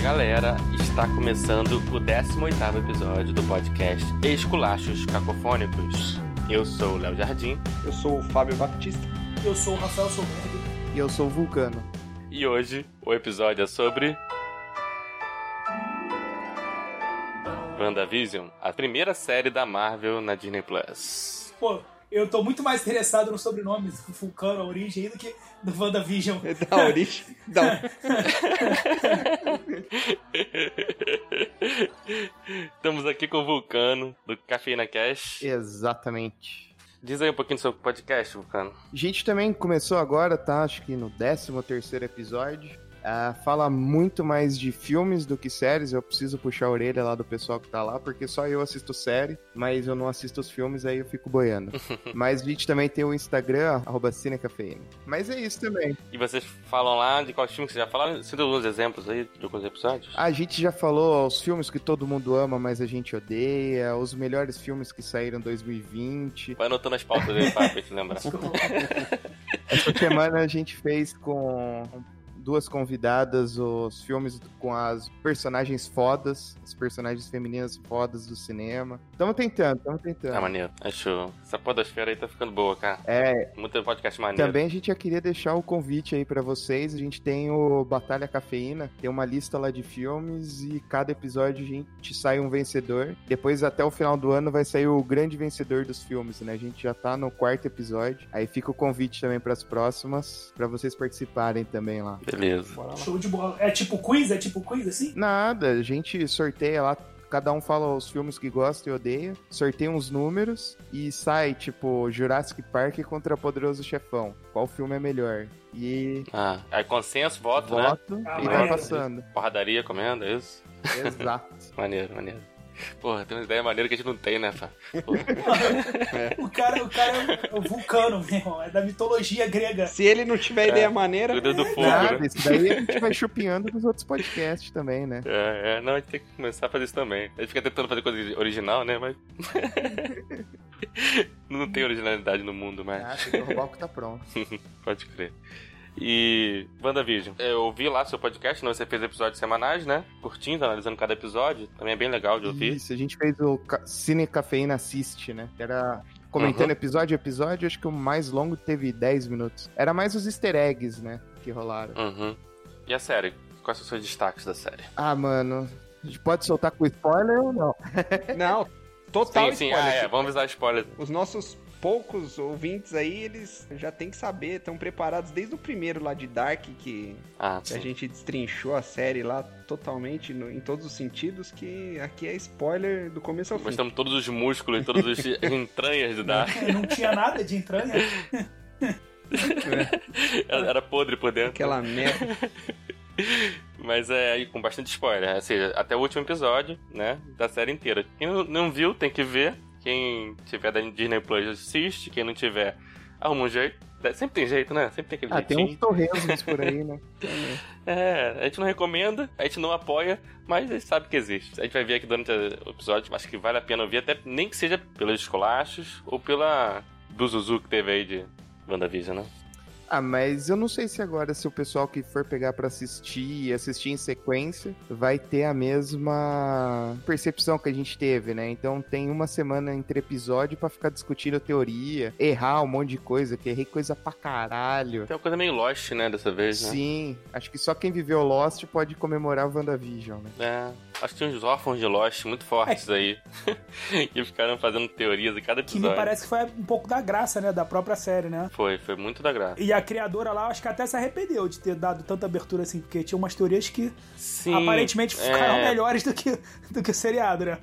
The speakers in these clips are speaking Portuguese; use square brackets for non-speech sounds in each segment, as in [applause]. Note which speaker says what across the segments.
Speaker 1: galera, está começando o 18º episódio do podcast Esculachos Cacofônicos. Eu sou o Léo Jardim
Speaker 2: Eu sou o Fábio Baptista.
Speaker 3: Eu sou o Rafael Soberg.
Speaker 4: E eu sou o Vulcano.
Speaker 1: e hoje o episódio é sobre WandaVision, a primeira série da Marvel na Disney Plus.
Speaker 3: Pô, eu tô muito mais interessado no sobrenome do Vulcano, a origem, aí, do que do WandaVision.
Speaker 2: É da origem. da-
Speaker 1: Estamos aqui com o Vulcano do Cafeína Cash.
Speaker 4: [laughs] Exatamente.
Speaker 1: Diz aí um pouquinho sobre o podcast, Vulcano.
Speaker 4: A gente também começou agora, tá? Acho que no 13 terceiro episódio. Ah, fala muito mais de filmes do que séries. Eu preciso puxar a orelha lá do pessoal que tá lá, porque só eu assisto série, mas eu não assisto os filmes, aí eu fico
Speaker 2: [laughs]
Speaker 4: boiando. mas a gente também tem o Instagram, arroba Cinecafeína. Mas é isso também.
Speaker 1: E vocês falam lá de quais filmes que vocês já falaram? Cita alguns exemplos aí de alguns episódios.
Speaker 4: A gente já falou os filmes que todo mundo ama, mas a gente odeia, os melhores filmes que saíram em 2020.
Speaker 1: Vai anotando as pautas aí, Fábio, pra te lembrar.
Speaker 4: Essa semana a gente fez com duas convidadas os filmes com as personagens fodas, as personagens femininas fodas do cinema. Estamos tentando, estamos tentando.
Speaker 1: Tá maneiro. Acho. Essa podosfera aí tá ficando boa, cara.
Speaker 4: É,
Speaker 1: Muito podcast maneiro.
Speaker 4: também a gente já queria deixar o convite aí pra vocês. A gente tem o Batalha Cafeína, tem uma lista lá de filmes e cada episódio a gente sai um vencedor. Depois até o final do ano vai sair o grande vencedor dos filmes, né? A gente já tá no quarto episódio. Aí fica o convite também pras próximas, pra vocês participarem também lá.
Speaker 1: Beleza.
Speaker 2: Bora lá.
Speaker 3: Show de bola. É tipo quiz? É tipo quiz assim?
Speaker 4: Nada, a gente sorteia lá, cada um fala os filmes que gosta e odeia, sorteia uns números e sai, tipo, Jurassic Park contra Poderoso Chefão. Qual filme é melhor? E
Speaker 1: Ah, aí consenso, voto, né?
Speaker 4: voto
Speaker 3: Ah,
Speaker 4: e
Speaker 1: maneiro.
Speaker 4: vai passando.
Speaker 1: Porradaria, comendo, é isso?
Speaker 4: Exato.
Speaker 1: Maneiro, maneiro. Porra, tem uma ideia maneira que a gente não tem, né, Fábio? Porra.
Speaker 3: O cara, o cara é o Vulcano, meu irmão. É da mitologia grega.
Speaker 2: Se ele não tiver
Speaker 1: É.
Speaker 2: ideia maneira,
Speaker 1: Tudo do [laughs] fogo,
Speaker 4: é Nada,
Speaker 1: né?
Speaker 4: isso daí a gente vai chupinhando nos outros podcasts também, né?
Speaker 1: É, é, não, a gente tem que começar a fazer isso também. A gente fica tentando fazer coisa original, né? Mas. [laughs] não tem originalidade no mundo, mas.
Speaker 4: Ah, tem que roubar o que tá pronto.
Speaker 1: Pode crer. E WandaVision, É, eu ouvi lá seu podcast, não, você fez episódios semanais, né? Curtindo, analisando cada episódio, também é bem legal de ouvir.
Speaker 4: Isso, a gente fez o ca- Cine Cafeína Assiste, né? Que Era comentando
Speaker 1: Uhum.
Speaker 4: episódio a episódio, acho que o mais longo teve 10 minutos. Era mais os easter eggs, né? Que rolaram.
Speaker 1: Uhum. E a série? Quais são os seus destaques da série?
Speaker 4: Ah, mano. A gente pode soltar com spoiler ou não?
Speaker 2: não. Total
Speaker 1: sim, sim,
Speaker 2: spoiler. Tipo,
Speaker 1: ah, é, vamos avisar spoiler.
Speaker 2: Os nossos poucos ouvintes aí, eles já tem que saber, estão preparados desde o primeiro lá de Dark, que
Speaker 1: Ah,
Speaker 2: a
Speaker 1: sim.
Speaker 2: gente destrinchou a série lá totalmente, no- em todos os sentidos, que aqui é spoiler do começo ao fim.
Speaker 1: Mostramos todos os [laughs] músculos, todas as entranhas de Dark.
Speaker 3: Não tinha nada de entranha.
Speaker 1: Era era podre por dentro.
Speaker 2: Aquela merda. [laughs]
Speaker 1: Mas é aí com bastante spoiler, ou seja, até o último episódio, né, da série inteira. Quem não- não viu, tem que ver. Quem tiver da Disney Plus, assiste. Quem não tiver, arruma um jeito. Dá- Sempre tem jeito, né? Sempre tem aquele
Speaker 4: Ah, tem
Speaker 1: jeitinho.
Speaker 4: uns torresmos por aí, né?
Speaker 1: É, a gente não recomenda, a gente não apoia, mas a gente sabe que existe. A gente vai ver aqui durante o episódio, acho que vale a pena ouvir, até nem que seja pelos escolachos ou pela do Zuzu que teve aí de WandaVision, né?
Speaker 4: Ah, mas eu não sei se agora, se o pessoal que for pegar pra assistir e assistir em sequência, vai ter a mesma percepção que a gente teve, né? Então tem uma semana entre episódio pra ficar discutindo teoria, errar um monte de coisa, que errei coisa pra caralho.
Speaker 1: Tem uma coisa meio Lost, né, dessa vez, né?
Speaker 4: Sim, acho que só quem viveu Lost pode comemorar o WandaVision, né?
Speaker 1: É, acho que tinha uns órfãos de Lost muito fortes aí. [laughs] que ficaram fazendo teorias em cada
Speaker 3: Que me
Speaker 1: episódio.
Speaker 3: parece que foi um pouco da graça, né? Da própria série, né?
Speaker 1: Foi, foi muito da graça.
Speaker 3: E a criadora lá, acho que até se arrependeu de ter dado tanta abertura assim, porque tinha umas teorias que
Speaker 1: Sim.
Speaker 3: aparentemente ficaram
Speaker 1: é,
Speaker 3: melhores do que, do que o seriado, né?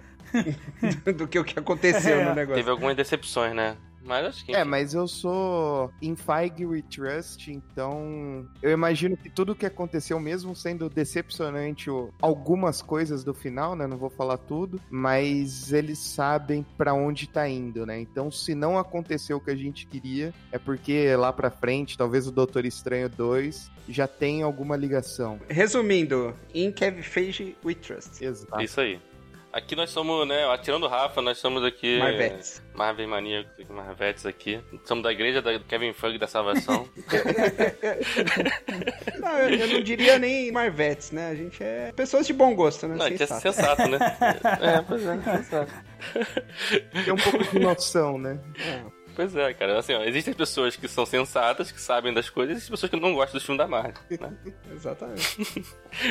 Speaker 2: do que o que aconteceu
Speaker 3: É.
Speaker 2: no negócio.
Speaker 1: Teve algumas decepções, né? Mas acho que.
Speaker 4: É, mas eu sou em Feige We Trust, então eu imagino que tudo que aconteceu, mesmo sendo decepcionante o- algumas coisas do final, né? Não vou falar tudo, mas eles sabem pra onde tá indo, né? Então, se não aconteceu o que a gente queria, é porque lá pra frente, talvez o Doutor Estranho 2 já tem alguma ligação.
Speaker 2: Resumindo, in Kevin Feige we trust.
Speaker 4: Exato.
Speaker 1: é Isso aí. Aqui nós somos, né? Atirando o Rafa, nós somos aqui.
Speaker 2: Marvetes.
Speaker 1: Marvel Maníacos, aqui, Marvetes aqui. Somos da igreja da Kevin Fung da
Speaker 4: [laughs]
Speaker 1: Salvação.
Speaker 2: Não, eu, eu não diria nem Marvetes, né? A gente é pessoas de bom gosto, né?
Speaker 1: Não, a gente é
Speaker 2: Sensato.
Speaker 1: sensato,
Speaker 4: [laughs]
Speaker 1: né? É, pois é, sensato.
Speaker 4: Tem um pouco de noção, né?
Speaker 2: É.
Speaker 1: Pois é, cara. Assim, ó, existem pessoas que são sensatas, que sabem das coisas, e existem pessoas que não gostam dos filmes da Marvel. [laughs] Né?
Speaker 2: Exatamente.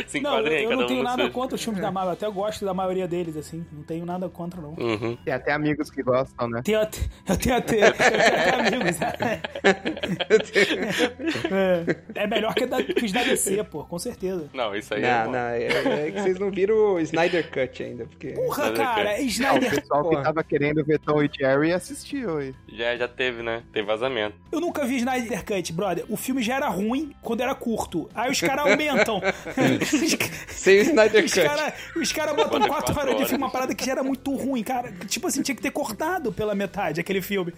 Speaker 1: Se
Speaker 3: Não, eu,
Speaker 1: enquadrem aí,
Speaker 3: eu
Speaker 1: cada
Speaker 3: não
Speaker 1: um
Speaker 3: tenho
Speaker 1: no
Speaker 3: nada
Speaker 1: seu-
Speaker 3: contra os filmes da Marvel, até eu gosto da maioria deles, assim. Não tenho nada contra, não.
Speaker 1: Uhum.
Speaker 4: Tem até amigos que gostam,
Speaker 3: [laughs]
Speaker 4: né?
Speaker 3: Tenho até, eu tenho até, eu tenho até amigos. né?
Speaker 1: [laughs]
Speaker 3: É, é melhor que, da, que os da DC, pô, com certeza.
Speaker 1: Não, isso aí é.
Speaker 2: não,
Speaker 1: bom.
Speaker 2: não, é, é que vocês não viram o Snyder Cut ainda, porque.
Speaker 3: Porra,
Speaker 1: Mas é que-
Speaker 3: cara,
Speaker 4: Ah, o
Speaker 3: Snyder.
Speaker 4: pessoal
Speaker 2: Porra.
Speaker 4: que tava querendo ver Tom e Jerry assistiu. E...
Speaker 1: Já, já teve, né? Tem vazamento.
Speaker 3: Eu nunca vi Snyder Cut, brother. O filme já era ruim quando era curto. Aí os caras
Speaker 1: [laughs]
Speaker 3: aumentam. Os
Speaker 2: Sem o Snyder Cut.
Speaker 3: caras os cara botam
Speaker 1: Bota
Speaker 3: 4
Speaker 1: é quatro
Speaker 3: horas de
Speaker 1: horas.
Speaker 3: filme, uma parada que já era muito ruim, cara. Tipo assim, tinha que ter cortado pela metade aquele filme.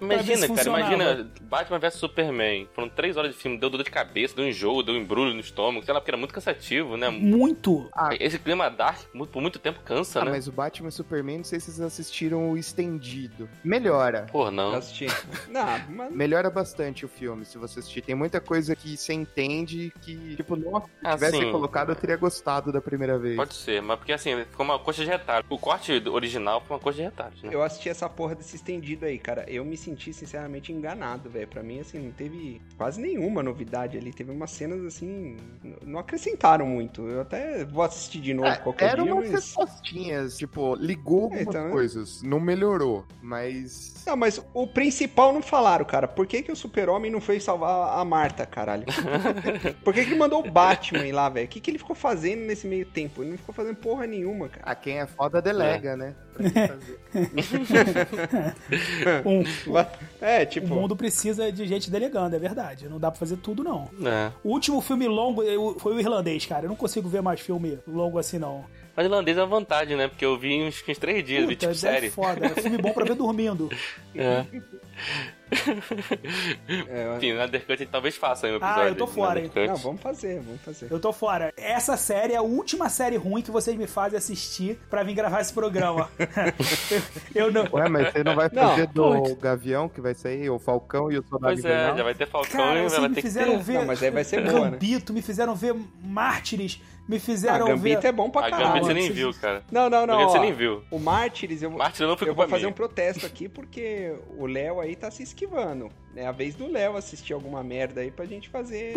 Speaker 3: Pra ver se
Speaker 1: Imagina, cara,
Speaker 3: funcionava.
Speaker 1: imagina Batman vs Superman. Foram três horas de filme, deu dor de cabeça, deu enjoo, deu embrulho no estômago, sei lá, porque era muito cansativo, né?
Speaker 3: Muito.
Speaker 4: Ah.
Speaker 1: Esse clima dark mu- por muito tempo cansa,
Speaker 4: Ah,
Speaker 1: né?
Speaker 4: mas o Batman e Superman, não sei se vocês assistiram o estendido. Melhora.
Speaker 1: Pô,
Speaker 2: Eu
Speaker 1: não.
Speaker 2: assisti. Não, mas
Speaker 4: Melhora bastante o filme, se você assistir. Tem muita coisa que você entende que, tipo, nossa, se tivesse
Speaker 1: Assim,
Speaker 4: colocado, eu teria gostado da primeira vez.
Speaker 1: pode ser, mas porque assim, ficou uma coxa de retalho. O corte do- original foi uma coxa de retalho, né?
Speaker 2: eu assisti essa porra desse estendido aí, cara. Eu me senti sinceramente enganado, velho. Pra mim, assim, não teve quase nenhuma novidade ali. Teve umas cenas assim. n- Não acrescentaram muito. Eu até vou assistir de novo
Speaker 4: Ah,
Speaker 2: qualquer
Speaker 4: eram
Speaker 2: dia,
Speaker 4: umas
Speaker 2: mas.
Speaker 4: respostinhas, tipo, ligou algumas
Speaker 2: Então, né?
Speaker 4: coisas, não melhorou, mas...
Speaker 2: Não, mas o principal não falaram, cara. Por que, que o super-homem não foi salvar a Marta, caralho? Por que, que ele mandou o Batman ir lá, velho? O que, que ele ficou fazendo nesse meio tempo? Ele não ficou fazendo porra nenhuma, cara.
Speaker 4: A quem é foda delega, né? Pra quem fazer.
Speaker 3: Um,
Speaker 2: É,
Speaker 3: o
Speaker 2: tipo.
Speaker 3: mundo precisa de gente delegando, é verdade. Não dá pra fazer tudo, não.
Speaker 1: É.
Speaker 3: O último filme longo eu- foi o irlandês, cara. Eu não consigo ver mais filme longo assim, não.
Speaker 1: Mas irlandês é uma vantagem, né? Porque eu vi uns, uns três dias, vi tipo
Speaker 3: Puta, é
Speaker 1: série.
Speaker 3: foda. É filme bom pra ver dormindo.
Speaker 1: [laughs] É. [laughs]
Speaker 2: é,
Speaker 1: Enfim, na Undercut talvez faça aí um
Speaker 3: Ah,
Speaker 1: episódio.
Speaker 3: eu tô
Speaker 1: de
Speaker 3: fora, hein?
Speaker 1: Undercut.
Speaker 2: não, vamos fazer, vamos fazer.
Speaker 3: Eu tô fora. Essa série é a última série ruim que vocês me fazem assistir pra vir gravar esse
Speaker 1: [laughs]
Speaker 3: programa. eu, eu não.
Speaker 4: Ué, mas você não vai
Speaker 2: [laughs] Não,
Speaker 4: fazer do Gavião que vai sair, o Falcão e o Soldado
Speaker 1: Pois é,
Speaker 4: Invernal?
Speaker 1: já vai ter Falcão
Speaker 3: Cara,
Speaker 1: e
Speaker 3: vocês
Speaker 1: vai
Speaker 3: me
Speaker 1: ter que
Speaker 3: fizeram
Speaker 1: ter...
Speaker 3: ver.
Speaker 2: Não, mas aí vai ser boa, né?
Speaker 3: Gambito, é me fizeram ver Mártires, me
Speaker 2: Ah,
Speaker 3: fizeram
Speaker 2: Gambito
Speaker 3: ver.
Speaker 2: é bom pra
Speaker 1: A Gambit Ah, você
Speaker 2: caralho.
Speaker 1: nem
Speaker 3: vocês-
Speaker 1: viu, cara.
Speaker 2: Não, não, não.
Speaker 1: Gambit você
Speaker 2: ó.
Speaker 1: nem viu.
Speaker 2: O Mártires, eu vou.
Speaker 1: Mártir não foi
Speaker 2: Eu vou
Speaker 1: culpa
Speaker 2: fazer
Speaker 1: minha.
Speaker 2: um protesto aqui porque o Léo aí tá se esquivando. É a vez do Léo assistir alguma merda aí pra gente fazer.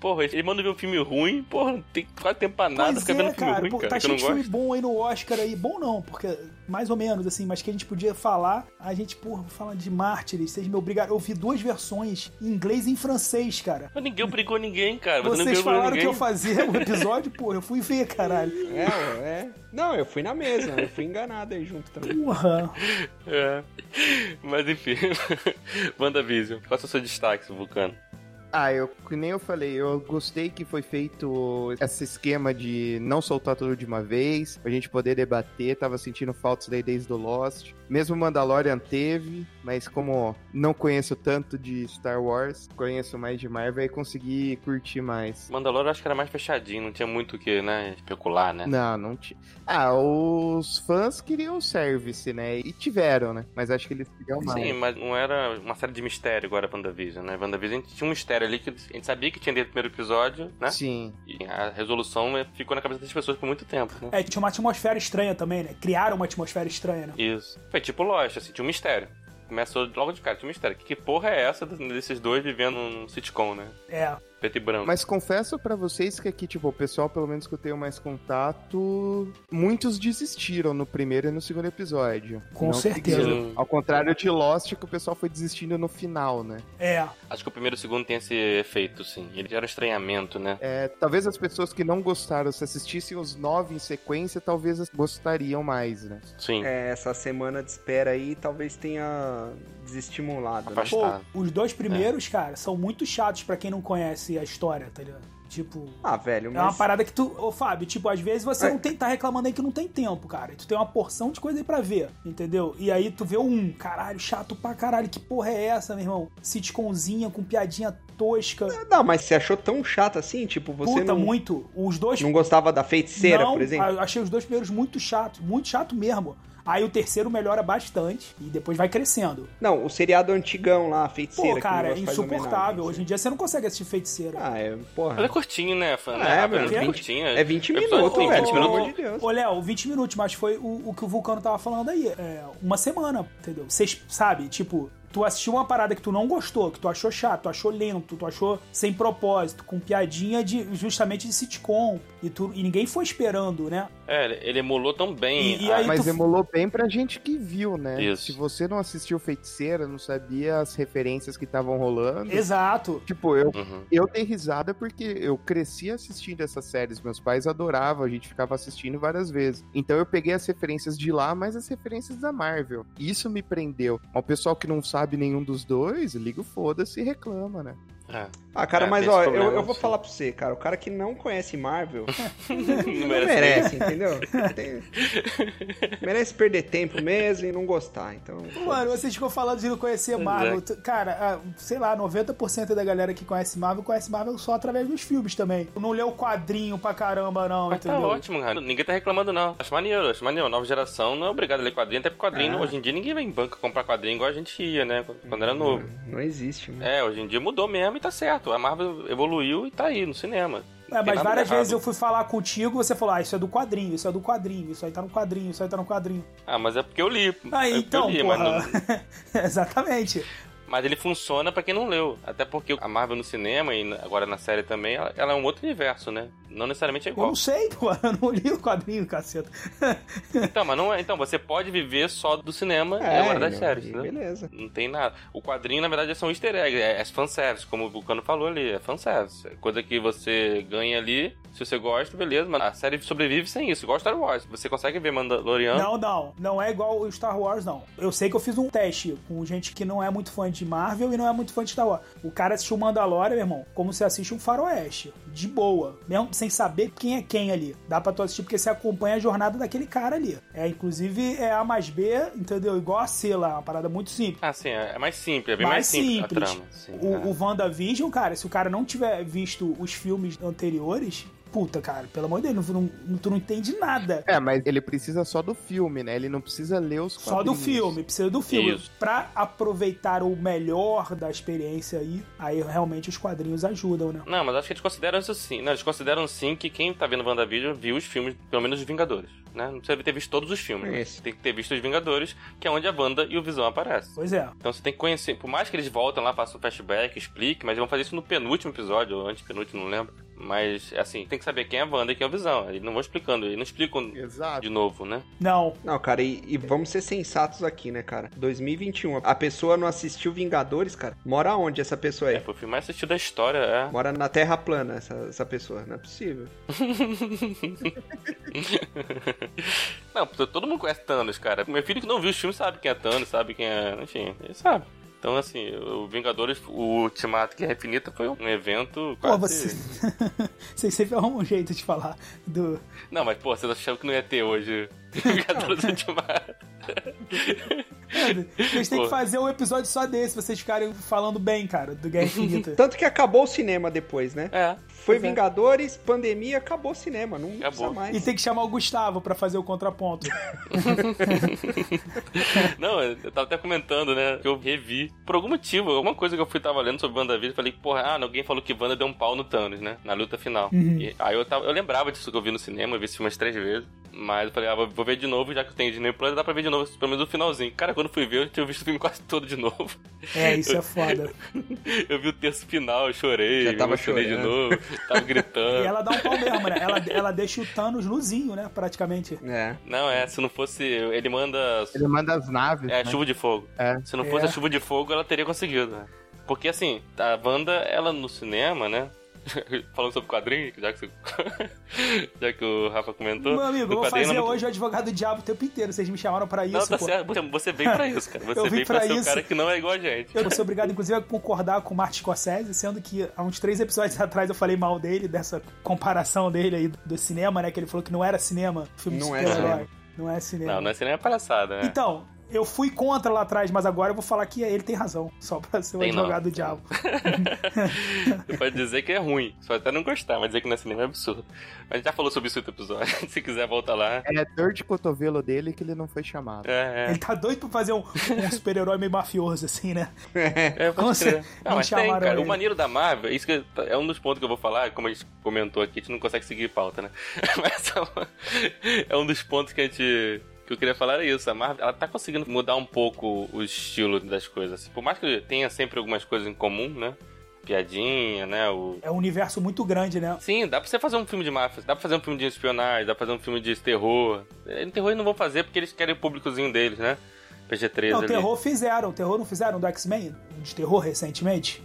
Speaker 1: Porra, ele manda ver um filme ruim, porra, não tem quase tempo pra nada,
Speaker 3: Pois
Speaker 1: fica vendo
Speaker 3: é,
Speaker 1: filme
Speaker 3: cara,
Speaker 1: ruim,
Speaker 3: pô,
Speaker 1: cara,
Speaker 3: tá
Speaker 1: que eu
Speaker 3: cheio
Speaker 1: não
Speaker 3: de filme
Speaker 1: gosto.
Speaker 3: bom aí no Oscar aí. Bom não, porque mais ou menos, assim, mas que a gente podia falar. A gente, porra, fala de Mártires, vocês me obrigaram. Eu vi duas versões, em inglês e em francês, cara.
Speaker 1: Mas ninguém obrigou ninguém, cara. É, Você não
Speaker 3: Vocês
Speaker 1: obrigou
Speaker 3: falaram que
Speaker 1: ninguém.
Speaker 3: eu fazia o episódio, porra, eu fui ver, caralho.
Speaker 2: É, ó, é. Não, eu fui na mesma, eu fui enganado aí junto também.
Speaker 3: Porra.
Speaker 1: É. Mas enfim, [laughs] WandaVision, qual é o seu destaque, seu Vulcano?
Speaker 4: Ah, eu que nem eu falei, eu gostei que foi feito esse esquema de não soltar tudo de uma vez, pra gente poder debater, tava sentindo falta daí desde o Lost. Mesmo Mandalorian teve, mas como não conheço tanto de Star Wars, conheço mais de Marvel e consegui curtir mais.
Speaker 1: Mandalorian eu acho que era mais fechadinho, não tinha muito o que, né, especular, né?
Speaker 4: Não, não tinha. Ah, os fãs queriam o service, né? E tiveram, né? Mas acho que eles queriam mais.
Speaker 1: Sim, mas não era uma série de mistério agora WandaVision, né? WandaVision a gente tinha um mistério ali que a gente sabia que tinha dentro do primeiro episódio, né?
Speaker 4: Sim.
Speaker 1: E a resolução eh, ficou na cabeça das pessoas por muito tempo, né?
Speaker 3: É, tinha uma atmosfera estranha também, né? Criaram uma atmosfera estranha, né?
Speaker 1: Isso. Foi tipo Lost, assim, tinha um mistério. Começou logo de cara, tinha um mistério. Que porra é essa desses dois vivendo num sitcom, né?
Speaker 3: É.
Speaker 1: Preto e branco.
Speaker 4: Mas confesso pra vocês que aqui, tipo, o pessoal, pelo menos que eu tenho mais contato, muitos desistiram no primeiro e no segundo episódio.
Speaker 3: Com certeza.
Speaker 4: seguiram.
Speaker 1: Sim.
Speaker 4: Ao contrário de Lost, que o pessoal foi desistindo no final, né?
Speaker 3: É.
Speaker 1: Acho que o primeiro e o segundo tem esse efeito, sim. Ele gera um estranhamento, né?
Speaker 4: É, talvez as pessoas que não gostaram, se assistissem os nove em sequência, talvez as- gostariam mais, né?
Speaker 1: Sim.
Speaker 2: É, essa semana de espera aí talvez tenha desestimulado. né?
Speaker 1: Afastado. É.
Speaker 3: Pô, os dois primeiros, cara, são muito chatos pra quem não conhece a história, tá ligado? Tipo,
Speaker 2: Ah, velho,
Speaker 3: é uma
Speaker 2: mas...
Speaker 3: parada que tu. Ô, Fábio, tipo, às vezes você
Speaker 2: É.
Speaker 3: não tem, tá reclamando aí que não tem tempo, cara. E tu tem uma porção de coisa aí pra ver, entendeu? E aí tu vê um, caralho, chato pra caralho, que porra é essa, meu irmão? Sitcomzinha com piadinha tosca.
Speaker 2: Não, mas você achou tão chato assim? Tipo, você
Speaker 3: Puta,
Speaker 2: não,
Speaker 3: muito. Os dois.
Speaker 2: não gostava da feiticeira,
Speaker 3: não,
Speaker 2: por exemplo?
Speaker 3: eu achei os dois primeiros muito chato, muito chato mesmo. Aí o terceiro melhora bastante e depois vai crescendo.
Speaker 2: Não, o seriado antigão lá, a feiticeira.
Speaker 3: Pô,
Speaker 2: que
Speaker 3: cara,
Speaker 2: o
Speaker 3: é
Speaker 2: negócio faz um
Speaker 3: insuportável.
Speaker 2: homenagem,
Speaker 3: Hoje em dia você não consegue assistir feiticeiro.
Speaker 2: Ah, é, porra.
Speaker 1: Mas é curtinho, né? Fã,
Speaker 2: Ah, é,
Speaker 1: né?
Speaker 2: mano,
Speaker 1: É,
Speaker 2: é
Speaker 1: curtinho.
Speaker 2: É 20
Speaker 1: O
Speaker 2: minutos,
Speaker 1: episódio tem
Speaker 2: velho,
Speaker 1: 20
Speaker 2: pelo
Speaker 1: minutos.
Speaker 2: amor de Deus.
Speaker 3: Ô, Léo, 20 minutos, mas foi o, o que o Vulcano tava falando aí. É, uma semana, entendeu? Vocês, sabe, tipo, tu assistiu uma parada que tu não gostou, que tu achou chato, tu achou lento, tu achou sem propósito, com piadinha de justamente de sitcom, e, tu, e ninguém foi esperando, né?
Speaker 1: É, ele- ele emulou tão bem. Ah,
Speaker 3: E- e
Speaker 1: a-
Speaker 3: aí-
Speaker 4: Mas
Speaker 3: tu-
Speaker 4: emulou bem pra gente que viu, né?
Speaker 1: Isso.
Speaker 4: Se você não assistiu Feiticeira, não sabia as referências que estavam rolando.
Speaker 3: Exato.
Speaker 4: Tipo, eu,
Speaker 1: Uhum.
Speaker 4: eu dei risada porque eu cresci assistindo essas séries. Meus pais adoravam, a gente ficava assistindo várias vezes. Então eu peguei as referências de lá, mas as referências da Marvel. Isso me prendeu. Ao pessoal que não sabe nenhum dos dois, liga o foda-se e reclama, né?
Speaker 3: [laughs]
Speaker 1: É.
Speaker 2: Ah, cara,
Speaker 1: É,
Speaker 2: mas
Speaker 1: tem esse
Speaker 2: ó, eu,
Speaker 1: problema,
Speaker 2: eu vou
Speaker 1: sim.
Speaker 2: falar pra você, cara, o cara que não conhece Marvel
Speaker 1: Não
Speaker 2: não
Speaker 1: [laughs] merece.
Speaker 2: merece, entendeu? Tem- Merece perder tempo mesmo e não gostar, então...
Speaker 3: Mano, vocês ficam falando de não conhecer
Speaker 1: é.
Speaker 3: Marvel. Tu- Cara, ah, sei lá, 90% da galera que conhece Marvel conhece Marvel só através dos filmes também. Não lê o quadrinho pra caramba, não,
Speaker 1: Mas tá
Speaker 3: entendeu?
Speaker 1: ótimo, cara. Ninguém tá reclamando, não. Acho maneiro, acho maneiro. Nova geração não é obrigado a ler quadrinho, até porque quadrinho,
Speaker 3: É.
Speaker 2: Ah.
Speaker 1: hoje em dia ninguém vai em banca comprar quadrinho igual a gente ia, né? Quando
Speaker 3: Uhum.
Speaker 1: era novo.
Speaker 2: Não existe, mano.
Speaker 1: É, hoje em dia mudou mesmo e tá certo. A Marvel evoluiu e tá aí no cinema.
Speaker 3: É,
Speaker 1: Tem
Speaker 3: mas
Speaker 1: nada
Speaker 3: várias
Speaker 1: errado.
Speaker 3: vezes eu fui falar contigo, você falou, ah, isso é do quadrinho, isso é do quadrinho, isso aí tá no quadrinho, isso aí tá no quadrinho.
Speaker 1: Ah, mas é porque eu li.
Speaker 3: Ah,
Speaker 1: É porque
Speaker 3: então,
Speaker 1: eu li,
Speaker 3: porra.
Speaker 1: Mas, não-
Speaker 3: [laughs] Exatamente.
Speaker 1: mas ele funciona pra quem não leu. Até porque a Marvel no cinema e agora na série também, ela, ela é um outro universo, né? Não necessariamente é
Speaker 3: Eu
Speaker 1: igual.
Speaker 3: não sei, pô, [laughs] eu não li o quadrinho, caceta.
Speaker 1: Então, mas não é. Então, você pode viver só do cinema e
Speaker 2: É,
Speaker 1: agora das
Speaker 2: não,
Speaker 1: séries,
Speaker 2: e
Speaker 1: entendeu?
Speaker 2: Beleza.
Speaker 1: Não tem nada. O quadrinho, na verdade, é só um easter egg. É, é fanservice, como o Vulcano falou ali. É fanservice. É Coisa que você ganha ali. Se você gosta, beleza. Mas a série sobrevive sem isso. Igual Star Wars. Você consegue ver Mandalorian.
Speaker 3: Não, não, não é igual o Star Wars, não. Eu sei que eu fiz um teste com gente que não é muito fã de Marvel e não é muito fã de Star Wars. O cara assistiu Mandalorian, meu irmão, como se assiste um faroeste, de boa, mesmo sem saber quem é quem ali. Dá pra tu assistir porque você acompanha a jornada daquele cara ali. É, inclusive, é A mais B, entendeu? Igual a C lá, uma parada muito simples.
Speaker 1: Ah, sim. É é mais simples. É bem
Speaker 3: Mais
Speaker 1: mais, simples,
Speaker 3: simples.
Speaker 1: a trama. Sim,
Speaker 3: O,
Speaker 1: é.
Speaker 3: o WandaVision, cara, se o cara não tiver visto os filmes anteriores, puta, cara, pelo amor de Deus, não- não- tu não entende nada.
Speaker 4: É, mas ele precisa só do filme, né? Ele não precisa ler os
Speaker 3: Só do
Speaker 4: quadrinhos.
Speaker 3: filme, precisa do filme.
Speaker 1: Isso.
Speaker 3: Pra aproveitar o melhor da experiência aí, aí realmente os quadrinhos ajudam, né?
Speaker 1: Não, mas acho que eles consideram isso sim. Não, eles consideram sim que quem tá vendo WandaVision viu os filmes, pelo menos os Vingadores. Né? Não precisa ter visto todos os filmes. né?
Speaker 2: Isso.
Speaker 1: Tem que ter visto os Vingadores, que é onde a Wanda e o Visão aparecem.
Speaker 3: Pois é.
Speaker 1: Então você tem que conhecer. Por mais que eles voltem lá, façam um flashback, explique, mas vão fazer isso no penúltimo episódio, ou antepenúltimo, não lembro. Mas, assim, tem que saber quem é a Wanda e quem é o Visão. Eles não vão explicando, eles não explicam
Speaker 4: Exato.
Speaker 1: de novo, né?
Speaker 3: Não,
Speaker 2: Não, cara, e, e vamos ser sensatos aqui, né, cara? 2021, a pessoa não assistiu Vingadores, cara? Mora onde essa pessoa
Speaker 1: É,
Speaker 2: é?
Speaker 1: foi o filme mais assistido da história, é.
Speaker 2: Mora na Terra plana essa, essa pessoa, não é possível.
Speaker 1: Não, porque todo mundo conhece Thanos, cara. Meu filho que não viu os filmes sabe quem é Thanos, sabe quem é. Enfim, ele sabe. Então, assim, o Vingadores, o Ultimato Guerra Infinita foi um evento
Speaker 3: pô,
Speaker 1: quase...
Speaker 3: você. [laughs] Vocês sempre arrumam um jeito de falar do.
Speaker 1: Não, mas, pô, vocês achavam que não ia ter hoje [laughs] Vingadores Ultimato.
Speaker 3: A gente tem que
Speaker 1: Pô.
Speaker 3: fazer um episódio só desse, vocês ficarem falando bem, cara, do Guerra Infinita.
Speaker 2: Tanto que acabou o cinema depois, né?
Speaker 1: É,
Speaker 2: Foi
Speaker 3: Pois é.
Speaker 2: Vingadores, pandemia, acabou o cinema, não precisa
Speaker 1: Acabou.
Speaker 2: mais.
Speaker 3: E tem que chamar o Gustavo pra fazer o contraponto.
Speaker 1: Não, eu tava até comentando, né? Que eu revi. Por algum motivo, alguma coisa que eu fui tava lendo sobre WandaVision, eu falei, porra, ah, alguém falou que Wanda deu um pau no Thanos, né? Na luta final.
Speaker 3: Uhum.
Speaker 1: E aí eu tava. Eu lembrava disso que eu vi no cinema, eu vi esse filme umas três vezes. Mas eu falei, ah, vou, vou ver de novo, já que eu tenho Disney Plus, dá pra ver de novo, pelo menos o finalzinho. Cara, quando eu fui ver, eu tinha visto o filme [laughs] quase todo de novo.
Speaker 3: É, isso é foda.
Speaker 1: Eu vi o terço final, eu chorei,
Speaker 2: Já tava
Speaker 1: me emocionei de
Speaker 2: chorando.
Speaker 1: novo, tava
Speaker 3: [laughs] E
Speaker 1: gritando.
Speaker 3: ela dá um pau mesmo, né? Ela, ela deixa o Thanos nuzinho, né? Praticamente.
Speaker 2: É.
Speaker 1: Não, é, se não fosse. Ele manda.
Speaker 4: Ele manda as naves.
Speaker 1: É,
Speaker 4: né?
Speaker 1: chuva de fogo.
Speaker 4: É.
Speaker 1: Se não fosse
Speaker 3: É.
Speaker 1: a chuva de fogo, ela teria conseguido, né? [laughs] Porque assim, a Wanda, ela no cinema, né? Falando sobre quadrinho, já que, você... [laughs] já que o Rafa comentou.
Speaker 3: Meu amigo,
Speaker 1: no
Speaker 3: eu vou
Speaker 1: quadrinho
Speaker 3: fazer
Speaker 1: não é muito-
Speaker 3: hoje o advogado do diabo o tempo inteiro. Vocês me chamaram pra isso,
Speaker 1: Não, tá
Speaker 3: pô.
Speaker 1: certo. Você- Você vem pra isso, cara. Você
Speaker 3: vim
Speaker 1: vem pra,
Speaker 3: pra
Speaker 1: ser um
Speaker 3: isso.
Speaker 1: cara que não é igual a gente.
Speaker 3: Eu vou ser obrigado, inclusive, a concordar com o Martin Scorsese, sendo que há uns três episódios [laughs] atrás eu falei mal dele, dessa comparação dele aí do cinema, né? Que ele falou que não era cinema, filme de
Speaker 2: Não é
Speaker 3: super-herói. Não é cinema.
Speaker 1: Não, não é cinema é palhaçada, né?
Speaker 3: Então, eu fui contra lá atrás, mas agora eu vou falar que ele tem razão, só pra ser o
Speaker 1: Tem não. É.
Speaker 3: advogado do diabo. Então-
Speaker 1: Você pode dizer que é ruim. Você pode até não gostar, mas dizer que não é cinema é absurdo. A gente já falou sobre isso no outro episódio. [laughs] Se quiser, volta lá.
Speaker 4: É dor de cotovelo dele que ele não foi chamado.
Speaker 1: É, é.
Speaker 3: Ele tá doido pra fazer um, um super-herói meio mafioso, assim, né?
Speaker 1: É, pode
Speaker 3: Como
Speaker 1: crer.
Speaker 3: você-
Speaker 1: Não,
Speaker 3: me
Speaker 1: mas tem,
Speaker 3: chamaram
Speaker 1: cara. O
Speaker 3: ele.
Speaker 1: maneiro da Marvel, isso que é um dos pontos que eu vou falar, como a gente comentou aqui, a gente não consegue seguir pauta, né? [laughs] Mas é um- é um dos pontos que a gente. que eu queria falar é isso. A Marvel, ela tá conseguindo mudar um pouco o estilo das coisas. assim. Por mais que tenha sempre algumas coisas em comum, né? Piadinha, né? O...
Speaker 3: É um universo muito grande, né?
Speaker 1: Sim, dá pra você fazer um filme de máfia, dá pra fazer um filme de espionagem, dá pra fazer um filme de terror. É, Terror eles não vão fazer porque eles querem o públicozinho deles, né? PG-13
Speaker 3: Não,
Speaker 1: ali.
Speaker 3: terror fizeram, terror não fizeram do X-Men? De terror recentemente?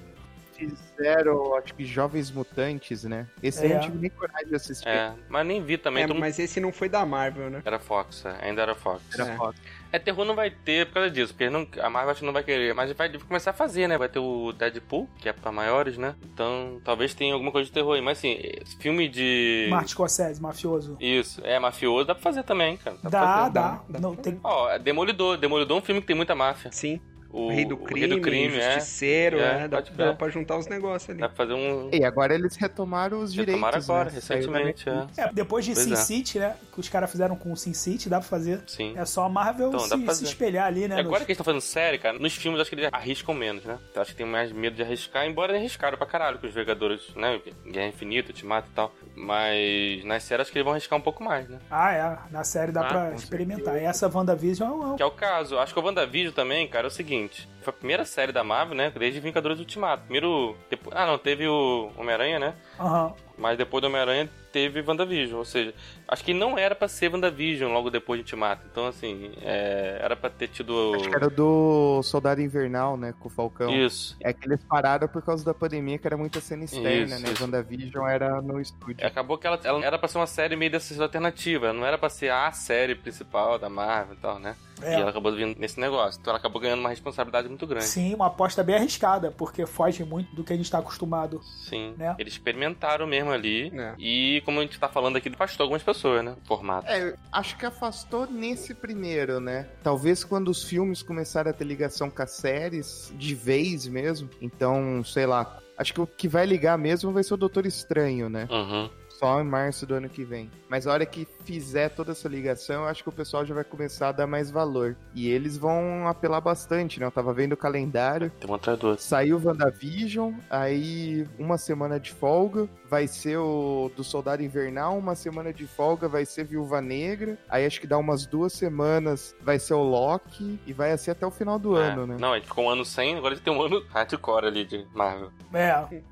Speaker 4: Fizeram, acho que Jovens Mutantes, né? Esse aí eu
Speaker 3: É.
Speaker 4: não tive nem coragem de assistir.
Speaker 1: É, mas nem vi também.
Speaker 2: É,
Speaker 1: todo mundo
Speaker 2: mas esse não foi da Marvel, né?
Speaker 1: Era Fox, é. ainda era Fox.
Speaker 4: Era
Speaker 2: É.
Speaker 4: foda.
Speaker 1: É, terror não vai ter por causa disso, porque não, a Marvel acho que não vai querer, mas vai começar a fazer, né? Vai ter o Deadpool, que é pra maiores, né? Então, talvez tenha alguma coisa de terror aí, mas assim, esse filme de...
Speaker 3: Martin Scorsese, mafioso.
Speaker 1: Isso, é, mafioso, dá pra fazer também, cara. Dá. pra
Speaker 3: Dá,
Speaker 2: fazer,
Speaker 3: dá.
Speaker 2: dá, dá
Speaker 3: Não,
Speaker 2: pra
Speaker 3: tem...
Speaker 1: Ó, é Demolidor, Demolidor é um filme que tem muita máfia.
Speaker 2: Sim.
Speaker 1: O,
Speaker 2: O Rei do Crime,
Speaker 1: o Rei do Crime, é.
Speaker 2: Justiceiro,
Speaker 1: É,
Speaker 2: né? Dá,
Speaker 1: pode
Speaker 2: dá
Speaker 1: crer.
Speaker 2: pra juntar os negócios ali.
Speaker 1: Dá pra fazer um...
Speaker 4: E agora eles retomaram os direitos.
Speaker 1: Retomaram agora,
Speaker 4: né?
Speaker 1: recentemente,
Speaker 4: Saiu da
Speaker 1: é.
Speaker 4: Netflix.
Speaker 3: É, depois de
Speaker 1: Pois
Speaker 3: Sin
Speaker 1: é.
Speaker 3: City, né? Que os caras fizeram com o Sin City, dá pra fazer.
Speaker 1: Sim.
Speaker 3: É só a Marvel
Speaker 1: Então, dá pra
Speaker 3: se,
Speaker 1: fazer.
Speaker 3: se espelhar ali,
Speaker 1: E
Speaker 4: É,
Speaker 3: né?
Speaker 1: agora
Speaker 3: nos-
Speaker 1: que eles estão fazendo série, cara, nos filmes acho que eles arriscam menos, né? Eu acho que tem mais medo de arriscar, embora eles arriscaram pra caralho com os Vingadores, né? Guerra Infinita, Ultimato e tal. Mas nas séries acho que eles vão arriscar um pouco mais, né?
Speaker 3: Ah, é. Na série dá
Speaker 1: Ah,
Speaker 3: pra
Speaker 1: com
Speaker 3: experimentar. E essa WandaVision é um-
Speaker 1: Que é o caso. Acho que o WandaVision também, cara, é o seguinte. Foi a primeira série da Marvel, né? Desde Vingadores Ultimato. Primeiro... Depois... Ah, não, teve o Homem-Aranha, né?
Speaker 3: Aham.
Speaker 1: Mas depois do Homem-Aranha teve WandaVision, ou seja, acho que não era pra ser WandaVision logo depois de Ultimato. Então, assim, é, era pra ter tido.
Speaker 4: Acho que era do Soldado Invernal, né? Com o Falcão.
Speaker 1: Isso.
Speaker 4: É que eles pararam por causa da pandemia, que era muita cena externa,
Speaker 1: Isso,
Speaker 4: né?
Speaker 1: isso.
Speaker 4: WandaVision era no
Speaker 1: É,
Speaker 4: estúdio.
Speaker 1: Acabou que ela, ela era pra ser uma série meio dessas alternativas, não era pra ser a série principal da Marvel e tal, né?
Speaker 3: É.
Speaker 1: E ela acabou vindo nesse negócio. Então ela acabou ganhando uma responsabilidade muito grande. Sim.
Speaker 3: Sim, uma aposta bem arriscada, porque foge muito do que a gente tá acostumado.
Speaker 4: É.
Speaker 3: Né?
Speaker 1: Eles experimentaram mesmo ali.
Speaker 2: É.
Speaker 1: E como a gente tá falando aqui, afastou algumas pessoas, né? O formato.
Speaker 4: É, eu acho que afastou nesse primeiro, né? Talvez quando os filmes começaram a ter ligação com as séries, de vez mesmo. Então, sei lá. Acho que o que vai ligar mesmo vai ser o Doutor Estranho, né?
Speaker 1: Uhum.
Speaker 4: Só em março do ano que vem. Mas a hora que fizer toda essa ligação, eu acho que o pessoal já vai começar a dar mais valor. E eles vão apelar bastante, né? Eu tava vendo o calendário.
Speaker 1: Tem um atrás do outro.
Speaker 4: Saiu o WandaVision, aí uma semana de folga, vai ser o do Soldado Invernal, uma semana de folga vai ser Viúva Negra, aí acho que dá umas duas semanas vai ser o Loki, e vai assim até o final do ano,
Speaker 1: É.
Speaker 4: né?
Speaker 1: Não, a gente ficou um ano sem, agora a gente tem um ano hardcore ali de Marvel.
Speaker 3: É.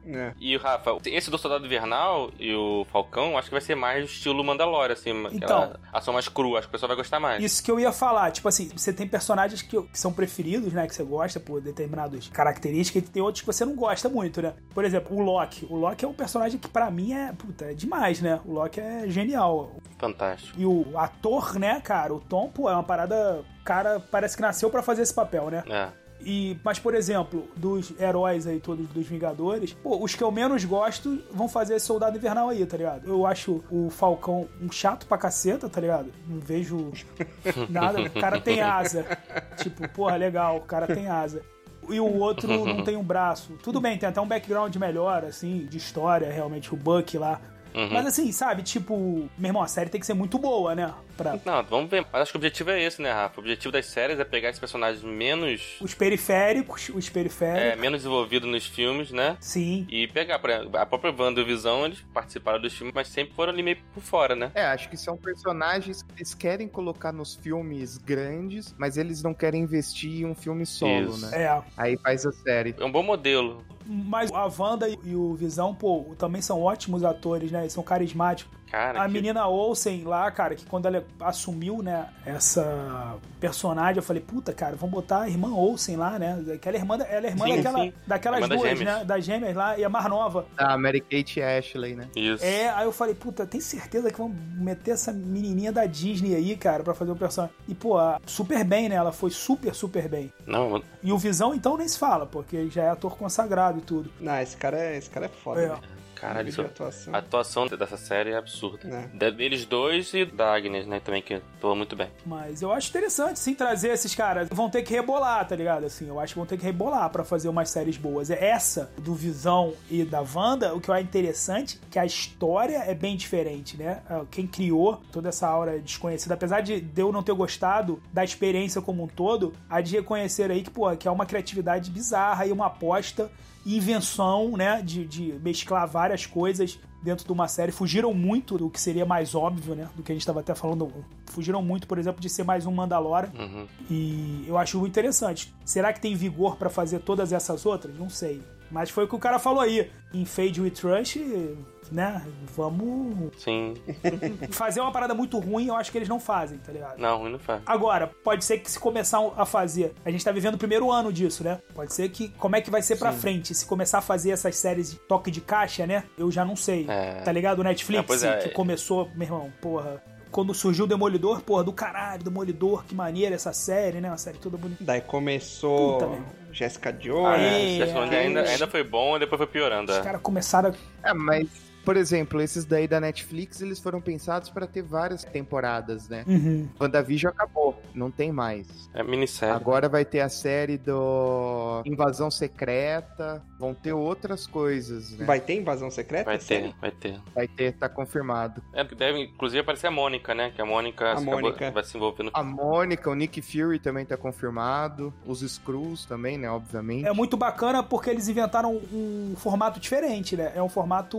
Speaker 2: É.
Speaker 1: E o Rafa, esse do Soldado Invernal e o Falcão, acho que vai ser mais estilo Mandalorian, assim,
Speaker 4: Então.
Speaker 1: aquela ação mais crua, acho que o pessoal vai gostar mais.
Speaker 3: Isso que eu ia falar. Tipo assim, você tem personagens que, que são preferidos, né? Que você gosta por determinadas características, e tem outros que você não gosta muito, né? Por exemplo, o Loki. O Loki é um personagem que pra mim é, puta, é demais, né? O Loki é genial.
Speaker 1: Fantástico.
Speaker 3: E o ator, né, cara? O Tom, pô, é uma parada. O cara parece que nasceu pra fazer esse papel, né?
Speaker 1: É.
Speaker 3: E, mas, por exemplo, dos heróis aí todos dos Vingadores, pô, os que eu menos gosto vão fazer esse Soldado Invernal aí, tá ligado? Eu acho o Falcão um chato pra caceta, tá ligado? Não vejo nada. O cara tem asa. Tipo, porra, legal, o cara tem asa. E o outro não tem um braço. Tudo bem, tem até um background melhor, assim, de história, realmente, o Buck lá. Mas assim, sabe, tipo, meu irmão, a série tem que ser muito boa, né? Pra
Speaker 1: Não, vamos ver. Mas acho que o objetivo é esse, né, Rafa? O objetivo das séries é pegar esses personagens menos,
Speaker 3: os periféricos, os
Speaker 1: é,
Speaker 3: periféricos.
Speaker 1: menos desenvolvidos nos filmes, né?
Speaker 3: Sim,
Speaker 1: E pegar, por exemplo, a própria WandaVision, eles participaram dos filmes, mas sempre foram ali meio por fora, né?
Speaker 4: É, acho que são personagens que eles querem colocar nos filmes grandes, mas eles não querem investir em um filme solo,
Speaker 1: Isso.
Speaker 4: né?
Speaker 3: é.
Speaker 4: Aí faz a série.
Speaker 1: É um bom modelo.
Speaker 3: Mas a Wanda e o Visão, pô, também são ótimos atores, né? eles são carismáticos.
Speaker 1: Cara,
Speaker 3: A
Speaker 1: que-
Speaker 3: menina Olsen lá, cara, que quando ela assumiu, né, essa personagem, eu falei, puta, cara, vamos botar a irmã Olsen lá, né? Que ela é irmã, da- ela é irmã
Speaker 1: Sim,
Speaker 3: daquela,
Speaker 1: sim.
Speaker 3: daquelas
Speaker 1: Irmã das
Speaker 3: duas,
Speaker 1: gêmeas.
Speaker 3: né? Das gêmeas lá, e a mais nova.
Speaker 4: Ah, Mary Kate e Ashley, né?
Speaker 1: Isso.
Speaker 3: É, aí eu falei, puta, tem certeza que vão meter essa menininha da Disney aí, cara, pra fazer o personagem. E, pô, a- super bem, né? Ela foi super, super bem.
Speaker 1: Não,
Speaker 3: E o Visão, então, nem se fala, porque ele já é ator consagrado e tudo.
Speaker 2: Não, esse cara é, esse cara é foda,
Speaker 3: É.
Speaker 2: velho.
Speaker 1: caralho,
Speaker 2: Nível
Speaker 1: isso...
Speaker 2: de atuação.
Speaker 1: a atuação dessa série é absurda.
Speaker 2: né?
Speaker 1: Da- Deles dois e da Agnes, né, também, que atua muito bem.
Speaker 3: Mas eu acho interessante, sim, trazer esses caras. Vão ter que rebolar, tá ligado? Assim, eu acho que vão ter que rebolar pra fazer umas séries boas. É Essa, do Visão e da Wanda, o que eu acho interessante, que a história é bem diferente, né? Ah, Quem criou toda essa aura desconhecida, apesar de de eu não ter gostado da experiência como um todo, há de reconhecer aí que, pô, que é uma criatividade bizarra e uma aposta e invenção, né? De, de mesclar várias coisas dentro de uma série. Fugiram muito do que seria mais óbvio, né? Do que a gente estava até falando. Fugiram muito, por exemplo, de ser mais um Mandalorian.
Speaker 1: Uhum.
Speaker 3: E eu acho muito interessante. Será que tem vigor pra fazer todas essas outras? Não sei. Mas foi o que o cara falou aí. Em Fade with Rush, né? Vamos
Speaker 1: Sim.
Speaker 3: fazer uma parada muito ruim, eu acho que eles não fazem, tá ligado?
Speaker 1: Não, ruim não faz.
Speaker 3: Agora, pode ser que se começar um, a fazer, a gente tá vivendo o primeiro ano disso, né? Pode ser que como é que vai ser pra frente? Se começar a fazer essas séries de toque de caixa, né? Eu já não sei.
Speaker 1: É.
Speaker 3: Tá ligado? O Netflix
Speaker 1: É, pois é.
Speaker 3: que começou, meu irmão, porra. Quando surgiu o Demolidor, porra, do caralho, Demolidor, que maneira essa série, né? Uma série toda bonita.
Speaker 2: Daí começou
Speaker 3: Puta, velho.
Speaker 2: Jéssica
Speaker 1: Ah,
Speaker 2: Jones.
Speaker 1: é. Jessica Lange
Speaker 2: é.
Speaker 1: ainda, ainda foi bom e depois foi piorando.
Speaker 3: Os
Speaker 1: é.
Speaker 3: caras começaram a
Speaker 4: É, mas, por exemplo, esses daí da Netflix, eles foram pensados pra ter várias temporadas, né?
Speaker 3: Uhum.
Speaker 4: WandaVision acabou, não tem mais.
Speaker 1: É minissérie.
Speaker 4: Agora vai ter a série do Invasão Secreta, vão ter outras coisas, né?
Speaker 2: Vai ter invasão secreta?
Speaker 3: é
Speaker 1: Vai
Speaker 2: sério?
Speaker 1: ter, vai ter.
Speaker 4: Vai ter, tá confirmado.
Speaker 1: É, porque deve inclusive aparecer a Mônica, né? Que a Mônica,
Speaker 2: A
Speaker 1: se acabou-
Speaker 2: Mônica.
Speaker 1: vai se envolver no.
Speaker 4: A Mônica, o Nick Fury também tá confirmado, os Screws também, né, obviamente.
Speaker 3: É muito bacana porque eles inventaram um formato diferente, né? É um formato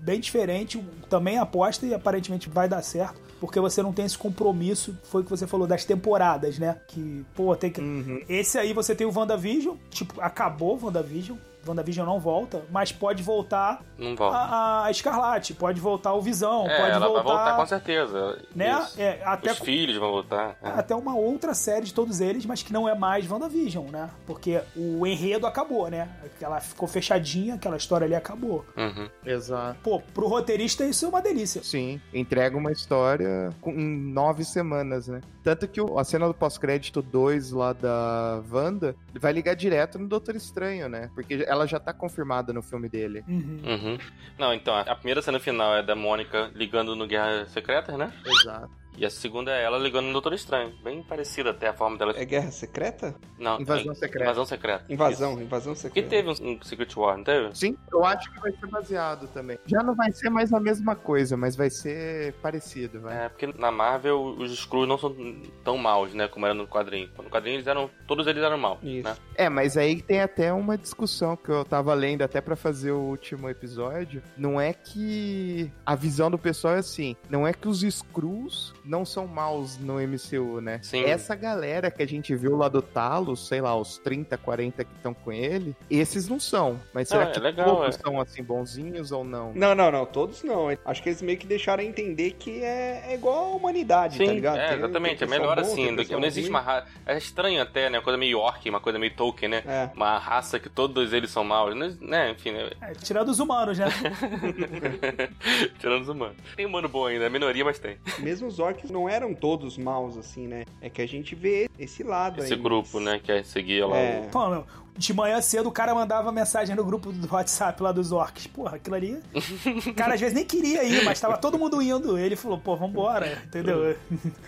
Speaker 3: bem diferente, um- também aposta e aparentemente vai dar certo, porque você não tem esse compromisso, foi o que você falou, das temporadas, né? Que, pô, tem que.
Speaker 1: Hum.
Speaker 4: Uhum.
Speaker 3: Esse aí você tem o WandaVision, tipo, acabou o WandaVision. WandaVision não volta, mas pode voltar
Speaker 1: Não volta.
Speaker 3: a, a Escarlate, pode voltar o Visão,
Speaker 1: é,
Speaker 3: Ah, pode
Speaker 1: ela
Speaker 3: voltar.
Speaker 1: vai voltar com certeza.
Speaker 3: né?
Speaker 1: Isso.
Speaker 3: É, até Ah.
Speaker 1: Os filhos vão voltar. é.
Speaker 3: até uma outra série de todos eles, mas que não é mais WandaVision, né? Porque o enredo acabou, né? Ela ficou fechadinha, aquela história ali acabou.
Speaker 1: Uhum.
Speaker 4: Exato.
Speaker 3: Pô, pro roteirista isso é uma delícia.
Speaker 4: Sim, entrega uma história com- em nove semanas, né? Tanto que o- a cena do pós-crédito 2 lá da Wanda vai ligar direto no Doutor Estranho, né? Porque ela já tá confirmada no filme dele.
Speaker 3: Uhum.
Speaker 1: Uhum. Não, então, a primeira cena final é da Mônica ligando no Guerra Secretas, né?
Speaker 4: Exato.
Speaker 1: E a segunda é ela ligando no Doutor Estranho. Bem parecida até a forma dela.
Speaker 2: É guerra secreta?
Speaker 1: Não,
Speaker 4: Invasão
Speaker 1: é-
Speaker 4: Secreta.
Speaker 1: Invasão secreta.
Speaker 2: Invasão, invasão
Speaker 1: Isso. Que
Speaker 2: secreta.
Speaker 1: teve um, um Secret War, não teve?
Speaker 4: Sim, eu acho que vai ser baseado também. Já não vai ser mais a mesma coisa, mas vai ser parecido, vai.
Speaker 1: É, porque na Marvel os Skrulls não são tão maus, né? Como era no quadrinho. No quadrinho eles eram. Todos eles eram maus.
Speaker 2: Isso.
Speaker 1: Né?
Speaker 4: É, mas aí tem até uma discussão que eu tava lendo até pra fazer o último episódio. Não é que a visão do pessoal é assim, não é que os Skrulls não são maus no MCU, né?
Speaker 1: Sim.
Speaker 4: Essa galera que a gente viu lá do Talos, sei lá, os 30, 40 que estão com ele, esses não são. Mas será
Speaker 1: Ah, é
Speaker 4: que
Speaker 1: legal,
Speaker 4: todos
Speaker 1: é.
Speaker 4: são assim bonzinhos ou não?
Speaker 2: Não, não, não, todos não. Acho que eles meio que deixaram a entender que é, é igual a humanidade,
Speaker 1: Sim,
Speaker 2: tá ligado?
Speaker 1: é,
Speaker 2: Tem-
Speaker 1: exatamente.
Speaker 2: tem
Speaker 1: é melhor
Speaker 2: pessoal bom,
Speaker 1: assim.
Speaker 2: tem
Speaker 1: do que-
Speaker 2: pessoal
Speaker 1: não existe
Speaker 2: ruim.
Speaker 1: uma raça. É estranho até, né? Uma coisa meio York, uma coisa meio Tolkien, né?
Speaker 2: É.
Speaker 1: Uma raça que todos eles são maus. Né? Né, Enfim, né? [laughs]
Speaker 3: É, tirando os humanos, né?
Speaker 1: tirando os humanos. Tem humano bom ainda, é minoria, mas tem.
Speaker 2: Mesmo os orcs não eram todos maus, assim, né? É que a gente vê esse lado aí.
Speaker 1: Esse grupo,
Speaker 2: mas-
Speaker 1: né? Que seguia lá
Speaker 2: É.
Speaker 1: o.
Speaker 3: Pô, meu, de manhã cedo o cara mandava mensagem no grupo do WhatsApp lá dos orcs. Porra, aquilo ali. O cara às vezes nem queria ir, mas tava todo mundo indo. Ele falou, pô, vambora, entendeu?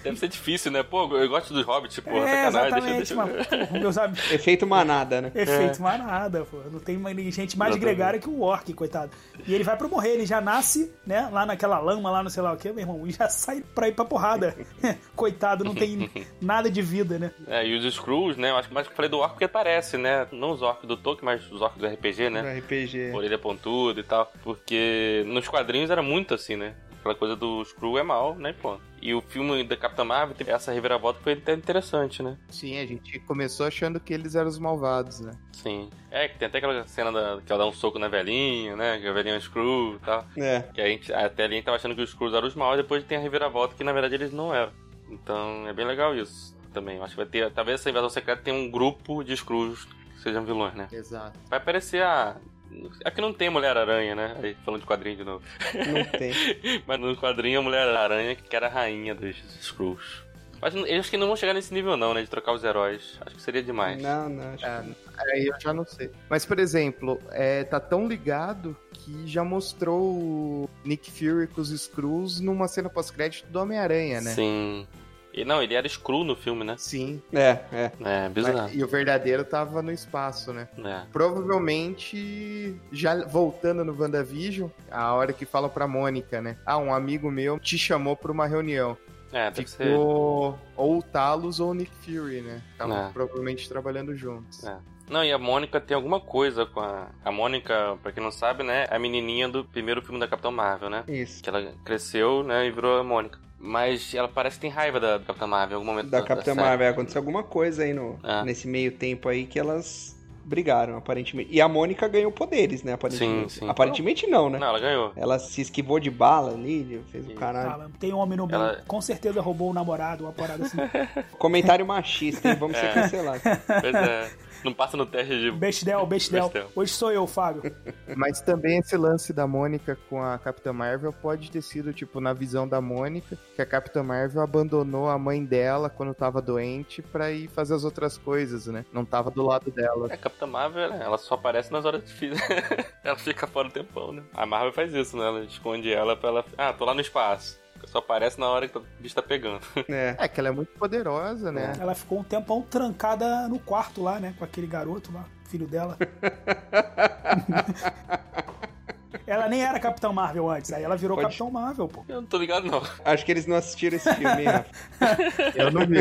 Speaker 1: Deve ser difícil, né? Pô, eu gosto dos hobbits, pô,
Speaker 3: é,
Speaker 1: sacanagem.
Speaker 3: exatamente,
Speaker 1: tá Deixa, deixa...
Speaker 3: mas, pô, meus amigos.
Speaker 2: Efeito manada, né?
Speaker 3: Efeito É manada, pô. Não tem mais- gente mais
Speaker 1: É. Exatamente.
Speaker 3: gregária que o orc, coitado. E ele vai pra morrer, ele já nasce, né, lá naquela lama, lá no sei lá o que, meu irmão, e já sai pra ir pra porrada. [laughs] coitado,
Speaker 1: [laughs]
Speaker 3: não tem nada de vida, né?
Speaker 1: É, e os Skrulls, né? Eu acho que mais que eu falei do orc porque parece, né? Não os orcs do Tolkien, mas os orcs do RPG, né?
Speaker 2: No RPG.
Speaker 1: Orelha pontuda e tal. Porque nos quadrinhos era muito assim, né? Aquela coisa do Skrull é mal, né? Pô. E o filme da Capitã Marvel teve essa reviravolta que foi até interessante, né?
Speaker 4: Sim, a gente começou achando que eles eram os malvados, né?
Speaker 1: Sim. É, que tem até aquela cena da, que ela dá um soco na velhinha, né? Que a velhinha é um Screw e tal.
Speaker 2: É.
Speaker 1: Que a gente, até ali a gente tava achando que os Screws eram os maus, depois tem a reviravolta que na verdade eles não eram. Então é bem legal isso também. Eu Acho que vai ter. Talvez essa invasão secreta tenha um grupo de Screws que sejam vilões, né?
Speaker 4: Exato.
Speaker 1: Vai aparecer a. Aqui não tem Mulher-Aranha, né? Aí, falando de quadrinho de novo.
Speaker 2: Não
Speaker 1: [laughs]
Speaker 2: tem.
Speaker 1: Mas no quadrinho a Mulher-Aranha, que era a rainha dos Screws. Mas eu acho que não vão chegar nesse nível, não, né? De trocar os heróis. Acho que seria demais.
Speaker 2: Não, não. Acho
Speaker 4: É,
Speaker 2: que...
Speaker 4: Aí eu já não sei. Mas, por exemplo, é, tá tão ligado que já mostrou o Nick Fury com os Screws numa cena pós-crédito do
Speaker 2: é,
Speaker 4: Homem-Aranha, né?
Speaker 1: Sim. E, não, ele era Screw no filme, né?
Speaker 4: Sim.
Speaker 2: É, é.
Speaker 1: É, bizarro.
Speaker 4: Mas- e o verdadeiro tava no espaço, né?
Speaker 1: É.
Speaker 4: Provavelmente, já voltando no WandaVision, a hora que fala pra Mônica, né? Ah, um amigo meu te chamou pra uma reunião.
Speaker 1: É, deve ser.
Speaker 4: Ficou ou o Talos ou o Nick Fury, né? Estavam
Speaker 1: É.
Speaker 4: provavelmente trabalhando juntos.
Speaker 1: É. Não, e a Mônica tem alguma coisa com a. A Mônica, pra quem não sabe, né? É a menininha do primeiro filme da Capitão Marvel, né?
Speaker 2: Isso.
Speaker 1: Que ela cresceu, né? E virou a Mônica. Mas ela parece que tem raiva da da Capitã Marvel em algum momento.
Speaker 2: Da Capitã
Speaker 1: série.
Speaker 2: Marvel. Aconteceu alguma coisa aí no,
Speaker 1: É.
Speaker 2: nesse meio tempo aí que elas brigaram, aparentemente. E a Mônica ganhou poderes, né? Aparentemente.
Speaker 1: Sim, sim.
Speaker 2: Aparentemente não, né?
Speaker 1: Não, ela ganhou.
Speaker 2: Ela se esquivou de bala ali, fez o
Speaker 1: Isso.
Speaker 2: caralho.
Speaker 3: Cara, tem homem no meio,
Speaker 1: Ela-
Speaker 3: com certeza roubou o namorado, uma parada
Speaker 1: [laughs]
Speaker 3: assim.
Speaker 2: Comentário machista, hein? Vamos
Speaker 1: É. [laughs]
Speaker 2: ser cancelados.
Speaker 1: Pois é.
Speaker 2: [laughs]
Speaker 1: Não passa no teste de.
Speaker 3: Bestel, Bestel.
Speaker 1: Bestel.
Speaker 3: Hoje sou eu, Fábio.
Speaker 4: Mas também esse lance da Mônica com a Capitã Marvel pode ter sido, tipo, na visão da Mônica, que a Capitã Marvel abandonou a mãe dela quando tava doente pra ir fazer as outras coisas, né? Não tava do lado dela.
Speaker 1: É, A Capitã Marvel, né, ela só aparece nas horas difíceis. [laughs] ela fica fora o tempão, né? A Marvel faz isso, né? Ela esconde ela pra ela. Ah, tô lá no espaço. Só aparece na hora que o bicho tá pegando.
Speaker 2: É.
Speaker 4: É que ela é muito poderosa, né?
Speaker 3: Ela ficou um tempão trancada no quarto lá, né? Com aquele garoto lá,
Speaker 1: [laughs]
Speaker 3: filho dela. ela nem era Capitão Marvel antes, aí ela virou
Speaker 2: Pode-
Speaker 3: Capitão Marvel,
Speaker 1: [laughs]
Speaker 3: pô.
Speaker 1: Eu não tô ligado, não.
Speaker 2: Acho que eles não assistiram esse filme, hein, Rafa?
Speaker 4: É. Eu não vi.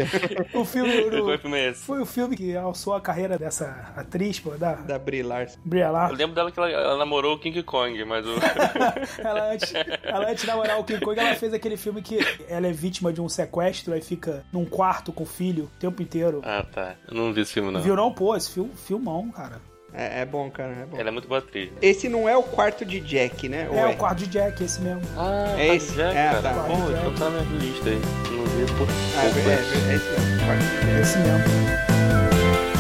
Speaker 3: O filme do-
Speaker 1: Qual filme é esse?
Speaker 3: Foi o filme que alçou a carreira dessa atriz, pô, da
Speaker 2: da Brie Larson.
Speaker 3: Bria
Speaker 1: Eu
Speaker 2: [laughs]
Speaker 3: Larson.
Speaker 1: lembro dela que ela, ela namorou o King Kong, mas o.
Speaker 3: Ela antes, ela antes de namorar o King Kong, ela fez aquele filme que ela é vítima de um sequestro, aí fica num quarto com o filho o tempo inteiro.
Speaker 1: ah, tá. Eu não vi esse filme, não.
Speaker 3: Viu não? Pô, esse filme, filmão, cara.
Speaker 2: É, é bom, cara, é bom.
Speaker 1: Ela é muito boa atriz.
Speaker 2: Esse não é o quarto de Jack, né? Ou
Speaker 3: É, o quarto de Jack, esse mesmo.
Speaker 1: Ah,
Speaker 2: É esse?
Speaker 1: Jack,
Speaker 2: É,
Speaker 1: cara.
Speaker 2: tá.
Speaker 1: Pô, então tá na minha lista aí. Não vi por
Speaker 2: Ah, é,
Speaker 1: pouco. né?
Speaker 2: é, é esse mesmo, o quarto de Jack.
Speaker 3: Esse mesmo.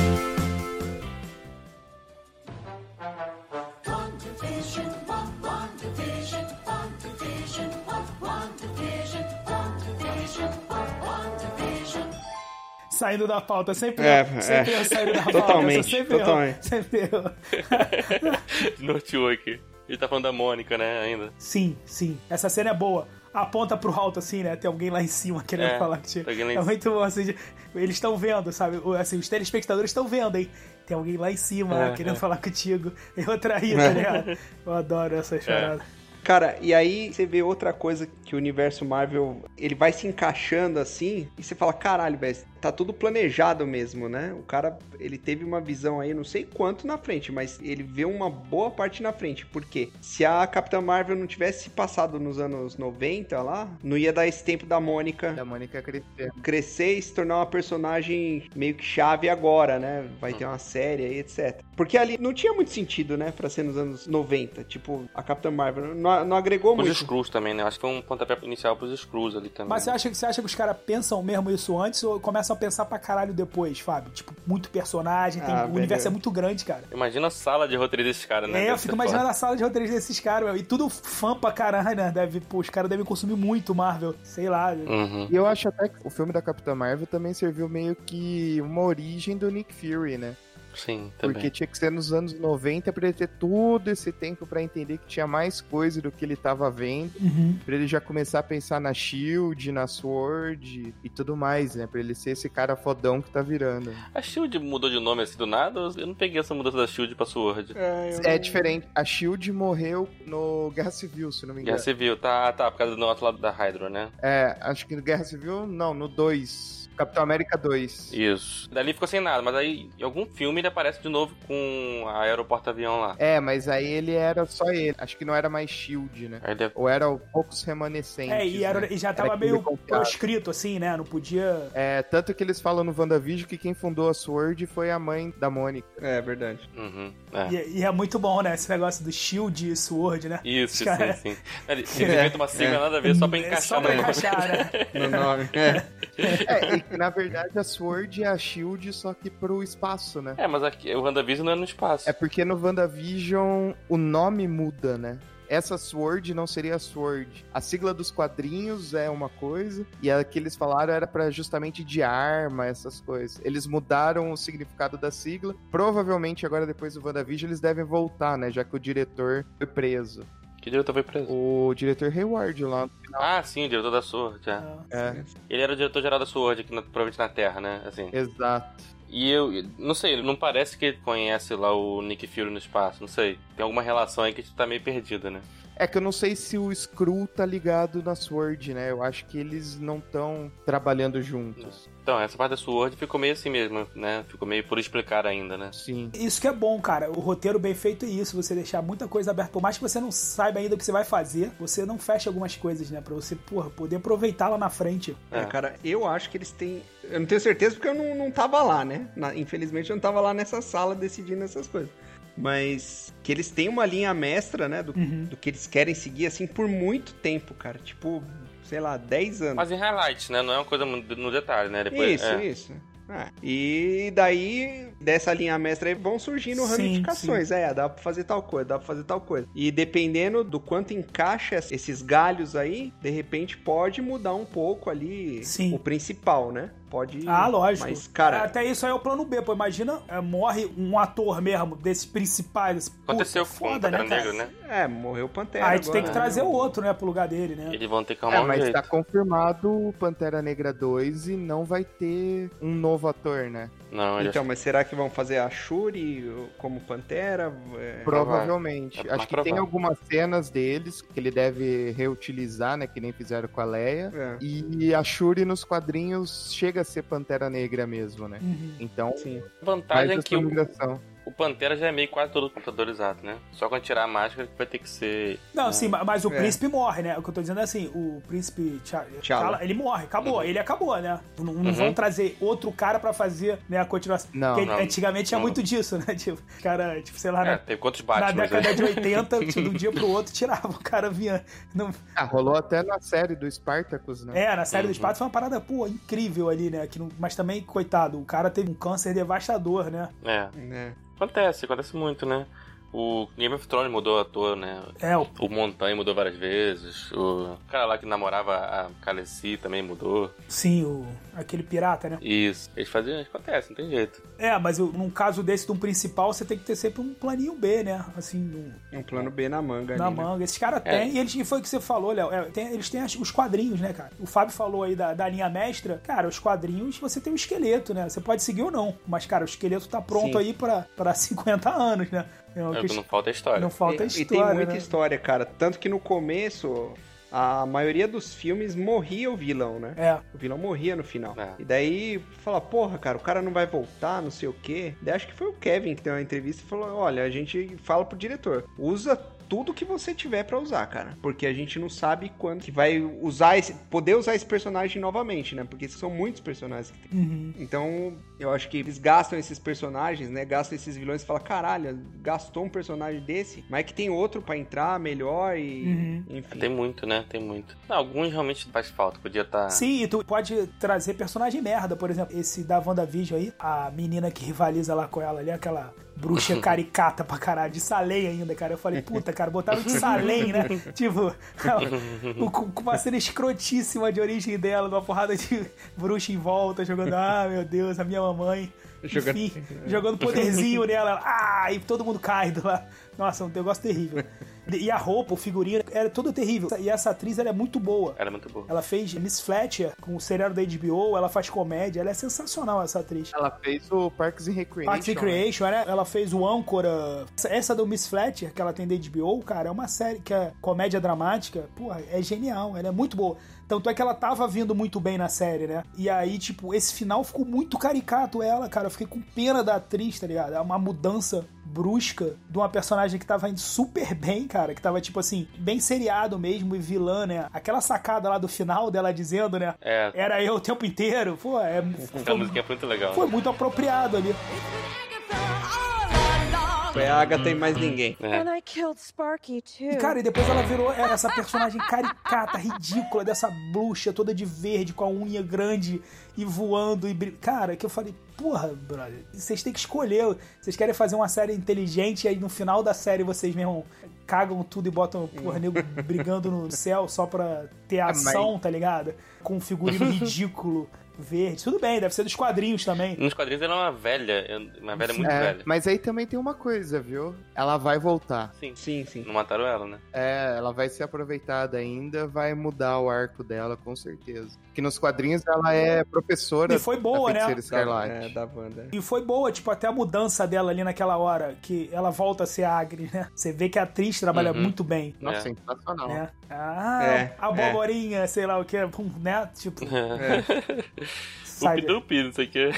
Speaker 3: Saindo da pauta, sempre
Speaker 2: É,
Speaker 3: eu, sempre
Speaker 2: é.
Speaker 3: eu saindo da pauta.
Speaker 2: Totalmente,
Speaker 3: sempre Eu,
Speaker 2: totalmente.
Speaker 3: sempre eu.
Speaker 2: é
Speaker 1: [laughs] Norteou aqui. Ele tá falando da Mônica, né, ainda.
Speaker 3: Sim, sim. Essa cena é boa. Aponta pro alto, assim, né? Tem alguém lá em cima querendo
Speaker 1: É,
Speaker 3: falar que tinha.
Speaker 1: tem alguém lá em
Speaker 3: É
Speaker 1: cima.
Speaker 3: muito bom, assim. de- Eles estão vendo, sabe? O- Assim, os telespectadores estão vendo, hein? Tem alguém lá em cima
Speaker 1: É,
Speaker 3: querendo
Speaker 1: é.
Speaker 3: falar contigo. [laughs] Eu traí, tá ligado? Eu adoro essa
Speaker 1: É.
Speaker 3: chorada.
Speaker 2: Cara, e aí você vê outra coisa que o universo Marvel, ele vai se encaixando assim, e você fala, caralho, velho, tá tudo planejado mesmo, né? O cara, ele teve uma visão aí, não sei quanto na frente, mas ele vê uma boa parte na frente, porque se a Capitã Marvel não tivesse passado nos anos 90 lá, não ia dar esse tempo da
Speaker 4: [laughs]
Speaker 2: Mônica
Speaker 4: Da Mônica crescendo.
Speaker 2: crescer e se tornar uma personagem meio que chave agora, né? Vai ter uma série aí, etc. Porque ali não tinha muito sentido, né? Pra ser nos anos 90. Tipo, a Capitã Marvel não, não agregou
Speaker 1: Os
Speaker 2: muito.
Speaker 1: Screws também, né? Acho que foi um pontapé inicial pros Screws ali também.
Speaker 3: Mas você acha, que- você acha que os caras pensam mesmo isso antes ou começam a pensar pra caralho depois, Fábio? Tipo, muito personagem, tem-
Speaker 2: Ah,
Speaker 3: o universo
Speaker 2: velho.
Speaker 3: é muito grande, cara.
Speaker 1: Imagina a sala de roteiro desses caras, né?
Speaker 3: É, eu
Speaker 1: Deve
Speaker 3: fico
Speaker 1: ser
Speaker 3: imaginando
Speaker 1: foda.
Speaker 3: a sala de roteiros desses caras, meu. E tudo fã pra caralho, né? Deve, pô, os caras devem consumir muito Marvel. Sei lá.
Speaker 1: Uhum.
Speaker 4: E eu acho até que o filme da Capitã Marvel também serviu meio que uma origem do Nick Fury, né?
Speaker 1: Sim,
Speaker 4: Porque
Speaker 1: também.
Speaker 4: tinha que ser nos anos 90 pra ele ter todo esse tempo pra entender que tinha mais coisa do que ele tava vendo,
Speaker 3: Uhum.
Speaker 4: Pra ele já começar a pensar na Shield, na Sword e tudo mais, né? Pra ele ser esse cara fodão que tá virando.
Speaker 1: A Shield mudou de nome assim do nada? Eu não peguei essa mudança da Shield pra Sword.
Speaker 4: É
Speaker 3: Hum.
Speaker 4: diferente. A Shield morreu no Guerra Civil, se não me
Speaker 1: Guerra
Speaker 4: engano.
Speaker 1: Civil, tá, tá, por causa do outro lado da Hydra, né?
Speaker 4: É, acho que no Guerra Civil, não, no 2. Capitão América 2.
Speaker 1: Isso. Dali ficou sem nada, mas aí em algum filme ele aparece de novo com a aeroporto-avião lá.
Speaker 4: É, mas aí ele era só ele. Acho que não era mais Shield, né?
Speaker 1: Aí é- deve-
Speaker 4: Ou era o poucos remanescentes.
Speaker 3: É, e, era-
Speaker 4: né?
Speaker 3: e já tava
Speaker 4: Era que
Speaker 3: meio
Speaker 4: ele comprava.
Speaker 3: proscrito, assim, né? Não podia.
Speaker 4: É, tanto que eles falam no WandaVision que quem fundou a Sword foi a mãe da Mônica.
Speaker 2: É verdade.
Speaker 1: Uhum, é.
Speaker 3: E, e é muito bom, né? Esse negócio do Shield e Sword, né?
Speaker 1: Isso,
Speaker 3: Cara.
Speaker 1: sim, sim.
Speaker 3: [laughs]
Speaker 1: Ele ele inventa uma sigla nada a ver só pra
Speaker 3: É
Speaker 1: encaixar
Speaker 3: Só pra
Speaker 1: no nome.
Speaker 3: encaixar, né?
Speaker 2: [laughs] No nome. É.
Speaker 4: É, e que na verdade a Sword é a Shield, só que pro espaço, né?
Speaker 1: É, mas aqui, o WandaVision não é no espaço.
Speaker 4: É porque no WandaVision o nome muda, né? Essa Sword não seria a Sword. A sigla dos quadrinhos é uma coisa, e a que eles falaram era pra justamente de arma, essas coisas. Eles mudaram o significado da sigla. Provavelmente agora, depois do WandaVision, eles devem voltar, né? Já que o diretor foi preso.
Speaker 1: Que diretor foi preso?
Speaker 4: O diretor Hayward lá.
Speaker 1: Ah, sim, o diretor da Sword, é.
Speaker 4: É,
Speaker 1: Ele era o diretor-geral da Sword, aqui na, provavelmente na Terra, né? Assim.
Speaker 4: exato.
Speaker 1: E eu, eu não sei, não parece que ele conhece lá o Nick Fury no espaço, não sei. Tem alguma relação aí que a gente tá meio perdido, né?
Speaker 4: É que eu não sei se o Screw tá ligado na Sword, né? Eu acho que eles não estão trabalhando juntos.
Speaker 1: Então, essa parte da Sword ficou meio assim mesmo, né? Ficou meio por explicar ainda, né?
Speaker 4: Sim.
Speaker 3: Isso que é bom, cara. O roteiro bem feito é isso, você deixar muita coisa aberta. Por mais que você não saiba ainda o que você vai fazer, você não fecha algumas coisas, né? Pra você, porra, poder aproveitar lá na frente.
Speaker 2: É, cara, eu acho que eles têm. Eu não tenho certeza porque eu não, não tava lá, né? Na- Infelizmente eu não tava lá nessa sala decidindo essas coisas. Mas que eles têm uma linha mestra, né? Do,
Speaker 3: Uhum.
Speaker 2: do que eles querem seguir, assim, por muito tempo, cara. Tipo, sei lá, 10 anos.
Speaker 1: Mas em highlights, né? Não é uma coisa muito no detalhe, né? Depois,
Speaker 2: isso,
Speaker 1: é.
Speaker 2: isso. É. E daí, dessa linha mestra aí, vão surgindo
Speaker 3: Sim,
Speaker 2: ramificações. É, dá pra fazer tal coisa, dá pra fazer tal coisa. E dependendo do quanto encaixa esses galhos aí, de repente pode mudar um pouco ali
Speaker 3: Sim.
Speaker 2: o principal, né? Pode.
Speaker 3: Ah, lógico.
Speaker 2: Mas, cara.
Speaker 3: Até isso aí é o plano B, pô. Imagina, é, morre um ator mesmo, desses principais. Puta,
Speaker 1: Aconteceu com o
Speaker 3: foda,
Speaker 1: Pantera
Speaker 3: né, cara?
Speaker 1: Negra, né?
Speaker 2: É, morreu o Pantera.
Speaker 3: Aí tu tem
Speaker 2: agora,
Speaker 3: que
Speaker 2: né?
Speaker 3: trazer o outro, né, pro lugar dele, né?
Speaker 1: Eles vão ter que
Speaker 4: É,
Speaker 1: arrumar um
Speaker 4: mas
Speaker 1: jeito.
Speaker 4: tá confirmado o Pantera Negra 2 e não vai ter um novo ator, né?
Speaker 1: Não, ele
Speaker 2: Então, mas será que vão fazer a Shuri como Pantera? É,
Speaker 4: Provavelmente.
Speaker 1: É mais
Speaker 4: Acho que tem
Speaker 1: provável.
Speaker 4: algumas cenas deles que ele deve reutilizar, né? Que nem fizeram com a Leia.
Speaker 2: é,
Speaker 4: E a Shuri nos quadrinhos chega a ser Pantera Negra mesmo, né?
Speaker 3: Uhum.
Speaker 4: Então,
Speaker 2: sim.
Speaker 1: a vantagem
Speaker 4: faz
Speaker 1: é
Speaker 4: essa
Speaker 1: que o,
Speaker 4: migração.
Speaker 1: o Pantera já é meio quase todo computadorizado, né? Só quando tirar a máscara que vai ter que ser.
Speaker 3: Não,
Speaker 1: Ah.
Speaker 3: sim, ma- mas o
Speaker 2: É.
Speaker 3: príncipe morre, né? O que eu tô dizendo é assim, o príncipe T'Challa,
Speaker 2: T'Challa.
Speaker 3: ele morre, acabou, ele acabou, né? Não, não
Speaker 1: Uhum.
Speaker 3: vão trazer outro cara pra fazer né, a continuação.
Speaker 4: Não,
Speaker 3: Porque
Speaker 1: não.
Speaker 3: antigamente tinha
Speaker 1: Não.
Speaker 3: muito disso, né? [laughs] Tipo, os cara, tipo, sei lá,
Speaker 1: É,
Speaker 3: na-
Speaker 1: teve quantos né?
Speaker 3: na,
Speaker 1: Batman? [laughs]
Speaker 3: década de 80, tipo, de um dia pro outro, tirava, o cara vinha. Não,
Speaker 4: Ah, rolou até na série do Spartacus, né?
Speaker 3: É, na série do
Speaker 1: Uhum.
Speaker 3: espaço foi uma parada, pô, incrível ali, né? Que não- mas também, coitado, o cara teve um câncer devastador, né?
Speaker 1: É.
Speaker 2: né?
Speaker 1: Acontece, acontece muito, né? O Game of Thrones mudou a ator, né?
Speaker 3: É, o
Speaker 1: O Montanha mudou várias vezes. O cara lá que namorava a Khaleesi também mudou.
Speaker 3: sim, o, aquele pirata, né?
Speaker 1: Isso. Eles faziam, acontece, não tem jeito.
Speaker 3: É, mas o- num caso desse de um principal, você tem que ter sempre um planinho B, né? Assim, um-
Speaker 2: Um plano B na manga.
Speaker 3: na
Speaker 2: ali, né?
Speaker 3: manga. Esses caras têm, e eles, e foi o que você falou, Léo, é, tem- eles têm as- os quadrinhos, né, cara? O Fábio falou aí da, da linha mestra. Cara, os quadrinhos, você tem o esqueleto, né? Você pode seguir ou não, mas, cara, o esqueleto tá pronto
Speaker 2: Sim.
Speaker 3: aí pra, pra [laughs] 50 anos, né? É uma
Speaker 1: É, o que
Speaker 3: questão-
Speaker 1: não falta é história.
Speaker 3: não falta
Speaker 2: e,
Speaker 3: história,
Speaker 2: e tem muita
Speaker 3: né?
Speaker 2: história, cara. Tanto que no começo, a maioria dos filmes morria o vilão, né?
Speaker 3: É.
Speaker 2: O vilão morria no final.
Speaker 1: É.
Speaker 2: E daí fala, porra, cara, o cara não vai voltar, não sei o quê. Daí acho que foi o Kevin que deu uma entrevista e falou: olha, a gente fala pro diretor, usa tudo que você tiver pra usar, cara. Porque a gente não sabe quando que vai usar esse. poder usar esse personagem novamente, né? Porque são muitos personagens que tem.
Speaker 3: Uhum.
Speaker 2: Então, eu acho que eles gastam esses personagens, né? Gastam esses vilões e fala, caralho, gastou um personagem desse, mas é que tem outro pra entrar melhor e.
Speaker 3: Uhum.
Speaker 2: Enfim.
Speaker 1: Tem muito, né? Tem muito. Não, alguns realmente faz falta. Podia tá estar.
Speaker 3: Sim, e tu pode trazer personagem merda, por exemplo, esse da WandaVision aí, a menina que rivaliza lá com ela ali, aquela bruxa caricata pra caralho, de Salem ainda, cara. Eu falei, puta, cara, botaram de Salem, né? tipo, [laughs] o- com com uma cena escrotíssima de origem dela, uma porrada de bruxa em volta, jogando, ah, meu Deus, a minha mamãe. Enfim,
Speaker 2: Jogando-
Speaker 3: jogando poderzinho nela, ela, ah, e todo mundo cai do lá. Nossa, um negócio terrível. E a roupa, o figurino, era tudo terrível. E essa atriz, ela é muito boa.
Speaker 1: Era muito boa.
Speaker 3: Ela fez Miss Fletcher com o seriado da HBO, ela faz comédia, ela é sensacional essa atriz.
Speaker 4: Ela fez o Parks and Recreation. né?
Speaker 3: Parks and Creation, ela, ela fez o âncora. Essa do Miss Fletcher, que ela tem da HBO, cara, é uma série que é comédia dramática. Porra, é genial, ela é muito boa. Tanto é que ela tava vindo muito bem na série, né? E aí, tipo, esse final ficou muito caricato ela, cara. Eu fiquei com pena da atriz, tá ligado? É uma mudança brusca de uma personagem que tava indo super bem, cara, que tava tipo assim, bem seriado mesmo e vilã, né? Aquela sacada lá do final dela dizendo, né?
Speaker 1: É.
Speaker 3: Era eu o tempo inteiro. Pô, é.
Speaker 1: Essa musiquinha é muito legal.
Speaker 3: Foi muito apropriado ali.
Speaker 2: Foi a Agatha e mais ninguém.
Speaker 1: É.
Speaker 3: né?
Speaker 5: And I killed Sparky too.
Speaker 3: E, cara, e depois ela virou essa personagem caricata, ridícula, dessa bruxa toda de verde, com a unha grande e voando e brilhando. Cara, que eu falei, porra, brother, vocês têm que escolher. Vocês querem fazer uma série inteligente e aí no final da série vocês mesmo cagam tudo e botam, porra, nego brigando no céu só pra ter
Speaker 4: mas-
Speaker 3: ação, tá ligado? Com um figurino ridículo. Verde, tudo bem, deve ser dos quadrinhos também.
Speaker 1: Nos quadrinhos ela é uma velha, eu- uma velha muito
Speaker 4: É,
Speaker 1: velha.
Speaker 4: mas aí também tem uma coisa, viu? Ela vai voltar.
Speaker 1: Sim.
Speaker 2: Sim, sim.
Speaker 1: Não mataram ela, né?
Speaker 4: É, ela vai ser aproveitada ainda, vai mudar o arco dela, com certeza. Que nos quadrinhos ela é professora
Speaker 3: E foi boa,
Speaker 4: da
Speaker 3: né?
Speaker 4: Feiticeira Escarlate.
Speaker 2: É, da Wanda.
Speaker 3: E foi boa, tipo, até a mudança dela ali naquela hora, que ela volta a ser agri, né? Você vê que a atriz trabalha
Speaker 1: Uhum.
Speaker 3: muito bem,
Speaker 4: Nossa,
Speaker 1: É.
Speaker 4: sensacional.
Speaker 3: né? Ah,
Speaker 2: É,
Speaker 3: aboborinha, sei lá o que, né?
Speaker 1: [laughs]
Speaker 3: Tipo,
Speaker 1: É.
Speaker 3: é. sai...
Speaker 1: Upidupi, não sei o quê.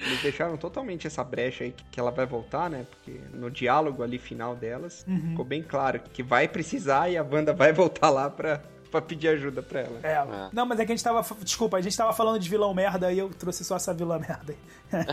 Speaker 2: Eles deixaram totalmente essa brecha aí que que ela vai voltar, né? Porque no diálogo ali final delas,
Speaker 3: Uhum.
Speaker 2: ficou bem claro que vai precisar e a Wanda vai voltar lá pra, pra pedir ajuda pra ela.
Speaker 3: É. Não, mas é que a gente tava. Desculpa, a gente tava falando de vilão merda e eu trouxe só essa
Speaker 1: [laughs]
Speaker 3: vilã merda aí.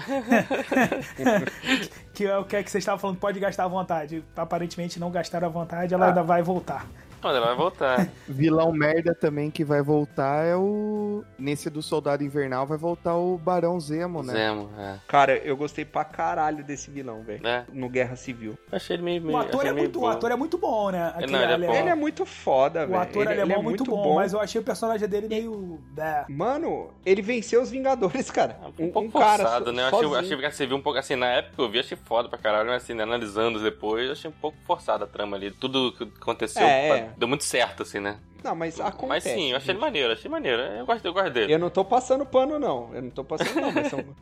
Speaker 3: que é o que é que vocês estavam falando, pode gastar à vontade. Aparentemente não gastaram à vontade,
Speaker 1: Ah.
Speaker 3: ela ainda vai voltar.
Speaker 1: Mas ela vai voltar.
Speaker 4: Vilão merda também que vai voltar é o. Nesse do Soldado Invernal vai voltar o Barão Zemo, né?
Speaker 1: Zemo, é.
Speaker 2: Cara, eu gostei pra caralho desse vilão, velho.
Speaker 1: É.
Speaker 2: No Guerra Civil.
Speaker 1: Eu Achei ele meio. meio
Speaker 3: O ator,
Speaker 1: achei
Speaker 3: é
Speaker 1: ele meio
Speaker 3: muito, o
Speaker 1: bom.
Speaker 3: ator é muito bom, né? Aquele
Speaker 1: ele é
Speaker 3: ale-
Speaker 1: bom.
Speaker 2: Ele é muito foda, velho.
Speaker 3: O ator
Speaker 2: ele, ele
Speaker 3: alemão é muito bom, mas eu achei o personagem dele meio. É.
Speaker 2: Mano, ele venceu os Vingadores, cara.
Speaker 1: Um, pouco
Speaker 2: cara
Speaker 1: forçado,
Speaker 2: so-
Speaker 1: né? Eu achei,
Speaker 2: sozinho.
Speaker 1: eu achei que você viu um pouco assim, na época eu vi, achei foda pra caralho, mas assim, né, analisando depois, eu achei um pouco forçada a trama ali. Tudo que aconteceu
Speaker 2: É,
Speaker 1: pá,
Speaker 2: é.
Speaker 1: deu muito certo, assim, né?
Speaker 2: Não, mas acontece.
Speaker 1: mas sim, eu achei ele maneiro, achei maneiro. Eu gosto, eu gosto dele.
Speaker 2: Eu não tô passando pano, não. Eu não tô passando,
Speaker 1: [laughs]
Speaker 2: não. Mas são, são,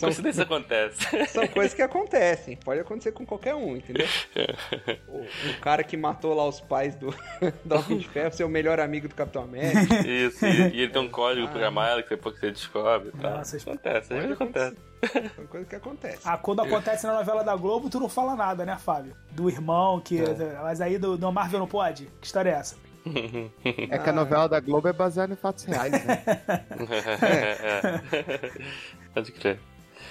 Speaker 1: Coincidência acontece.
Speaker 2: [laughs] são coisas que acontecem. Pode acontecer com qualquer um,
Speaker 1: [laughs]
Speaker 2: entendeu? O, o cara que matou lá os pais do, [laughs] do Homem de Ferro, seu melhor amigo do Capitão América.
Speaker 1: Isso, e, e ele tem um código
Speaker 2: Ah.
Speaker 1: programado que depois que você descobre e tal.
Speaker 3: Nossa, isso-
Speaker 1: acontece, às vezes acontece.
Speaker 2: São coisas que acontecem.
Speaker 3: Ah, quando acontece na novela da Globo, tu não fala nada, né, Fábio? Do irmão, que. Mas aí do, do Marvel não pode? Que história é essa?
Speaker 4: É que a novela da Globo é baseada em
Speaker 3: [laughs]
Speaker 4: fatos reais, né?
Speaker 1: É. [laughs] Pode crer.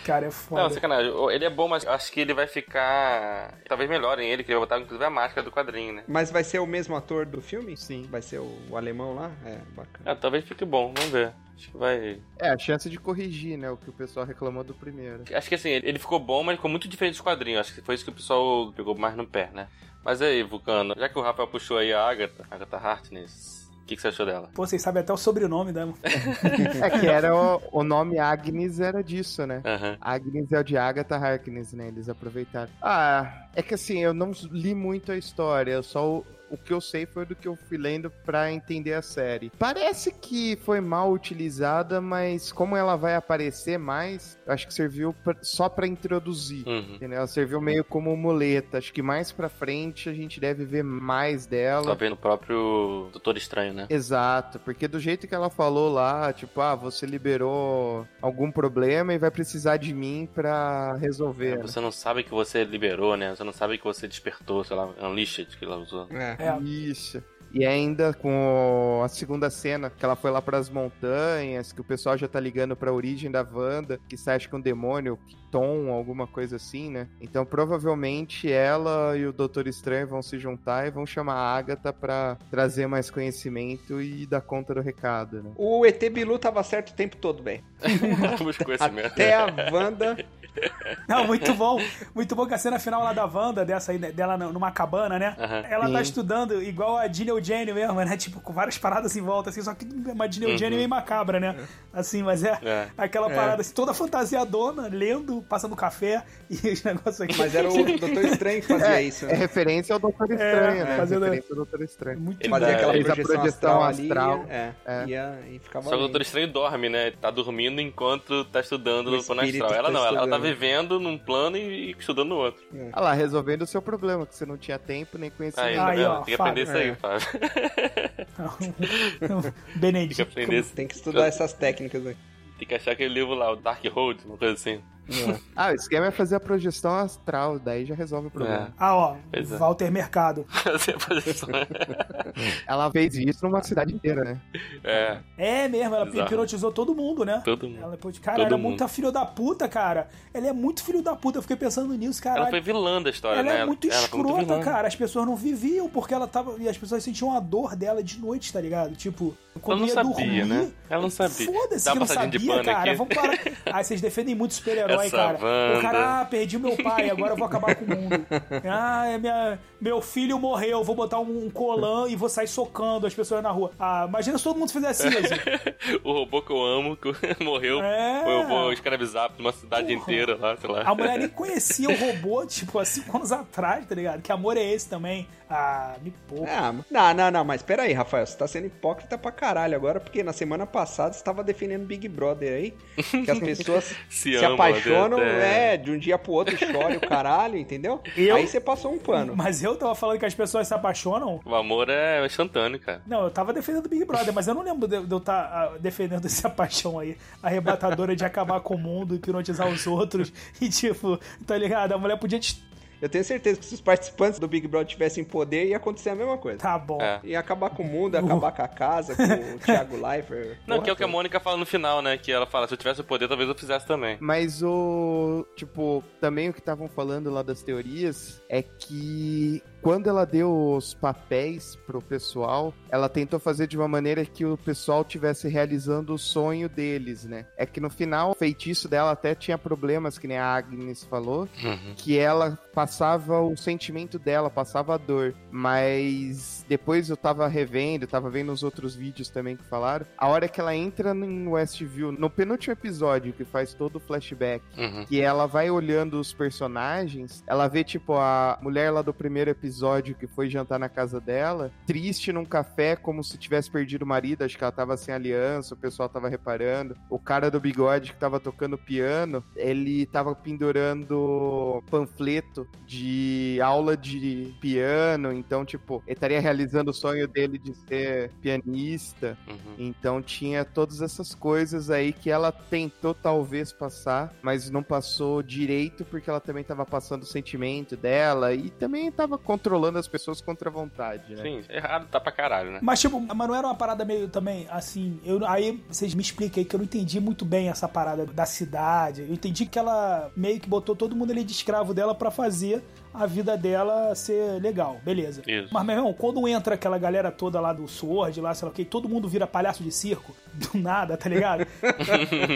Speaker 3: Cara, é
Speaker 1: Não,
Speaker 3: foda.
Speaker 1: sacanagem. Ele é bom, mas eu acho que ele vai ficar. Talvez melhorem ele, que ele vai botar inclusive a máscara do quadrinho, né?
Speaker 2: Mas vai ser o mesmo ator do filme?
Speaker 4: Sim.
Speaker 2: Vai ser o, o alemão lá? É, bacana.
Speaker 1: Ah, talvez fique bom, vamos ver. Acho que vai.
Speaker 4: É, a chance de corrigir, né? O que o pessoal reclamou do primeiro.
Speaker 1: Acho que assim, ele ele ficou bom, mas ficou muito diferente dos quadrinhos. Acho que foi isso que o pessoal pegou mais no pé, né? Mas aí, Vulcano, já que o Rafael puxou aí a Agatha, Agatha Harkness, o que, que você achou dela?
Speaker 3: Pô, vocês sabem até o sobrenome da.
Speaker 4: É que era o, o nome Agnes era disso, né?
Speaker 1: Aham.
Speaker 4: Agnes é o de Agatha Harkness, né? Eles aproveitaram. Ah, é que assim, eu não li muito a história, eu só o, o que eu sei foi do que eu fui lendo pra entender a série. Parece que foi mal utilizada, mas como ela vai aparecer mais, eu acho que serviu pra- só pra introduzir.
Speaker 1: Uhum.
Speaker 4: Entendeu? Ela serviu meio como muleta. Acho que mais pra frente a gente deve ver mais dela.
Speaker 1: Talvez no próprio Doutor Estranho, né?
Speaker 4: Exato, porque do jeito que ela falou lá, tipo, ah, você liberou algum problema e vai precisar de mim pra
Speaker 2: É.
Speaker 4: resolver. né?
Speaker 1: Você não sabe que você liberou, né? Você não sabe que você despertou, sei lá, Unleashed que ela
Speaker 2: [laughs]
Speaker 1: usou.
Speaker 2: É.
Speaker 3: É,
Speaker 4: Isso. E ainda com a segunda cena, que ela foi lá pras montanhas, que o pessoal já tá ligando pra origem da Wanda, que sai acho que um demônio, Tom, alguma coisa assim, né? Então provavelmente ela e o Doutor Estranho vão se juntar e vão chamar a Agatha pra trazer mais conhecimento e dar conta do recado, né?
Speaker 2: O ET Bilu tava certo o tempo todo, velho.
Speaker 1: [laughs] Buscou esse mesmo.
Speaker 2: Até a Wanda
Speaker 3: Não, muito bom. Muito bom que a cena final lá da Wanda, dessa aí, né, dela numa cabana, né?
Speaker 1: Aham.
Speaker 3: Ela tá
Speaker 4: Sim.
Speaker 3: estudando igual a Dina Eugênio mesmo, né? Tipo, com várias paradas em volta, assim, só que uma Dina Eugênio meio macabra, né? Assim, mas é,
Speaker 1: É.
Speaker 3: aquela parada assim, toda fantasiadona, lendo, passando café e [laughs] os negócios aqui.
Speaker 2: Mas era o Doutor Estranho que fazia
Speaker 4: É,
Speaker 2: isso,
Speaker 4: É
Speaker 2: né?
Speaker 4: referência ao
Speaker 3: É,
Speaker 4: Doutor Estranho, né?
Speaker 3: fazendo-
Speaker 4: Referência ao Doutor Estranho.
Speaker 3: É Muito [laughs]
Speaker 1: Ele
Speaker 2: Fazia
Speaker 1: dá-
Speaker 2: aquela
Speaker 4: fez a
Speaker 2: projeção,
Speaker 4: projeção astral.
Speaker 2: astral, ali, é,
Speaker 4: É.
Speaker 2: Ia, e ficava
Speaker 1: Só que o
Speaker 2: ali.
Speaker 1: Doutor Estranho dorme, né? Tá dormindo enquanto tá estudando
Speaker 2: O
Speaker 1: no plano
Speaker 2: espírito
Speaker 1: astral. Ela
Speaker 2: tá
Speaker 1: não, ela, ela tá
Speaker 2: estudando.
Speaker 1: vivendo num plano e estudando no outro.
Speaker 4: Ah lá, resolvendo o seu problema, que você não tinha tempo nem
Speaker 1: Aí,
Speaker 4: conhecimento.
Speaker 1: tá
Speaker 3: Aí,
Speaker 1: vendo?
Speaker 3: ó,
Speaker 1: Tem que aprender isso
Speaker 2: Fábio.
Speaker 1: aí, Fábio. Tem que
Speaker 3: um Benedito.
Speaker 1: aprender isso.
Speaker 2: Tem que estudar essas técnicas aí.
Speaker 1: Tem que achar aquele livro lá, o Dark Road, uma coisa assim.
Speaker 4: Ah, o esquema é fazer a projeção astral, daí já resolve
Speaker 1: [laughs]
Speaker 4: o problema.
Speaker 3: Ah, ó,
Speaker 1: Pois é.
Speaker 3: Walter Mercado.
Speaker 1: Fazer a projeção.
Speaker 4: Ela fez isso numa cidade inteira, né?
Speaker 1: É,
Speaker 3: É mesmo, ela
Speaker 1: Bizarro.
Speaker 3: hipnotizou todo mundo, né?
Speaker 1: todo mundo.
Speaker 3: Ela, pô, cara,
Speaker 1: Todo
Speaker 3: ela é
Speaker 1: mundo.
Speaker 3: muito filho da puta, cara. Ela é muito filho da puta. Eu fiquei pensando nisso, caralho.
Speaker 1: Ela foi vilã da história,
Speaker 3: Ela
Speaker 1: né?
Speaker 3: é muito
Speaker 1: foi
Speaker 3: escrota,
Speaker 1: vilã.
Speaker 3: cara. As pessoas não viviam porque ela tava. E as pessoas sentiam a dor dela de noite, tá ligado? Tipo,
Speaker 1: Ela
Speaker 3: quando
Speaker 1: não
Speaker 3: ia
Speaker 1: sabia,
Speaker 3: dormir.
Speaker 1: né? Ela não sabia.
Speaker 3: Foda-se
Speaker 1: Dá
Speaker 3: que não
Speaker 1: uma passadinha de
Speaker 3: sabia,
Speaker 1: pano
Speaker 3: cara.
Speaker 1: aqui. [laughs]
Speaker 3: Vamos parar. Aí vocês defendem muito super-herói,
Speaker 1: Essa
Speaker 3: cara. O
Speaker 1: Wanda.
Speaker 3: cara, ah, perdi meu pai, agora eu vou acabar com o
Speaker 1: [laughs]
Speaker 3: mundo. Ah, é minha, meu filho morreu, eu vou botar um, um colã e vou sair socando as pessoas na rua. Ah, imagina se todo mundo fizesse isso.
Speaker 1: [laughs] O robô que eu amo, que [laughs] morreu,
Speaker 3: É.
Speaker 1: eu vou escravizar pra uma cidade
Speaker 3: Porra.
Speaker 1: inteira lá, sei lá. [laughs]
Speaker 3: A mulher nem conhecia o robô, tipo, há cinco anos atrás, tá ligado? Que amor é esse também? Ah, me poupa.
Speaker 2: Ah, mas- não, não, não, mas pera aí, Rafael, você tá sendo hipócrita pra caralho agora, porque na semana passada você tava defendendo Big Brother aí,
Speaker 1: [laughs]
Speaker 2: que as pessoas
Speaker 1: Se
Speaker 2: se,
Speaker 1: amam,
Speaker 2: apaixonam,
Speaker 1: até-
Speaker 2: é, de um dia pro outro chora o caralho, entendeu?
Speaker 3: Eu?
Speaker 2: Aí você passou um pano.
Speaker 3: Mas eu tava falando que as pessoas se apaixonam.
Speaker 1: O amor é instantâneo, cara.
Speaker 3: Não, eu tava defendendo o Big Brother, mas eu não lembro de de eu estar defendendo [laughs] essa paixão aí, arrebatadora de acabar com o mundo, hipnotizar os outros. [laughs] E tipo, tá ligado? A mulher podia. Te...
Speaker 2: Eu tenho certeza que se os participantes do Big Brother tivessem poder, ia acontecer a mesma coisa.
Speaker 3: Tá bom.
Speaker 1: É.
Speaker 2: Ia acabar com o mundo, ia acabar com a casa, com o Thiago Leifert.
Speaker 1: Não,
Speaker 2: porra
Speaker 1: que é o que a
Speaker 2: toda.
Speaker 1: Mônica fala no final, né? Que ela fala, se eu tivesse o poder, talvez eu fizesse também.
Speaker 4: Mas o. Tipo, também o que estavam falando lá das teorias é que quando ela deu os papéis pro pessoal, ela tentou fazer de uma maneira que o pessoal tivesse realizando o sonho deles, né? É que no final o feitiço dela até tinha problemas, que nem a Agnes falou, que ela passava o sentimento dela, passava a dor. Mas depois eu tava revendo, tava vendo os outros vídeos também que falaram. A hora que ela entra em Westview, no penúltimo episódio, que faz todo o flashback,
Speaker 1: Uhum.
Speaker 4: que ela vai olhando os personagens, ela vê, tipo, a mulher lá do primeiro episódio que foi jantar na casa dela, triste num café, como se tivesse perdido o marido, acho que ela tava sem aliança, o pessoal tava reparando. O cara do bigode que tava tocando piano, ele tava pendurando panfleto de aula de piano, então, tipo, ele estaria realizando o sonho dele de ser pianista.
Speaker 1: Uhum.
Speaker 4: Então tinha todas essas coisas aí que ela tentou talvez passar, mas não passou direito porque ela também tava passando o sentimento dela e também tava controlando as pessoas contra a vontade, né?
Speaker 1: Sim, errado tá pra caralho, né? [laughs]
Speaker 3: Mas, tipo, mas não era uma parada meio também, assim. Eu, aí vocês me expliquem aí que eu não entendi muito bem essa parada da cidade. Eu entendi que ela meio que botou todo mundo ali de escravo dela pra fazer a vida dela ser legal. Beleza.
Speaker 1: Isso.
Speaker 3: Mas, meu irmão, quando entra aquela galera toda lá do Sword, lá, sei lá o que, todo mundo vira palhaço de circo, [laughs] do nada, tá ligado?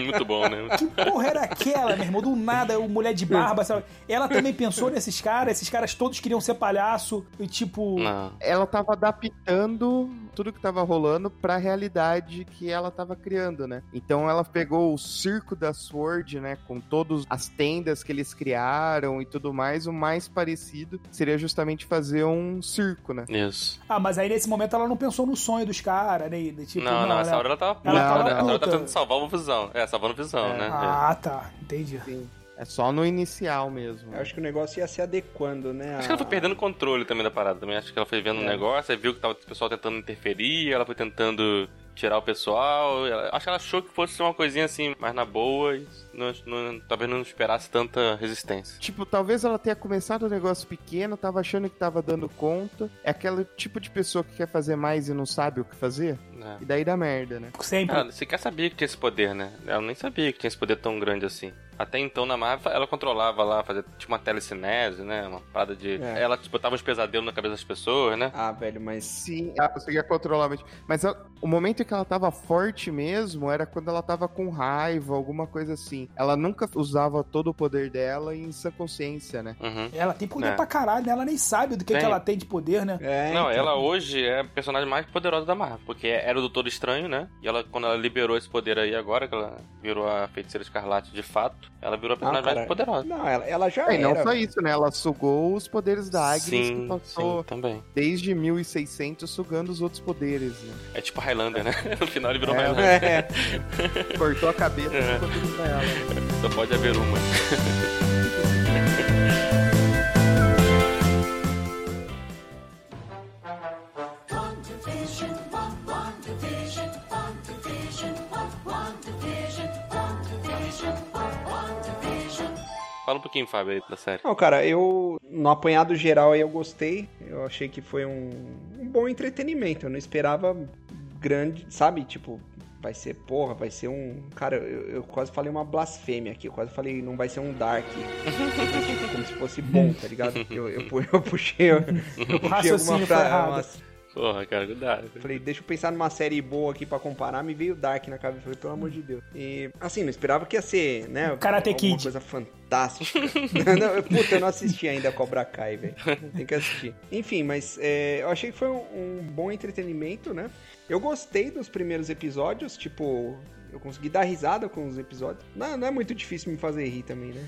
Speaker 1: Muito bom, né?
Speaker 3: Que porra era aquela, meu irmão? Do nada, o mulher de barba, sabe? Ela
Speaker 1: [laughs]
Speaker 3: também pensou nesses caras, esses caras todos queriam ser palhaço, e tipo.
Speaker 1: Não.
Speaker 4: Ela tava adaptando tudo que tava rolando pra realidade que ela tava criando, né? Então ela pegou o circo da Sword, né, com todas as tendas que eles criaram e tudo mais, o mais parecido seria justamente fazer um circo, né?
Speaker 1: Isso.
Speaker 3: Ah, mas aí nesse momento ela não pensou no sonho dos caras, né? E, Tipo,
Speaker 1: não, não,
Speaker 3: ela-
Speaker 1: essa hora ela tava puta.
Speaker 3: ela
Speaker 1: Ela,
Speaker 4: tava
Speaker 1: ela,
Speaker 3: puta.
Speaker 1: tava tentando salvar o visão. É, salvando o visão,
Speaker 4: É.
Speaker 1: né?
Speaker 3: Ah, tá. Entendi.
Speaker 4: É só no inicial mesmo.
Speaker 2: Eu acho que o negócio ia se adequando, né?
Speaker 1: É. Acho que ela foi
Speaker 2: a-
Speaker 1: perdendo o controle também da parada também. Acho que ela foi vendo
Speaker 3: É.
Speaker 1: o negócio, aí viu que tava o pessoal tentando interferir, ela foi tentando tirar o pessoal. Ela- acho que ela achou que fosse uma coisinha assim, mais na boa, e não- não- talvez não esperasse tanta resistência.
Speaker 4: Tipo, talvez ela tenha começado um negócio pequeno, tava achando que tava dando conta. É aquele tipo de pessoa que quer fazer mais e não sabe o que fazer.
Speaker 1: né?
Speaker 4: E daí dá merda, né?
Speaker 3: Sempre.
Speaker 1: Ela sequer sabia que tinha esse poder, né? Ela nem sabia que tinha esse poder tão grande assim. Até então na Marvel ela controlava lá, fazia tipo uma telecinese, né? Uma parada de.
Speaker 2: É.
Speaker 1: Ela tipo, botava uns pesadelos na cabeça das pessoas, né?
Speaker 2: Ah, velho, mas.
Speaker 4: Sim, ela conseguia controlar. Mas, mas a- o momento em que ela tava forte mesmo era quando ela tava com raiva, alguma coisa assim. Ela nunca usava todo o poder dela em sã consciência, né?
Speaker 1: Uhum.
Speaker 3: Ela tem poder
Speaker 1: É.
Speaker 3: pra caralho, né? Ela nem sabe do que, que
Speaker 1: Tem.
Speaker 3: ela tem de poder, né?
Speaker 2: É,
Speaker 1: Não,
Speaker 2: então.
Speaker 1: ela hoje é a personagem mais poderosa da Marvel, porque era o Doutor Estranho, né? E ela, quando ela liberou esse poder aí agora, que ela virou a Feiticeira Escarlate de fato, ela virou a personagem mais
Speaker 2: Ah, caralho.
Speaker 1: poderosa.
Speaker 2: Não, ela, ela já
Speaker 4: É, e
Speaker 2: era.
Speaker 4: não só
Speaker 2: velho.
Speaker 4: isso, né? Ela sugou os poderes da Agnes
Speaker 1: sim,
Speaker 4: que passou
Speaker 1: sim, também.
Speaker 4: desde 1600 sugando os outros poderes, né?
Speaker 1: É tipo Highlander, né? [laughs] No final ele virou
Speaker 4: É.
Speaker 1: Highlander.
Speaker 2: É,
Speaker 4: Cortou a cabeça dos poderes da ela.
Speaker 2: né?
Speaker 1: Só pode haver uma. Fala um pouquinho, Fábio, aí da série.
Speaker 2: Não, cara, eu no apanhado geral aí eu gostei. Eu achei que foi um, um bom entretenimento. Eu não esperava grande, sabe? Tipo, vai ser porra, vai ser um. Cara, eu, eu quase falei uma blasfêmia aqui. Eu quase falei, não vai ser
Speaker 1: [laughs]
Speaker 2: um Dark. Tipo, como se fosse bom, tá ligado? Eu, eu, pu- eu puxei. Eu, eu puxei alguma
Speaker 3: Raciocínio foi errado.
Speaker 2: frase.
Speaker 1: Porra, cara, cuidado.
Speaker 2: Falei, deixa eu pensar numa série boa aqui pra comparar. Me veio Dark na cabeça. Falei, pelo amor de Deus. E, assim, não esperava que ia ser, né?
Speaker 3: Karate
Speaker 2: alguma
Speaker 3: Kid.
Speaker 2: coisa fantástica. [laughs] não, eu, puta, eu não assisti ainda a Cobra Kai, velho. Tem que assistir. Enfim, mas é, eu achei que foi um, um bom entretenimento, né? Eu gostei dos primeiros episódios, tipo... Eu consegui dar risada com os episódios. Não, não é muito difícil me fazer rir também, né?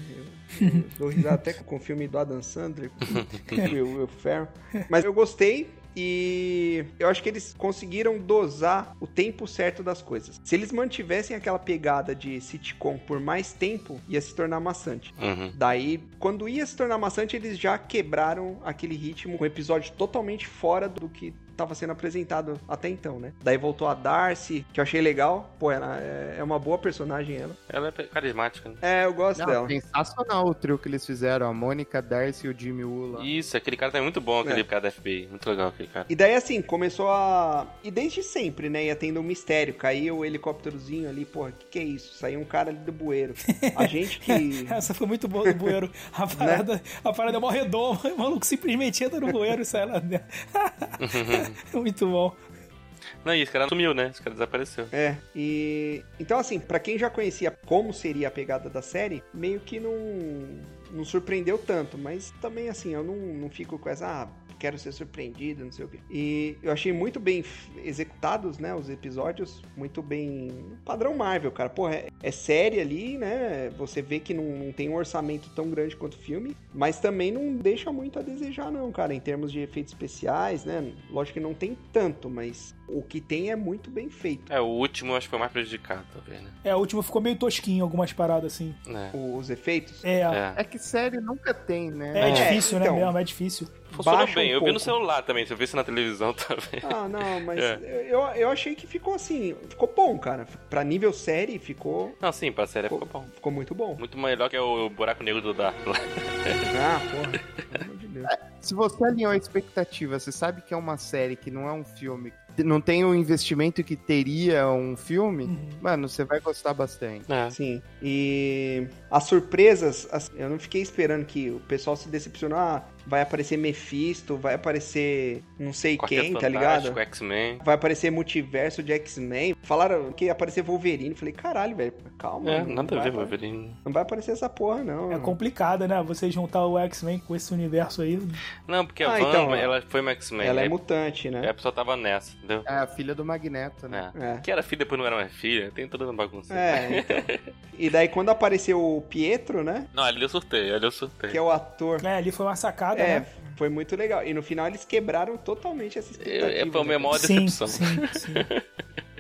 Speaker 2: Eu, eu dou risada até com o filme do Adam Sandler, com o Will, Will Ferrell. Mas eu gostei e eu acho que eles conseguiram dosar o tempo certo das coisas. Se eles mantivessem aquela pegada de sitcom por mais tempo, ia se tornar maçante.
Speaker 1: Uhum.
Speaker 2: Daí, quando ia se tornar maçante, eles já quebraram aquele ritmo com um episódio totalmente fora do que tava sendo apresentado até então, né? Daí voltou a Darcy, que eu achei legal. Pô, ela é é uma boa personagem, ela.
Speaker 1: Ela é carismática, né?
Speaker 2: É, eu gosto
Speaker 4: Não,
Speaker 2: dela.
Speaker 4: sensacional o trio que eles fizeram, a Mônica, a Darcy e o Jimmy Woo lá.
Speaker 1: Isso, aquele cara tá muito bom, aquele
Speaker 2: É.
Speaker 1: cara da FBI. Muito legal aquele cara.
Speaker 2: E daí, assim, começou a. E desde sempre, né? Ia tendo um mistério. Caiu o helicópterozinho ali, porra, o que, que é isso? Saiu um cara ali do bueiro. A gente que.
Speaker 3: [laughs]
Speaker 2: Né?
Speaker 3: Essa foi muito boa do bueiro. A parada, a parada é mó redoma. O maluco simplesmente entra no bueiro e sai
Speaker 1: [laughs]
Speaker 3: lá dentro. muito bom.
Speaker 1: Não, e esse cara sumiu, né? Esse cara desapareceu.
Speaker 2: É, e. Então, assim, pra quem já conhecia como seria a pegada da série, meio que não. Não surpreendeu tanto, mas também, assim, eu não, não fico com essa. Ah, quero ser surpreendido, não sei o quê. E eu achei muito bem f- executados, né? Os episódios, muito bem. Padrão Marvel, cara. Porra, é, é série ali, né? Você vê que não, não tem um orçamento tão grande quanto o filme, mas também não deixa muito a desejar, não, cara, em termos de efeitos especiais, né? Lógico que não tem tanto, mas o que tem é muito bem feito.
Speaker 1: É, o último acho que foi o mais prejudicado, talvez, né?
Speaker 3: É, o último ficou meio tosquinho, algumas paradas assim.
Speaker 1: É.
Speaker 2: o- os [laughs] efeitos.
Speaker 3: É, é,
Speaker 1: É.
Speaker 4: É que série nunca tem, né?
Speaker 2: É,
Speaker 3: difícil,
Speaker 2: então.
Speaker 3: né? Mesmo, é difícil.
Speaker 1: Funcionou
Speaker 2: Baixa um
Speaker 1: bem. eu vi
Speaker 2: pouco.
Speaker 1: no celular também, se eu vi isso na televisão [laughs] tá também.
Speaker 2: Ah, não, mas
Speaker 1: É.
Speaker 2: eu, eu achei que ficou assim, ficou bom, cara. Pra nível série, ficou,
Speaker 1: Não, sim, pra série ficou bom.
Speaker 2: ficou muito bom.
Speaker 1: Muito melhor que o buraco negro do Dark lá.
Speaker 2: Ah, porra, pelo amor de Deus.
Speaker 4: Se você alinhou a expectativa, você sabe que é uma série, que não é um filme, que não tem o investimento que teria um filme,
Speaker 3: Uhum.
Speaker 4: mano, você vai gostar bastante.
Speaker 1: [laughs] É.
Speaker 2: [laughs] Sim, e as surpresas, as- eu não fiquei esperando que o pessoal se decepcionou. Ah, vai aparecer Mephisto, vai aparecer não sei quem, tá ligado?
Speaker 1: é X-Men.
Speaker 2: Vai aparecer multiverso de X-Men. Falaram que ia aparecer Wolverine. Falei, caralho, velho, calma.
Speaker 1: É,
Speaker 2: não
Speaker 1: nada a
Speaker 2: vai
Speaker 1: ver,
Speaker 2: apare-
Speaker 1: Wolverine.
Speaker 2: Não vai aparecer essa porra, não.
Speaker 3: É complicado, né? Você juntar o X-Men com esse universo aí.
Speaker 1: Não, porque a
Speaker 2: Ah,
Speaker 1: Wanda,
Speaker 2: então,
Speaker 1: ela foi uma X-Men.
Speaker 2: Ela é
Speaker 1: aí-
Speaker 2: mutante, né?
Speaker 1: aí A pessoa tava nessa, entendeu?
Speaker 4: É a filha do Magneto, né?
Speaker 1: É.
Speaker 2: É.
Speaker 1: Que era filha, depois não era mais filha. Tem toda uma bagunça.
Speaker 2: É, então. E daí quando apareceu o Pietro, né?
Speaker 1: Não, ali eu surtei, ali eu surtei.
Speaker 2: Que é o ator.
Speaker 3: É, ali foi uma sacada,
Speaker 2: É,
Speaker 3: né?
Speaker 2: foi muito legal. E no final eles quebraram totalmente essa
Speaker 1: Eu-
Speaker 2: expectativa.
Speaker 1: é, foi a
Speaker 2: né?
Speaker 1: minha maior
Speaker 3: sim,
Speaker 1: decepção.
Speaker 3: sim, sim.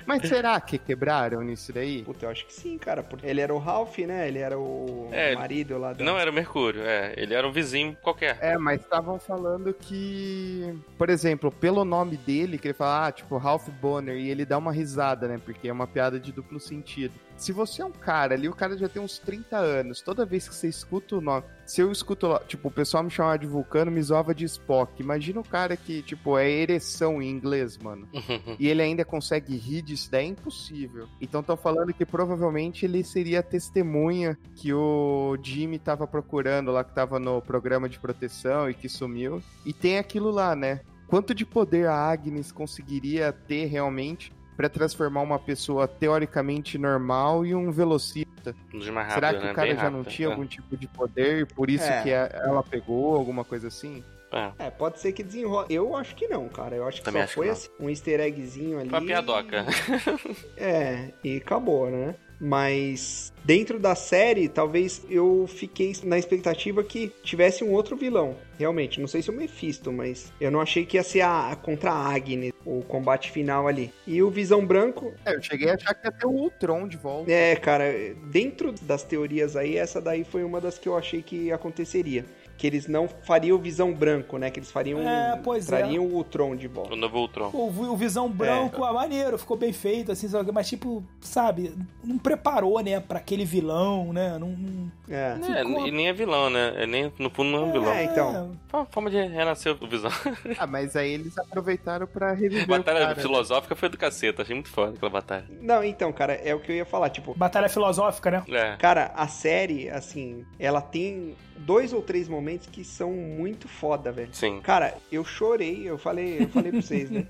Speaker 4: Mas será que quebraram nisso daí?
Speaker 2: Puta, eu acho que sim, cara. Porque ele era o Ralph, né? Ele era o
Speaker 1: É,
Speaker 2: marido lá da...
Speaker 1: Não era o Mercúrio, é. Ele era um vizinho qualquer. [laughs]
Speaker 4: É, mas estavam falando que, por exemplo, pelo nome dele, que ele fala, ah, tipo, Ralph Bonner, e ele dá uma risada, né? Porque é uma piada de duplo sentido. Se você é um cara ali, o cara já tem uns 30 anos, toda vez que você escuta o nome. Se eu escuto, lá, tipo, o pessoal me chamava de Vulcano, me zoava de Spock. Imagina o cara que, tipo, é ereção em inglês, mano.
Speaker 1: Um
Speaker 4: e ele ainda consegue rir disso daí, é impossível. Então tô falando que provavelmente ele seria a testemunha que o Jimmy tava procurando lá, que tava no programa de proteção e que sumiu. E tem aquilo lá, né? Quanto de poder a Agnes conseguiria ter realmente para transformar uma pessoa teoricamente normal em um velocista?
Speaker 1: Dos mais
Speaker 4: Será
Speaker 1: rápidos,
Speaker 4: que
Speaker 1: né?
Speaker 4: o cara
Speaker 1: Bem
Speaker 4: já não
Speaker 1: rápido,
Speaker 4: tinha
Speaker 1: é.
Speaker 4: algum tipo de poder e por isso
Speaker 2: É.
Speaker 4: que a- ela pegou alguma coisa assim?
Speaker 1: É.
Speaker 2: É, pode ser que desenrola. Eu acho que não, cara. Eu acho que
Speaker 1: Também
Speaker 2: só
Speaker 1: acho que
Speaker 2: foi
Speaker 1: não.
Speaker 2: assim, um easter eggzinho ali.
Speaker 1: Uma piadoca. [laughs]
Speaker 2: É, e acabou, né? Mas dentro da série, talvez eu fiquei na expectativa que tivesse um outro vilão. Realmente, não sei se é o Mephisto, mas eu não achei que ia ser a contra a Agnes, o combate final ali. E o Visão Branco,
Speaker 4: É, eu cheguei a achar que ia ter o Ultron de volta.
Speaker 2: é, cara, dentro das teorias aí, essa daí foi uma das que eu achei que aconteceria. Que eles não fariam o Visão Branco, né? Que eles fariam.
Speaker 3: É, pois é.
Speaker 2: trariam o Ultron de volta.
Speaker 1: O novo Ultron.
Speaker 3: O, vi- o visão branco, ah, maneiro, ficou bem feito, assim, sabe? mas tipo, sabe, não preparou, né, pra aquele vilão, né? Não, não-
Speaker 2: É.
Speaker 1: É,
Speaker 3: ficou-
Speaker 1: e nem é vilão, né? É nem, no fundo não é um vilão.
Speaker 2: É, então.
Speaker 1: Foi uma forma de renascer o
Speaker 2: [laughs]
Speaker 1: visão.
Speaker 4: Ah, mas aí eles aproveitaram pra
Speaker 1: A
Speaker 4: reviver
Speaker 1: batalha
Speaker 4: o cara. né?
Speaker 1: filosófica foi do caceta, achei muito foda aquela batalha.
Speaker 2: Não, então, cara, é o que eu ia falar. Tipo,
Speaker 3: Batalha filosófica, né?
Speaker 1: É.
Speaker 2: Cara, a série, assim, ela tem dois ou três momentos que são muito foda, velho.
Speaker 1: Sim.
Speaker 2: Cara, eu chorei, eu falei, eu falei pra
Speaker 1: [laughs]
Speaker 2: vocês, né?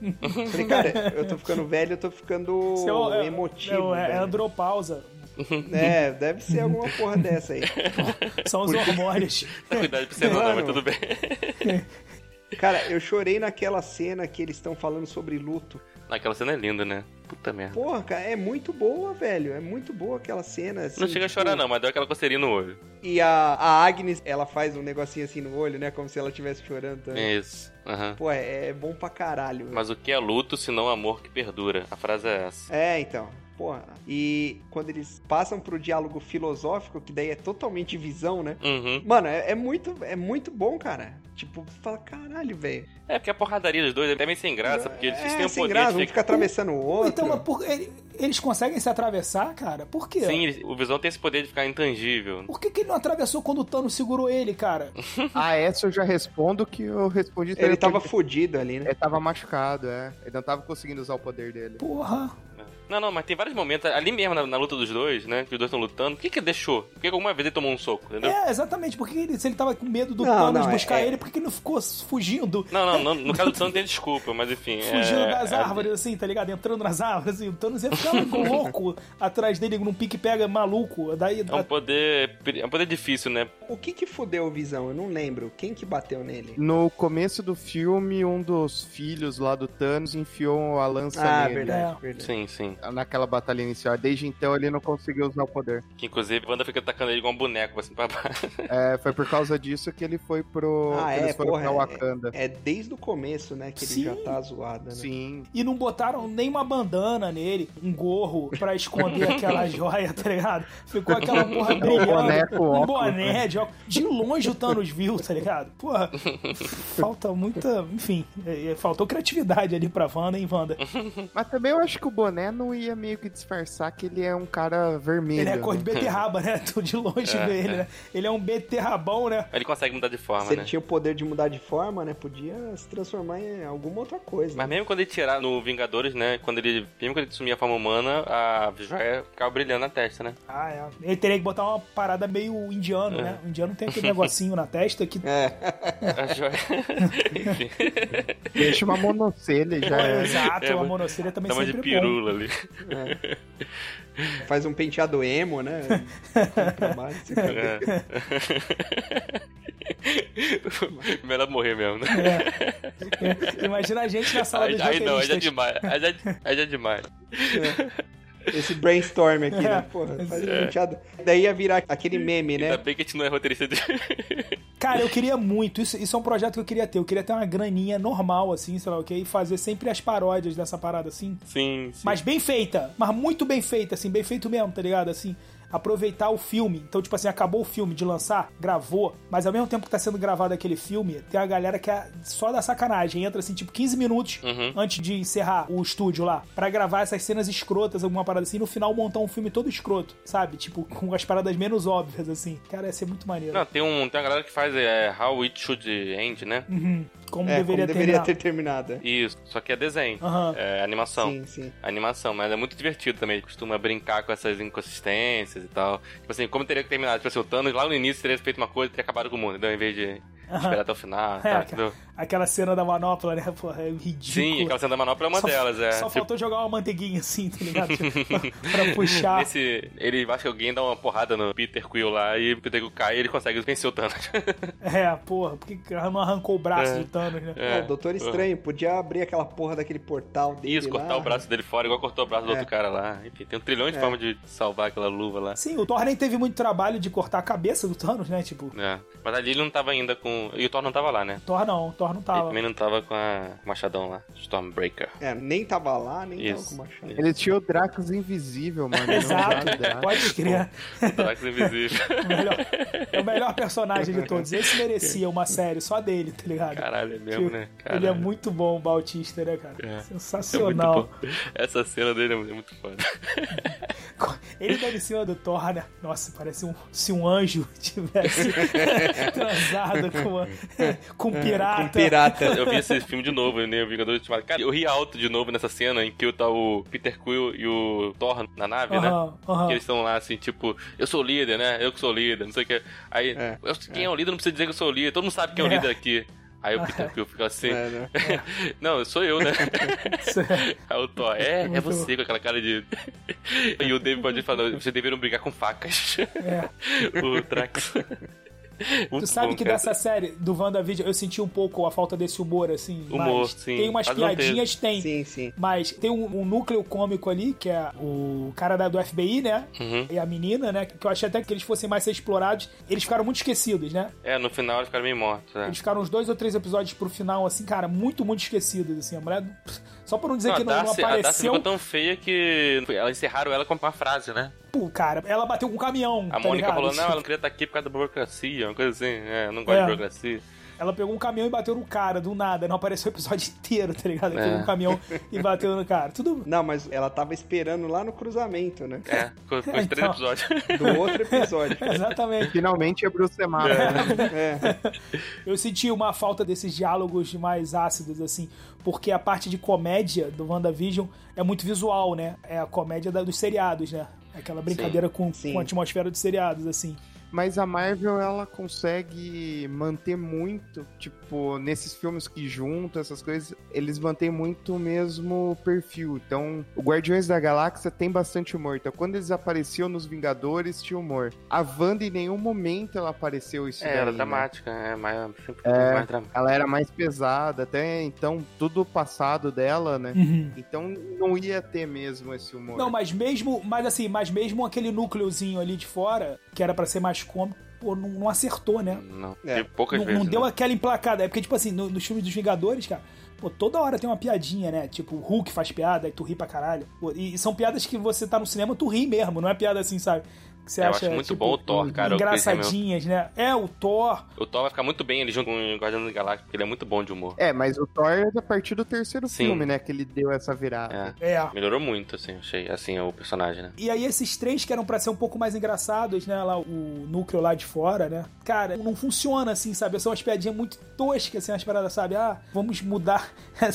Speaker 2: Falei, cara, eu tô ficando velho, eu tô ficando
Speaker 3: Seu- é-
Speaker 2: emotivo. né?
Speaker 3: não, é, é
Speaker 2: velho.
Speaker 3: andropausa.
Speaker 2: É, deve ser alguma porra dessa aí.
Speaker 3: São os
Speaker 2: [laughs]
Speaker 3: hormônios.
Speaker 1: Tá cuidado pra você não, não, mas
Speaker 2: Mano.
Speaker 1: tudo bem. [laughs]
Speaker 2: Cara, eu chorei naquela cena que eles estão falando sobre luto.
Speaker 1: Aquela cena é linda, né? Puta merda.
Speaker 2: Porra, cara, é muito boa, velho. É muito boa aquela cena. assim,
Speaker 1: Não chega a
Speaker 2: tipo,
Speaker 1: chorar, não, mas deu aquela coceirinha no olho.
Speaker 2: E a, a Agnes, ela faz um negocinho assim no olho, né? Como se ela estivesse chorando também.
Speaker 1: Isso. Aham.
Speaker 2: Pô, é, é bom pra caralho. velho.
Speaker 1: Mas o que é luto se não amor que perdura? A frase é essa.
Speaker 2: É, então. Porra. E quando eles passam pro diálogo filosófico, que daí é totalmente visão, né?
Speaker 1: Uhum.
Speaker 2: Mano, é, é muito, é muito bom, cara. Tipo, você fala, caralho, velho.
Speaker 1: É porque a porradaria dos dois é até meio sem graça, porque eles
Speaker 2: é,
Speaker 1: têm o
Speaker 2: sem
Speaker 1: poder
Speaker 2: graça,
Speaker 1: de
Speaker 2: um fica
Speaker 1: ficar.
Speaker 2: atravessando o outro.
Speaker 3: Então, mas por- ele- eles conseguem se atravessar, cara? Por quê?
Speaker 1: Sim, eles- o visão tem esse poder de ficar intangível.
Speaker 3: Por que, que ele não atravessou quando o Thanos segurou ele, cara?
Speaker 4: Ah, essa eu já respondo que eu respondi
Speaker 2: Ele tava
Speaker 4: telepatia.
Speaker 2: fudido ali, né?
Speaker 4: Ele tava machucado, é. Ele não tava conseguindo usar o poder dele.
Speaker 3: Porra.
Speaker 1: Não, não, mas tem vários momentos, ali mesmo na, na luta dos dois, né? Que os dois estão lutando. Por que que deixou? Por que que alguma vez ele tomou um soco, entendeu?
Speaker 3: É, exatamente. Por que ele, se ele tava com medo do
Speaker 2: Não,
Speaker 3: Thanos
Speaker 2: não, é-
Speaker 3: buscar
Speaker 2: é-
Speaker 3: ele, por que que ele não ficou fugindo?
Speaker 1: Não, não, não, no caso do Thanos tem desculpa, mas enfim.
Speaker 3: Fugindo
Speaker 1: é-
Speaker 3: das
Speaker 1: é-
Speaker 3: árvores, assim, tá ligado? Entrando nas árvores, assim. O Thanos ia ficar louco, louco atrás dele num pique-pega maluco. Daí,
Speaker 1: É um poder. É um poder difícil, né?
Speaker 2: O que que fudeu o Visão? Eu não lembro. Quem que bateu nele?
Speaker 4: No começo do filme, um dos filhos lá do Thanos enfiou a lança
Speaker 2: Ah,
Speaker 4: nele.
Speaker 2: verdade, verdade.
Speaker 1: Sim, sim.
Speaker 4: Naquela batalha inicial. Desde então ele não conseguiu usar o poder.
Speaker 1: Que inclusive Wanda fica atacando ele igual um boneco, assim, pra baixo. [laughs]
Speaker 4: É, foi por causa disso que ele foi pro.
Speaker 2: Ah,
Speaker 4: que
Speaker 2: é,
Speaker 4: eles foram
Speaker 2: porra,
Speaker 4: pra
Speaker 2: é-
Speaker 4: Wakanda.
Speaker 2: É desde o começo, né? Que ele
Speaker 3: Sim.
Speaker 2: já tá zoado, né?
Speaker 4: Sim.
Speaker 3: E não botaram nem uma bandana nele, um gorro, pra esconder aquela joia, tá ligado? Ficou aquela porra brilhando.
Speaker 4: boneco,
Speaker 3: um
Speaker 4: óculos,
Speaker 3: boné de óculos. De longe o Thanos viu, tá ligado? Porra, falta muita. Enfim, é, é, faltou criatividade ali pra Wanda, hein, Wanda?
Speaker 4: Mas também eu acho que o boné não ia meio que disfarçar que ele é um cara vermelho.
Speaker 3: Ele é cor
Speaker 4: né?
Speaker 3: de beterraba, né? [laughs] Tu de longe vê ele, né? Ele é um beterrabão, né?
Speaker 1: Ele consegue mudar de forma,
Speaker 2: Se ele
Speaker 1: né?
Speaker 2: tinha o poder de mudar de forma, né? Podia se transformar em alguma outra coisa.
Speaker 1: Mas mesmo quando ele tirar no Vingadores, né? Quando ele. Mesmo quando ele assumia a forma humana, a joia ficava brilhando na testa, né?
Speaker 3: Ah, é. Ele teria que botar uma parada meio indiano, né? O indiano tem aquele negocinho na testa que
Speaker 1: É, A joia. [laughs] Enfim.
Speaker 4: Deixa uma monocelha
Speaker 2: [laughs]
Speaker 4: já. é.
Speaker 3: Exato,
Speaker 1: É,
Speaker 3: a
Speaker 1: mas-
Speaker 3: monocelha também
Speaker 1: Tava de
Speaker 3: sempre é bom.
Speaker 1: pirula ali.
Speaker 2: Faz um penteado emo,
Speaker 3: [laughs]
Speaker 2: né? Pra baixo, assim, pra-
Speaker 1: É. [laughs] Melhor morrer mesmo, né?
Speaker 3: É. Imagina a gente na sala
Speaker 1: Aí,
Speaker 3: dos
Speaker 1: aí não, aí já é
Speaker 3: roteiristas.
Speaker 1: demais. Aí já, aí já é demais. É.
Speaker 2: Esse brainstorm aqui, né? Porra,
Speaker 3: É.
Speaker 2: faz um penteado. Daí ia virar aquele meme,
Speaker 1: Ainda
Speaker 2: né?
Speaker 1: bem que a gente não é roteirista de. [laughs]
Speaker 3: Cara, eu queria muito. Isso, isso é um projeto que eu queria ter. Eu queria ter uma graninha normal, assim, sei lá o que, e fazer sempre as paródias dessa parada, assim.
Speaker 1: Sim, sim.
Speaker 3: Mas bem feita. Mas muito bem feita, assim, bem feito mesmo, tá ligado? Assim. aproveitar o filme. Então, tipo assim, acabou o filme de lançar, gravou, mas ao mesmo tempo que tá sendo gravado aquele filme, tem a galera que é só da sacanagem, entra assim, tipo, 15 minutos
Speaker 1: Uhum.
Speaker 3: antes de encerrar o estúdio lá, pra gravar essas cenas escrotas, alguma parada assim, e no final montar um filme todo escroto, sabe? Tipo, [laughs] com as paradas menos óbvias, assim. Cara, ia ser muito maneiro.
Speaker 1: Não, tem, um, tem uma galera que faz é, How It Should End, né?
Speaker 3: Uhum. Como
Speaker 2: É,
Speaker 3: deveria,
Speaker 2: como deveria
Speaker 3: terminar.
Speaker 2: ter terminado. é.
Speaker 1: Isso, só que é desenho.
Speaker 3: Aham.
Speaker 1: É animação.
Speaker 2: Sim, sim.
Speaker 1: animação, mas é muito divertido também. Ele costuma brincar com essas inconsistências e tal. Tipo assim, como teria que terminar? Tipo assim, o Thanos lá no início teria feito uma coisa e teria acabado com o mundo, entendeu? Em vez de esperar até o final.
Speaker 3: É,
Speaker 1: tá,
Speaker 3: cara.
Speaker 1: entendeu?
Speaker 3: Aquela cena da manopla, né? [laughs] Porra, é ridículo.
Speaker 1: Sim, aquela cena da manopla é uma
Speaker 3: Só-
Speaker 1: delas, é.
Speaker 3: Só
Speaker 1: Tipo,
Speaker 3: faltou jogar uma manteiguinha assim, tá ligado? Tipo,
Speaker 1: [laughs]
Speaker 3: pra, pra puxar.
Speaker 1: Nesse, ele acha que alguém dá uma porrada no Peter Quill lá e o Peter Quill cai e ele consegue vencer o Thanos. [laughs]
Speaker 3: É, porra, porque não arrancou o braço do Thanos, né?
Speaker 1: É.
Speaker 2: É, o Doutor Estranho podia abrir aquela porra daquele portal dele
Speaker 1: Isso, cortar
Speaker 2: lá.
Speaker 1: o braço dele fora, igual cortou o braço do
Speaker 2: É.
Speaker 1: outro cara lá. Enfim, tem um trilhão de
Speaker 2: É.
Speaker 1: formas de salvar aquela luva lá.
Speaker 3: Sim, o Thor nem teve muito trabalho de cortar a cabeça do Thanos, né? Tipo,
Speaker 1: É. Mas ali ele não tava ainda com. E o Thor não tava lá, né?
Speaker 3: Thor não, Thor não
Speaker 1: Ele
Speaker 3: tava.
Speaker 1: também não tava com a com o machadão lá.
Speaker 3: [laughs]
Speaker 1: Stormbreaker.
Speaker 2: É, nem tava lá, nem
Speaker 1: Isso. É,
Speaker 2: tava com machado.
Speaker 1: Isso.
Speaker 4: Eles tinham o Dracos invisível, mano. não
Speaker 3: Exato,
Speaker 4: usava o Drax.
Speaker 3: pode crer.
Speaker 1: Drax invisível.
Speaker 3: O melhor, é o melhor personagem de todos. Esse merecia uma série só dele, tá ligado?
Speaker 1: [laughs] Caralho, é mesmo, né? Caralho.
Speaker 3: Ele é muito bom, o Bautista, né, cara?
Speaker 1: É. É muito
Speaker 3: Sensacional.
Speaker 1: bom. Essa cena dele é muito foda.
Speaker 3: [laughs] Ele dando em cima do Thor, né? Nossa, parece um, se um anjo [laughs] tivesse transado com, uma- [laughs] com um pirata.
Speaker 2: Com [laughs] pirata.
Speaker 1: Eu vi esse filme de novo, né? O Vingador Ultimato. Cara, eu ri alto de novo nessa cena em que tá o Peter Quill e o Thor na nave, né?
Speaker 3: Aham, aham.
Speaker 1: Que eles estão lá assim, tipo, eu sou o líder, né? Eu que sou o líder, não sei o que. Aí,
Speaker 2: É,
Speaker 1: eu- quem é. o líder não precisa dizer que eu sou o líder, todo mundo sabe quem é, o
Speaker 3: É.
Speaker 1: líder aqui. Aí o
Speaker 3: [laughs]
Speaker 1: Peter Quill fica assim,
Speaker 2: É, né?
Speaker 1: não, sou
Speaker 2: [laughs]
Speaker 1: eu, né?
Speaker 3: [laughs]
Speaker 1: Aí o Thor, é, é
Speaker 3: Muito
Speaker 1: você, com aquela cara de. [laughs] e o David pode falar, vocês deveriam brigar com facas.
Speaker 3: É.
Speaker 1: [laughs] o
Speaker 3: [laughs]
Speaker 1: Drax.
Speaker 3: Tu sabe que dessa série do WandaVision eu senti um pouco a falta desse humor, assim.
Speaker 1: Humor,
Speaker 3: mas
Speaker 1: sim.
Speaker 3: Tem umas
Speaker 1: Mas não teve.
Speaker 3: piadinhas, tem.
Speaker 2: Sim, sim.
Speaker 3: Mas tem um, um núcleo cômico ali, que é o cara da, do FBI, né?
Speaker 1: Uhum.
Speaker 3: E a menina, né? Que eu achei até que eles fossem mais ser explorados. Eles ficaram muito esquecidos, né?
Speaker 1: É, no final eles ficaram meio mortos, né?
Speaker 3: Eles ficaram uns dois ou três episódios pro final, assim, cara, muito, muito esquecidos, assim. A mulher, só por não dizer
Speaker 1: Não,
Speaker 3: que não, não
Speaker 1: a Darcy
Speaker 3: apareceu,
Speaker 1: ficou tão feia que ela encerraram ela com uma frase, né?
Speaker 3: pô, cara, ela bateu com um caminhão,
Speaker 1: A
Speaker 3: tá
Speaker 1: Mônica
Speaker 3: ligado?
Speaker 1: falou, não,
Speaker 3: [laughs]
Speaker 1: ela não queria estar aqui por causa da burocracia, uma coisa assim. É, eu não gosto
Speaker 3: É.
Speaker 1: de burocracia.
Speaker 3: Ela pegou um caminhão e bateu no cara, do nada. Não apareceu o episódio [laughs] inteiro, tá ligado? Ela
Speaker 1: É.
Speaker 3: pegou um caminhão e bateu no cara. Tudo...
Speaker 2: Não, mas ela tava esperando lá no cruzamento, né?
Speaker 1: É, ficou,
Speaker 3: [laughs]
Speaker 1: ficou uns três
Speaker 3: Então.
Speaker 1: episódios.
Speaker 2: Do
Speaker 3: [laughs]
Speaker 2: outro episódio.
Speaker 3: Exatamente.
Speaker 4: Finalmente abriu o semáforo. né?
Speaker 2: É,
Speaker 3: Eu senti uma falta desses diálogos mais ácidos, assim, porque a parte de comédia do WandaVision é muito visual, né? É a comédia da- dos seriados, né? Aquela brincadeira com,
Speaker 2: Sim.
Speaker 3: com a atmosfera dos seriados, assim.
Speaker 4: Mas a Marvel, ela consegue manter muito, tipo, nesses filmes que juntam essas coisas, eles mantêm muito o mesmo perfil. Então, o Guardiões da Galáxia tem bastante humor. Então, quando eles apareciam nos Vingadores, tinha humor. A Wanda, em nenhum momento, ela apareceu isso
Speaker 1: É,
Speaker 4: daí,
Speaker 1: era
Speaker 4: né?
Speaker 1: dramática, é, mais, sempre é. mais dramática.
Speaker 4: Ela era mais pesada, até então, tudo o passado dela,
Speaker 1: É.
Speaker 4: né?
Speaker 3: Uhum.
Speaker 4: Então, não ia ter mesmo esse humor.
Speaker 3: Não, mas mesmo, mas assim, mas mesmo aquele núcleozinho ali de fora, que era pra ser mais cômico, pô, não, não acertou, né?
Speaker 1: Não,
Speaker 2: É.
Speaker 1: de poucas
Speaker 3: Não,
Speaker 1: vezes.
Speaker 3: não deu
Speaker 1: né?
Speaker 3: aquela emplacada. É porque, tipo assim, no- nos filmes dos Vingadores, cara, pô, toda hora tem uma piadinha, né? Tipo, o Hulk faz piada, aí tu ri pra caralho. Pô, e, e são piadas que você tá no cinema, tu ri mesmo, não é piada assim, sabe? Que você
Speaker 1: É, Eu
Speaker 3: acha,
Speaker 1: acho muito
Speaker 3: tipo,
Speaker 1: bom o Thor, cara. o Chris Hemsworth.
Speaker 3: engraçadinhas, né? É, o Thor.
Speaker 1: O Thor vai ficar muito bem ele junto com o Guardião da Galáxia, porque ele é muito bom de humor.
Speaker 4: É, mas o Thor é a partir do terceiro
Speaker 1: Sim.
Speaker 4: filme, né? Que ele deu essa virada.
Speaker 1: É.
Speaker 3: É.
Speaker 1: Melhorou muito, assim, achei. Assim, o personagem, né?
Speaker 3: E aí esses três que eram pra ser um pouco mais engraçados, né, lá o núcleo lá de fora, né? Cara, não funciona assim, sabe? São umas piadinhas muito toscas assim, as paradas, sabe? Ah, vamos mudar. [laughs]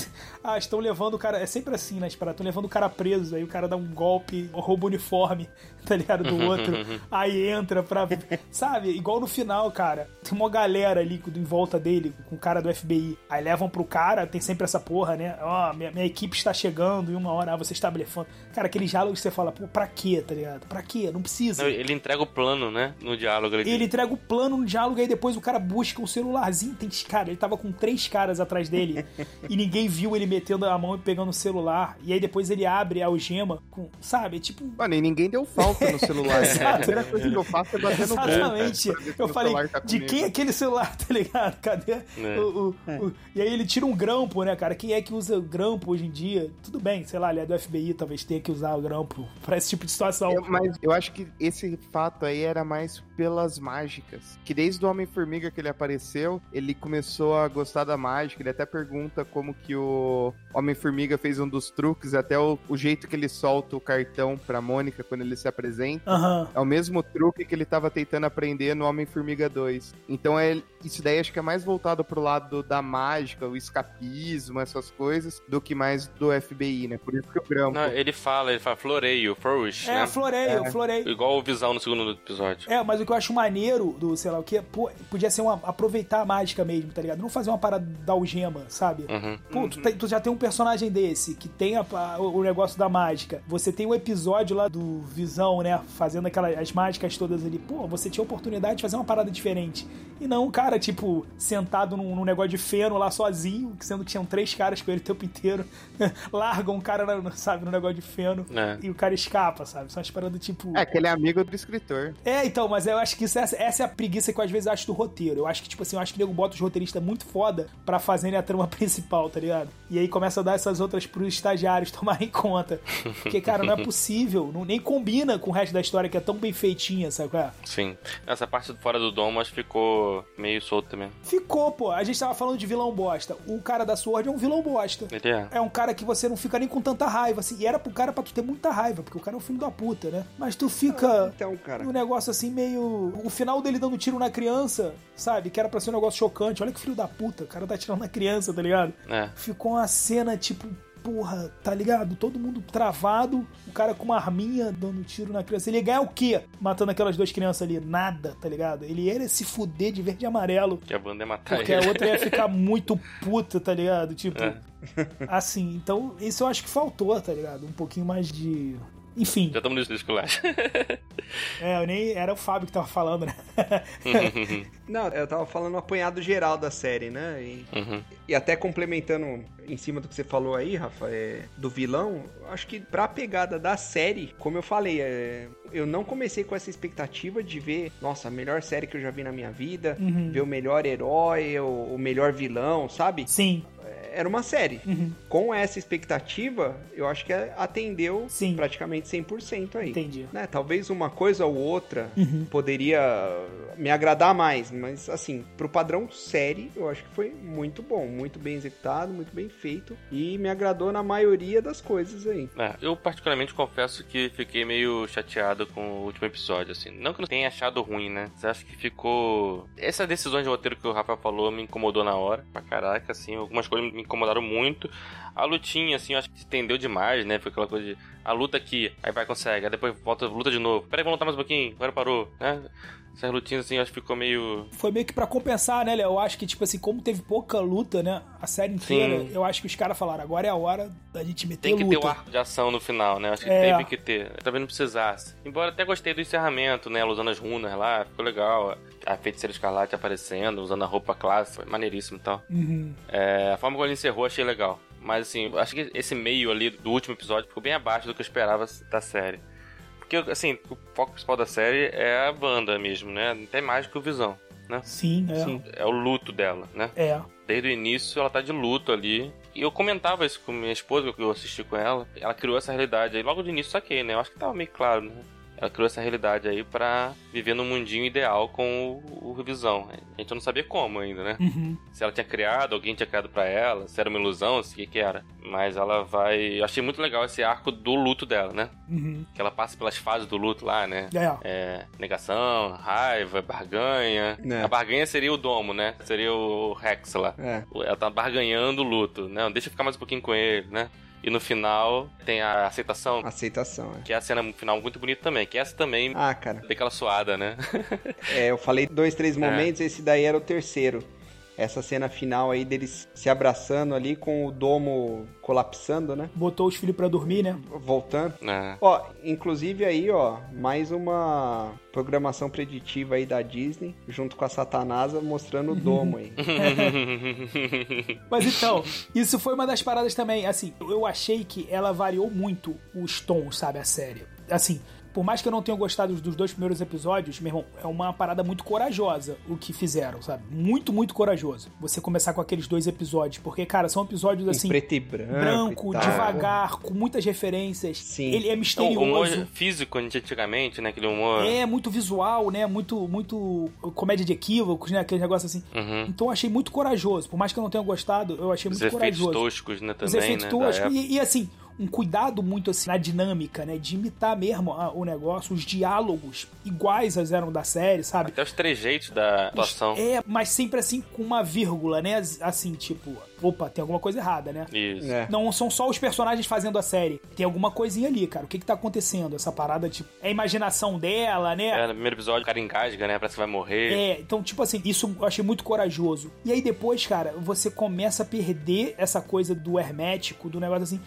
Speaker 3: ah, estão levando o cara, é sempre assim, né, as paradas, estão levando o cara preso, aí o cara dá um golpe, rouba o uniforme, [laughs] tá ligado do outro. aí entra pra sabe? Igual no final, cara. Tem uma galera ali em volta dele com o cara do FBI. Aí levam pro cara, tem sempre essa porra, né? Ó, minha, minha equipe está chegando e uma hora ah, você está blefando. Cara, aquele diálogo que você fala, pô, pra quê, tá ligado? Pra quê? Não precisa.
Speaker 1: Não, ele entrega o plano, né? No diálogo ali.
Speaker 3: Ele entrega o plano no diálogo, aí depois o cara busca um celularzinho. Tem, cara, ele tava com três caras atrás dele e ninguém viu ele metendo a mão e pegando o celular. E aí depois ele abre a algema com, sabe? É tipo.
Speaker 4: Mano, e ninguém deu falta
Speaker 1: [laughs]
Speaker 4: no celular.
Speaker 1: É.
Speaker 4: né? A
Speaker 3: Exato.
Speaker 4: primeira coisa que eu faço é bater no gol.
Speaker 3: Exatamente.
Speaker 4: pra ver se
Speaker 3: Eu
Speaker 4: meu
Speaker 3: falei,
Speaker 4: celular tá
Speaker 3: de
Speaker 4: comigo. É.
Speaker 3: quem é aquele celular, [laughs] tá ligado? Cadê?
Speaker 1: Né?
Speaker 3: o- o- o- E aí ele tira um grampo, né, cara? Quem é que usa grampo hoje em dia? Tudo bem, sei lá, ele é do FBI, talvez tenha que usar o grampo [laughs] pra esse tipo de situação.
Speaker 4: Eu- mas eu acho que esse fato aí era mais pelas mágicas. Que desde o Homem-Formiga que ele apareceu, ele começou a gostar da mágica. Ele até pergunta como que o Homem-Formiga fez um dos truques, até o, o jeito que ele solta o cartão pra Mônica quando ele se apresenta.
Speaker 3: Aham.
Speaker 4: É o mesmo truque que ele tava tentando aprender no Homem-Formiga 2. Então é, isso daí acho que é mais voltado pro lado da mágica, o escapismo, essas coisas, do que mais do FBI, né? Por isso que eu grampo.
Speaker 1: Não, ele fala, ele fala floreio, flourish,
Speaker 3: É,
Speaker 1: né?
Speaker 3: floreio, floreio.
Speaker 1: Igual o Visão no segundo episódio.
Speaker 3: É, mas o que eu acho maneiro do, sei lá o que, podia ser uma, aproveitar a mágica mesmo, tá ligado? Não fazer uma parada da algema, sabe?
Speaker 1: Uhum.
Speaker 3: Pô, tu, tem- tu já tem um personagem desse que tem a- a- o o negócio da mágica. Você tem o episódio lá do Visão, né? Fazendo aquelas as mágicas todas ali. Pô, você tinha a oportunidade de fazer uma parada diferente. E não um cara, tipo, sentado num, num negócio de feno lá sozinho, sendo que tinham três caras com ele o tempo inteiro. [laughs] Largam um cara, na- sabe, no negócio de feno.
Speaker 1: É.
Speaker 3: E o cara escapa, sabe? São as paradas tipo.
Speaker 4: É, que ele é amigo do escritor.
Speaker 3: É, então, mas eu acho que isso é- essa é a preguiça que eu às vezes acho do roteiro. Eu acho que, tipo assim, eu acho que o nego bota os roteiristas muito foda pra fazerem a trama [laughs] principal, tá ligado? E aí começa a dar essas outras pros estagiários [laughs] tomarem conta. Porque, cara, não é possível. Não, nem combina com o resto da história que é tão bem feitinha, sabe? qual é?
Speaker 1: Sim. Essa parte fora do dom, mas ficou meio solta mesmo.
Speaker 3: Ficou, pô. A gente tava falando de vilão bosta. O cara da Sword é um vilão bosta.
Speaker 1: Ele é.
Speaker 3: É um cara que você não fica nem com tanta raiva, assim. E era pro cara pra tu ter muita raiva, porque o cara é um filho da puta, né? Mas tu fica.
Speaker 2: Então, cara.
Speaker 3: Um negócio assim meio. O final dele dando tiro na criança, sabe? Que era pra ser um negócio chocante. Olha que filho da puta, o cara tá atirando na criança, tá ligado?
Speaker 1: É.
Speaker 3: Ficou uma cena tipo. Porra, tá ligado? Todo mundo travado, o cara com uma arminha dando tiro na criança. Ele ia ganhar o quê? Matando aquelas duas crianças ali? Nada, tá ligado? Ele ia se fuder de verde e amarelo.
Speaker 1: Que a banda é matar
Speaker 3: Porque a
Speaker 1: ele.
Speaker 3: outra ia ficar muito puta, tá ligado? Tipo,
Speaker 1: É.
Speaker 3: [laughs] assim, então isso eu acho que faltou, tá ligado? Um pouquinho mais de. Enfim,
Speaker 1: [laughs] Já estamos no
Speaker 3: [laughs]
Speaker 1: esculacho.
Speaker 3: é, eu nem. Era o Fábio que tava falando, né?
Speaker 2: Não, eu tava falando um apanhado geral da série, né? E,
Speaker 1: Uhum.
Speaker 2: e até complementando em cima do que você falou aí, Rafa, é, do vilão, acho que pra pegada da série, como eu falei, é, eu não comecei com essa expectativa de ver, nossa, a melhor série que eu já vi na minha vida, ver o melhor herói, o, o melhor vilão, sabe?
Speaker 3: Sim.
Speaker 2: Era uma série.
Speaker 3: Uhum.
Speaker 2: Com essa expectativa, eu acho que atendeu
Speaker 3: Sim.
Speaker 2: praticamente 100% aí.
Speaker 3: Entendi.
Speaker 2: né, talvez uma coisa ou outra poderia me agradar mais, mas assim, pro padrão série, eu acho que foi muito bom, muito bem executado, muito bem feito e me agradou na maioria das coisas aí.
Speaker 1: É, eu particularmente confesso que fiquei meio chateado com o último episódio, assim. Não que eu não tenha achado ruim, né? Mas acho que ficou... Essa decisão de roteiro que o Rafa falou me incomodou na hora, pra caraca, assim. Algumas coisas me incomodaram muito. A lutinha, assim, eu acho que se estendeu demais, né? Foi aquela coisa de... A luta aqui, aí vai, consegue. Aí depois volta, luta de novo. Peraí, vamos lutar mais um pouquinho. Agora parou, né? Essas lutinhas, assim, eu acho que ficou meio...
Speaker 3: Foi meio que pra compensar, né, Léo? Eu acho que, tipo assim, como teve pouca luta, né? A série inteira,
Speaker 1: Sim.
Speaker 3: eu acho que os caras falaram, agora é a hora da gente meter
Speaker 1: Tem que ter o
Speaker 3: luta.
Speaker 1: arco de ação no final, né? Acho que
Speaker 3: É.
Speaker 1: teve que ter. Talvez não precisasse. Embora até gostei do encerramento, né? Ela usando as runas lá, ficou legal. A feiticeira escarlate aparecendo, usando a roupa clássica, foi maneiríssimo e tal.
Speaker 3: Uhum.
Speaker 1: É, a forma como ele encerrou, achei legal. Mas assim, acho que esse meio ali do último episódio ficou bem abaixo do que eu esperava da série. Porque, assim, o foco principal da série é a banda mesmo, né? Não tem mais que o Visão, né?
Speaker 3: Sim, é.
Speaker 1: É o luto dela, né?
Speaker 3: É.
Speaker 1: Desde o início ela tá de luto ali. E eu comentava isso com minha esposa, que eu assisti com ela. Ela criou essa realidade aí. Logo de início saquei, né? Eu acho que tava meio claro, né? Ela criou essa realidade aí pra viver num mundinho ideal com o, o Revisão. A gente não sabia como ainda, né?
Speaker 3: Uhum.
Speaker 1: Se ela tinha criado, alguém tinha criado pra ela, se era uma ilusão, se o que que era. Mas ela vai... Eu achei muito legal esse arco do luto dela, né?
Speaker 3: Uhum.
Speaker 1: Que ela passa pelas fases do luto lá, né?
Speaker 3: É.
Speaker 1: É, negação, raiva, barganha.
Speaker 2: É.
Speaker 1: A barganha seria o domo, né? Seria o Rex lá.
Speaker 2: É.
Speaker 1: Ela tá barganhando o luto. Não, deixa eu ficar mais um pouquinho com ele, né? E no final tem a aceitação,
Speaker 2: Aceitação, é.
Speaker 1: que é a cena final muito bonita também. Que essa também
Speaker 2: Ah, cara,
Speaker 1: deu aquela suada, né? [laughs]
Speaker 2: é, eu falei dois, três momentos, esse daí era o terceiro. essa cena final aí deles se abraçando ali com o domo colapsando, né?
Speaker 3: Botou os filhos pra dormir, né?
Speaker 2: Voltando.
Speaker 1: É.
Speaker 2: Ó, inclusive aí, ó, mais uma programação preditiva aí da Disney, junto com a Satanasa, mostrando o
Speaker 3: Uhum. [laughs]
Speaker 2: domo aí.
Speaker 3: Tipo Mas então, isso foi uma das paradas também. Assim, eu achei que ela variou muito os tons, sabe? A série. Assim. Por mais que eu não tenha gostado dos dois primeiros episódios, meu irmão, é uma parada muito corajosa o que fizeram, sabe? Muito, muito corajoso. Você começar com aqueles dois episódios, porque, cara, são episódios
Speaker 2: em
Speaker 3: assim,
Speaker 2: preto e branco. e
Speaker 3: branco,
Speaker 1: tá?
Speaker 2: tal.
Speaker 3: devagar, com muitas referências.
Speaker 2: Sim.
Speaker 3: Ele é
Speaker 1: O humor
Speaker 3: misterioso.
Speaker 1: físico Então, um de antigamente, né? Aquele humor.
Speaker 3: É muito visual, né? Muito, muito comédia de equívocos, né? Aquele negócio assim.
Speaker 1: Uhum.
Speaker 3: Então eu achei muito corajoso. Por mais que eu não tenha gostado, eu achei
Speaker 1: Os
Speaker 3: muito
Speaker 1: efeitos
Speaker 3: corajoso.
Speaker 1: toscos, né? Também,
Speaker 3: Os efeitos
Speaker 1: né? da
Speaker 3: toscos.
Speaker 1: época.
Speaker 3: E, e, assim, um cuidado muito assim na dinâmica, né? De imitar mesmo ah, o negócio, os diálogos iguais aos eram da série, sabe?
Speaker 1: Até os trejeitos da atuação.
Speaker 3: É, mas sempre assim com uma vírgula, né? Assim, tipo, opa, tem alguma coisa errada, né?
Speaker 1: Isso.
Speaker 2: É.
Speaker 3: Não são só os personagens fazendo a série. Tem alguma coisinha ali, cara. O que que tá acontecendo? Essa parada, tipo, é a imaginação dela, né?
Speaker 1: É, no primeiro episódio, o cara engasga, né? Parece que vai morrer.
Speaker 3: É, então, tipo assim, isso eu achei muito corajoso. E aí depois, cara, você começa a perder essa coisa do hermético, do negócio assim.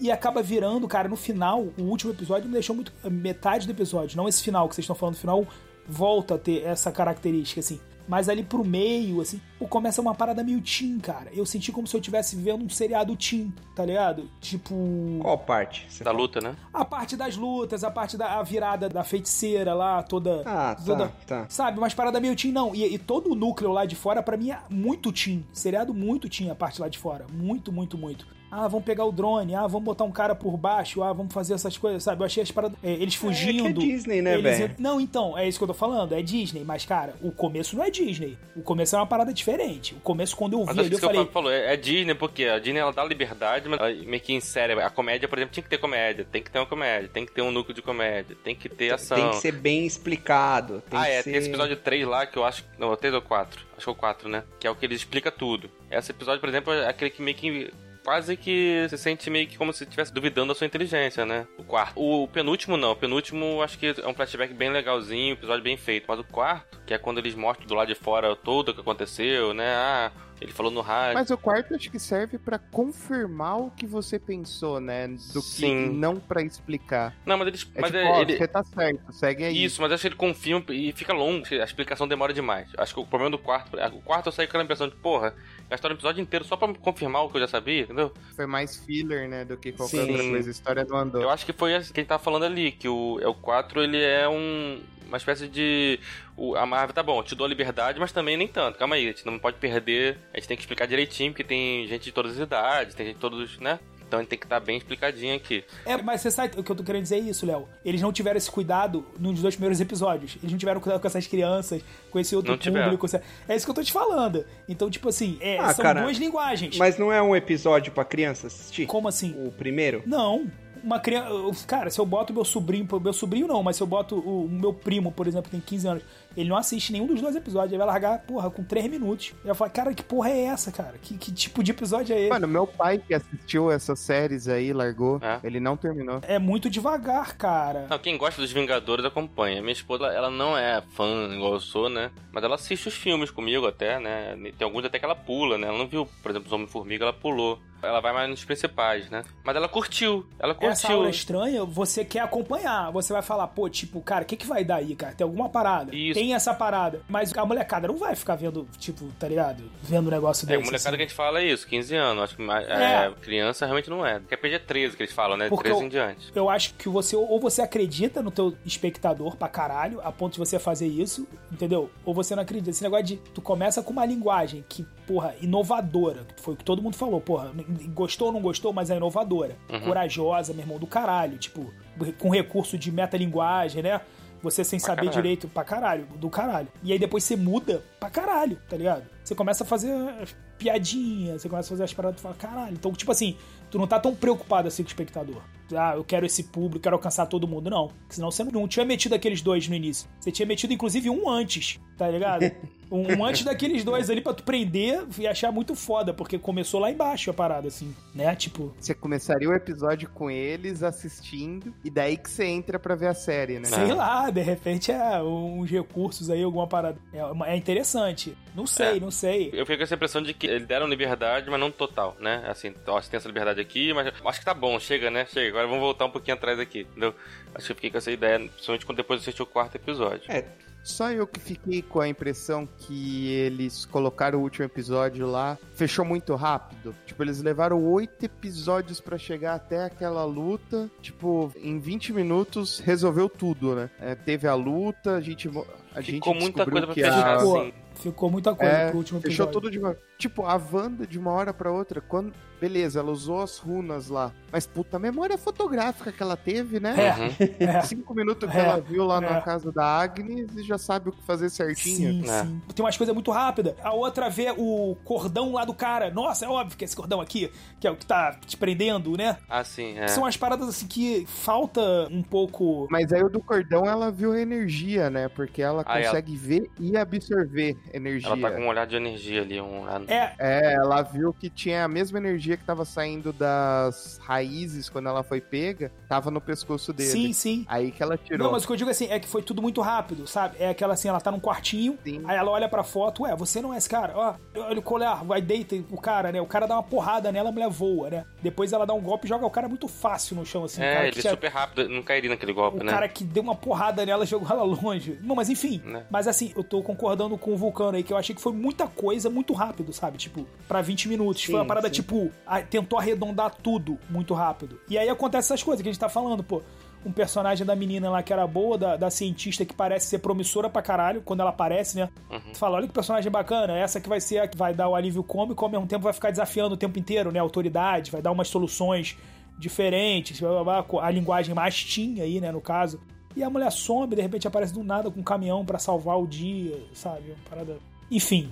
Speaker 3: E acaba virando, cara, no final, o último episódio me deixou muito. Metade do episódio, não esse final que vocês estão falando, o final volta a ter essa característica, assim. Mas ali pro meio, assim, pô, começa uma parada meio teen, cara. Eu senti como se eu estivesse vendo um seriado teen, tá ligado? Tipo.
Speaker 2: Qual parte? Você
Speaker 1: Da
Speaker 2: fala?
Speaker 1: luta, né?
Speaker 3: A parte das lutas, a parte da a virada da feiticeira lá, toda.
Speaker 2: Ah,
Speaker 3: toda
Speaker 2: tá, tá.
Speaker 3: Sabe, umas paradas meio teen, não. E, e todo o núcleo lá de fora, pra mim, é muito teen. Seriado muito teen a parte lá de fora. Muito, muito, muito. Ah, vamos pegar o drone. Ah, vamos botar um cara por baixo. Ah, vamos fazer essas coisas, sabe? Eu achei as paradas... é, eles fugindo.
Speaker 2: É que é Disney, né,
Speaker 3: eles-
Speaker 2: velho?
Speaker 3: Não, então, é isso que eu tô falando. É Disney. Mas, cara, o começo não é Disney. O começo é uma parada diferente. O começo, quando eu vi
Speaker 1: Mas acho
Speaker 3: ali,
Speaker 1: que
Speaker 3: eu
Speaker 1: isso que o
Speaker 3: falei...
Speaker 1: Fábio falou, é, é Disney, porque a Disney ela dá liberdade, mas ela meio que insere. A comédia, por exemplo, tinha que ter comédia, tem que ter uma comédia, tem que ter um núcleo de comédia, tem que ter ação.
Speaker 2: Tem que ser bem explicado. Tem
Speaker 1: ah,
Speaker 2: que
Speaker 1: é,
Speaker 2: ser...
Speaker 1: tem esse episódio 3 lá que eu acho. Não, 3 ou 4. Acho que é o 4, né? Que é o que ele explica tudo. Esse episódio, por exemplo, é aquele que meio que. Quase que se sente meio que como se estivesse duvidando da sua inteligência, né? O quarto. O, o penúltimo, não. O penúltimo, acho que é um flashback bem legalzinho, um episódio bem feito. Mas o quarto, que é quando eles mostram do lado de fora todo o que aconteceu, né? Ah, ele falou no rádio.
Speaker 4: Mas o quarto acho que serve pra confirmar o que você pensou, né? Do
Speaker 1: Sim.
Speaker 4: que não pra explicar.
Speaker 1: Não, mas eles.
Speaker 4: É
Speaker 1: mas
Speaker 4: tipo,
Speaker 1: é-
Speaker 4: ó,
Speaker 1: ele-
Speaker 4: você tá certo, segue aí.
Speaker 1: Isso, mas acho que ele confirma e fica longo, a explicação demora demais. Acho que o problema do quarto. é, O quarto eu saí com aquela impressão de, porra, gastaram o episódio inteiro só pra confirmar o que eu já sabia, entendeu?
Speaker 4: Foi mais filler, né, do que qualquer
Speaker 2: Sim.
Speaker 4: outra coisa. A história não andou.
Speaker 1: Eu acho que foi isso que a gente tava falando ali, que o, é o 4 ele é um, uma espécie de. o- a Marvel tá bom, eu te dou a liberdade, mas também nem tanto. Calma aí, a gente não pode perder. A gente tem que explicar direitinho, porque tem gente de todas as idades, tem gente de todos os. né? Então a gente tem que estar bem explicadinho aqui.
Speaker 3: É, mas você sabe o que eu tô querendo dizer é isso, Léo. Eles não tiveram esse cuidado nos dois primeiros episódios. Eles não tiveram cuidado com essas crianças, com esse outro
Speaker 1: Não tiveram.
Speaker 3: público. essa- É isso que eu tô te falando. Então, tipo assim, é,
Speaker 2: Ah,
Speaker 3: são
Speaker 2: cara,
Speaker 3: duas linguagens.
Speaker 2: Mas não é um episódio pra criança assistir?
Speaker 3: Como assim?
Speaker 2: O primeiro?
Speaker 3: Não. Uma criança. eu- Cara, se eu boto meu sobrinho. Meu sobrinho não, mas se eu boto o o meu primo, por exemplo, que tem 15 anos, ele não assiste nenhum dos dois episódios. Ele vai largar, porra, com 3 minutos. Ele vai falar, cara, que porra é essa, cara? Que, que tipo de episódio é esse?
Speaker 4: Mano, meu pai que assistiu essas séries aí, largou.
Speaker 1: É.
Speaker 4: Ele não terminou.
Speaker 3: É muito devagar, cara.
Speaker 1: Não, quem gosta dos Vingadores acompanha. Minha esposa, ela não é fã igual eu sou, né? Mas ela assiste os filmes comigo até, né? Tem alguns até que ela pula, né? Ela não viu, por exemplo, os Homem-Formiga, ela pulou. Ela vai mais nos principais, né? Mas ela curtiu. Ela
Speaker 3: essa aula é
Speaker 1: curtiu.
Speaker 3: estranha, você quer acompanhar. Você vai falar, pô, tipo, cara, o que, que vai dar aí, cara? Tem alguma parada.
Speaker 1: Isso.
Speaker 3: Tem essa parada. Mas a molecada não vai ficar vendo, tipo, tá ligado? Vendo um negócio
Speaker 1: É,
Speaker 3: desse.
Speaker 1: o molecada
Speaker 3: assim.
Speaker 1: que a gente fala é isso, 15 anos. Acho que mais-
Speaker 3: É.
Speaker 1: é, criança realmente não é. Porque a PG é 13 que eles falam, né?
Speaker 3: Porque
Speaker 1: 13
Speaker 3: eu-
Speaker 1: em diante.
Speaker 3: Eu acho que você ou você acredita no teu espectador pra caralho, a ponto de você fazer isso, entendeu? Ou você não acredita. Esse negócio de tu começa com uma linguagem que, porra, inovadora. Foi o que todo mundo falou, porra, n- gostou ou não gostou, mas é inovadora.
Speaker 1: Uhum.
Speaker 3: Corajosa, meu irmão, do caralho, tipo, com recurso de metalinguagem, né? Você sem
Speaker 1: Pra
Speaker 3: saber
Speaker 1: caralho.
Speaker 3: direito pra caralho, do caralho. E aí depois você muda pra caralho, tá ligado? Você começa a fazer as piadinhas, você começa a fazer as paradas e fala, caralho. Então, tipo assim, tu não tá tão preocupado assim com o espectador. Ah, eu quero esse público, quero alcançar todo mundo. Não. Porque Senão você não tinha metido aqueles dois no início. Você tinha metido, inclusive, um antes, tá
Speaker 1: [laughs]
Speaker 3: ligado? Um, um antes daqueles dois ali pra tu prender e achar muito foda, porque começou lá embaixo a parada, assim, né? Tipo,
Speaker 4: Você começaria o episódio com eles assistindo, e daí que você entra pra ver a série, né?
Speaker 3: Sei
Speaker 1: É.
Speaker 3: lá, de repente é uns recursos aí, alguma parada. É, uma- é interessante. Não sei,
Speaker 1: É,
Speaker 3: não sei.
Speaker 1: Eu fiquei com essa impressão de que eles deram liberdade, mas não total, né? Assim, ó, você tem essa liberdade aqui, mas acho que tá bom, chega, né? Chega, agora vamos voltar um pouquinho atrás aqui, entendeu? Acho que eu fiquei com essa ideia, principalmente quando depois eu assisti o quarto episódio.
Speaker 2: É,
Speaker 4: Só eu que fiquei com a impressão que eles colocaram o último episódio lá, fechou muito rápido. Tipo, eles levaram oito episódios pra chegar até aquela luta. Tipo, em 20 minutos resolveu tudo, né? É, teve a luta, a gente. mo- A
Speaker 1: Ficou
Speaker 4: gente
Speaker 1: muita coisa
Speaker 4: descobriu
Speaker 1: pra
Speaker 4: que
Speaker 1: fechar,
Speaker 4: a...
Speaker 3: Pô,
Speaker 1: assim.
Speaker 3: Ficou muita coisa
Speaker 4: É,
Speaker 3: pro último episódio.
Speaker 4: Fechou tudo de uma. Tipo, a Wanda de uma hora pra outra, quando. Beleza, ela usou as runas lá. Mas puta, a memória fotográfica que ela teve, né?
Speaker 3: É.
Speaker 1: Uhum.
Speaker 3: É.
Speaker 4: Cinco minutos que
Speaker 3: É,
Speaker 4: ela viu lá na
Speaker 3: é.
Speaker 4: casa da Agnes e já sabe o que fazer certinho.
Speaker 3: Sim,
Speaker 1: É.
Speaker 3: sim. Tem umas coisas muito rápidas. A outra vê o cordão lá do cara. Nossa, é óbvio que é esse cordão aqui, que é o que tá te prendendo, né?
Speaker 1: Assim, é.
Speaker 3: São as paradas assim que falta um pouco.
Speaker 4: Mas aí o do cordão ela viu a energia, né? Porque ela
Speaker 1: Ah, ela-
Speaker 4: consegue ver e absorver energia.
Speaker 1: Ela tá com um olhar de energia ali, um olhar...
Speaker 3: É,
Speaker 4: É, ela viu que tinha a mesma energia que tava saindo das raízes quando ela foi pega, tava no pescoço dele.
Speaker 3: sim, sim.
Speaker 4: Aí que ela tirou.
Speaker 3: Não, mas o que eu digo assim é que foi tudo muito rápido, sabe? É aquela assim, ela tá num quartinho,
Speaker 4: Sim.
Speaker 3: aí ela olha pra foto, ué, você não é esse cara, ó, olha o colar, vai deita o cara, né? O cara dá uma porrada nela, a mulher voa, né? Depois ela dá um golpe e joga o cara muito fácil no chão, assim. o
Speaker 1: É,
Speaker 3: cara
Speaker 1: ele
Speaker 3: que
Speaker 1: é
Speaker 3: tinha-
Speaker 1: super rápido, não cairia naquele golpe,
Speaker 3: O
Speaker 1: né?
Speaker 3: cara que deu uma porrada nela jogou ela longe. Não, mas enfim.
Speaker 1: Né.
Speaker 3: Mas assim, eu tô concordando com o Vulcano aí, que eu achei que foi muita coisa muito rápido, sabe? Tipo, pra 20 minutos. foi uma
Speaker 2: Sim,
Speaker 3: parada,
Speaker 2: sim.
Speaker 3: tipo, a- tentou arredondar tudo muito rápido. E aí acontece essas coisas que a gente tá falando, pô. Um personagem da menina lá que era boa, da, da cientista que parece ser promissora pra caralho, quando ela aparece, né? Tu fala, olha que personagem bacana, essa que vai ser a que vai dar o alívio cômico, ao mesmo tempo vai ficar desafiando o tempo inteiro, né? A autoridade, vai dar umas soluções diferentes, blá, blá, blá, com a linguagem mais teen aí, né, no caso. E a mulher some, de repente aparece do nada com um caminhão pra salvar o dia, sabe? Uma Parada... Enfim.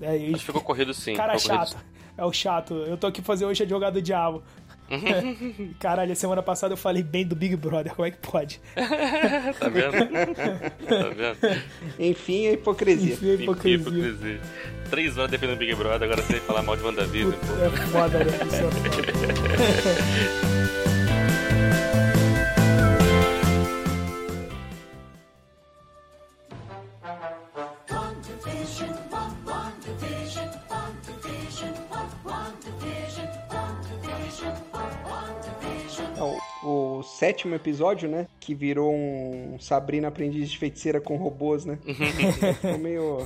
Speaker 3: É, e-
Speaker 1: Mas ficou corrido sim.
Speaker 3: cara
Speaker 1: ficou corrido,
Speaker 3: chato. É o chato. Eu tô aqui fazer hoje a jogada do diabo.
Speaker 1: Uhum.
Speaker 3: [laughs] Caralho, semana passada eu falei bem do Big Brother, como é que pode?
Speaker 1: sim. Tá
Speaker 3: [laughs]
Speaker 1: vendo? tá vendo?
Speaker 2: enfim, a hipocrisia.
Speaker 3: Enfim, é hipocrisia.
Speaker 1: hipocrisia. Três horas defendendo Big Brother, agora você vai falar mal de WandaVision. pô.
Speaker 3: É foda, né? Isso é foda.
Speaker 2: Então, o sétimo episódio, né? Que virou um Sabrina Aprendiz de Feiticeira com robôs, né?
Speaker 1: Uhum.
Speaker 2: ficou meio.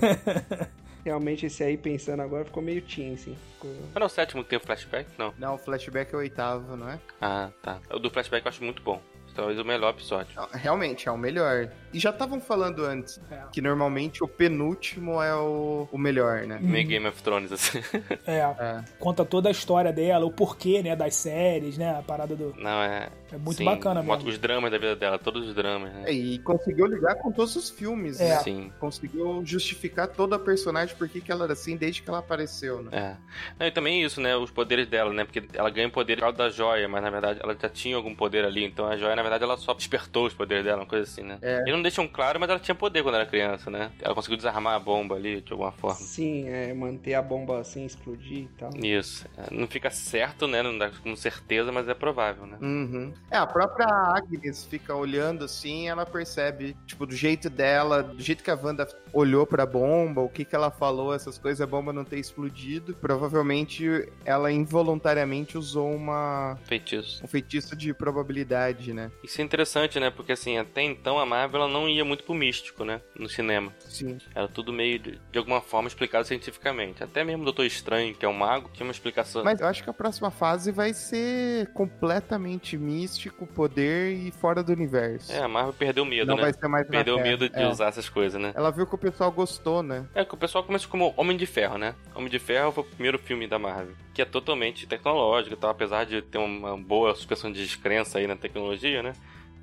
Speaker 2: Realmente esse aí pensando agora ficou meio teen, assim. Ficou-
Speaker 1: Mas não é o sétimo que tem o flashback? Não.
Speaker 4: Não, o flashback é o oitavo, não é?
Speaker 1: Ah, tá. O do flashback eu acho muito bom. Talvez o melhor episódio.
Speaker 4: Não, Realmente, é o melhor. E já estavam falando antes
Speaker 3: É.
Speaker 4: que normalmente o penúltimo é o, o melhor,
Speaker 3: Uhum.
Speaker 4: né?
Speaker 1: Meio Game of Thrones, assim.
Speaker 3: [laughs]
Speaker 1: [laughs]
Speaker 3: É,
Speaker 4: É.
Speaker 3: conta toda a história dela, o porquê, né, das séries, né, a parada do...
Speaker 1: Não, é.
Speaker 3: É muito
Speaker 1: sim,
Speaker 3: bacana
Speaker 1: mostra
Speaker 3: mesmo.
Speaker 1: Os dramas da vida dela, todos os dramas, né?
Speaker 4: É, E conseguiu ligar com todos os filmes,
Speaker 3: É.
Speaker 4: né?
Speaker 1: Sim.
Speaker 4: Conseguiu justificar toda a personagem, por que que ela era assim desde que ela apareceu, né?
Speaker 1: É. Não, e também isso, né? Os poderes dela, né? Porque ela ganha o poder por causa da joia, mas na verdade ela já tinha algum poder ali. Então a joia, na verdade, ela só despertou os poderes dela, uma coisa assim, né?
Speaker 4: É.
Speaker 1: Eles não deixam claro, mas ela tinha poder quando era criança, né? Ela conseguiu desarmar a bomba ali de alguma forma.
Speaker 2: Sim, é, manter a bomba assim, explodir e tal.
Speaker 1: Isso. É, Não fica certo, né? Não dá com certeza, mas é provável, né?
Speaker 4: Uhum. É, a própria Agnes fica olhando assim, ela percebe, tipo, do jeito dela, do jeito que a Wanda olhou pra bomba, o que que ela falou, essas coisas, a bomba não ter explodido. Provavelmente ela involuntariamente usou uma,
Speaker 1: Feitiço.
Speaker 4: um feitiço de probabilidade, né?
Speaker 1: Isso é interessante, né? Porque assim, até então a Marvel ela não ia muito pro místico, né? No cinema.
Speaker 4: Sim.
Speaker 1: Era tudo meio, de, de alguma forma, explicado cientificamente. Até mesmo o Doutor Estranho, que é um mago, tinha uma explicação.
Speaker 4: Mas eu acho que a próxima fase vai ser completamente místico, poder e fora do universo.
Speaker 1: É, a Marvel perdeu o medo,
Speaker 4: não
Speaker 1: né?
Speaker 4: vai ser mais na
Speaker 1: Perdeu o
Speaker 4: Terra.
Speaker 1: medo de
Speaker 4: É.
Speaker 1: usar essas coisas, né?
Speaker 4: Ela viu que o pessoal gostou, né?
Speaker 1: É que o pessoal começa como Homem de Ferro, né? Homem de Ferro foi o primeiro filme da Marvel, que é totalmente tecnológico, e tal, apesar de ter uma boa suspensão de descrença aí na tecnologia, né?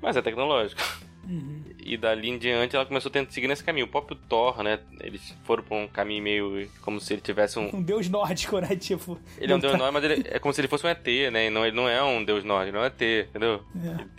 Speaker 1: Mas é tecnológico.
Speaker 3: Uhum.
Speaker 1: E dali em diante ela começou tentando seguir nesse caminho. O próprio Thor, né? Eles foram pra um caminho meio como se ele tivesse um.
Speaker 3: Um deus nórdico, né, tipo...
Speaker 1: Ele é um
Speaker 3: não
Speaker 1: deus
Speaker 3: tá-
Speaker 1: nórdico, mas ele é como se ele fosse um ET, né? E não, ele não é um deus nórdico, ele é um ET, entendeu?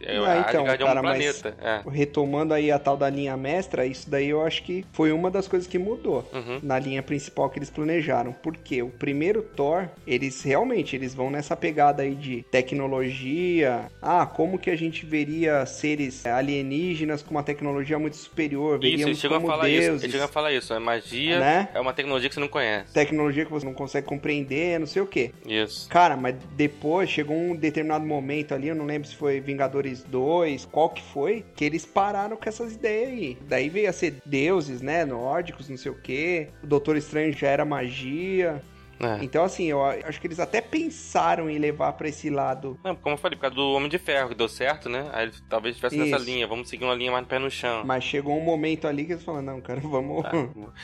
Speaker 3: É.
Speaker 1: É,
Speaker 2: Ah, então,
Speaker 1: Asgard é um
Speaker 2: cara, mas-
Speaker 1: planeta. É.
Speaker 2: Retomando aí a tal da linha mestra, isso daí eu acho que foi uma das coisas que mudou.
Speaker 1: Uhum.
Speaker 2: na linha principal que eles planejaram. Porque o primeiro Thor, eles realmente eles vão nessa pegada aí de tecnologia. Ah, como que a gente veria seres alienígenas com uma tecnologia muito superior,
Speaker 1: Isso, eles
Speaker 2: veríamos
Speaker 1: chegam a
Speaker 2: como
Speaker 1: falar isso.
Speaker 2: deuses.
Speaker 1: Eles chegam a falar isso. É magia,
Speaker 2: Né?
Speaker 1: é uma tecnologia que você não conhece.
Speaker 2: Tecnologia que você não consegue compreender, não sei o quê.
Speaker 1: Isso.
Speaker 2: Cara, mas depois chegou um determinado momento ali, eu não lembro se foi Vingadores 2, qual que foi, que eles pararam com essas ideias aí. Daí veio a ser deuses, né? Nórdicos, não sei o quê. O Doutor Estranho já era magia.
Speaker 1: É.
Speaker 2: Então, assim, eu a- acho que eles até pensaram em levar pra esse lado.
Speaker 1: Não, como eu falei, por causa do Homem de Ferro, que deu certo, né? Aí eles talvez estivesse nessa
Speaker 2: Isso.
Speaker 1: linha, vamos seguir uma linha mais pé no chão.
Speaker 2: Mas chegou um momento ali que eles falaram, não, cara, vamos.
Speaker 1: Tá,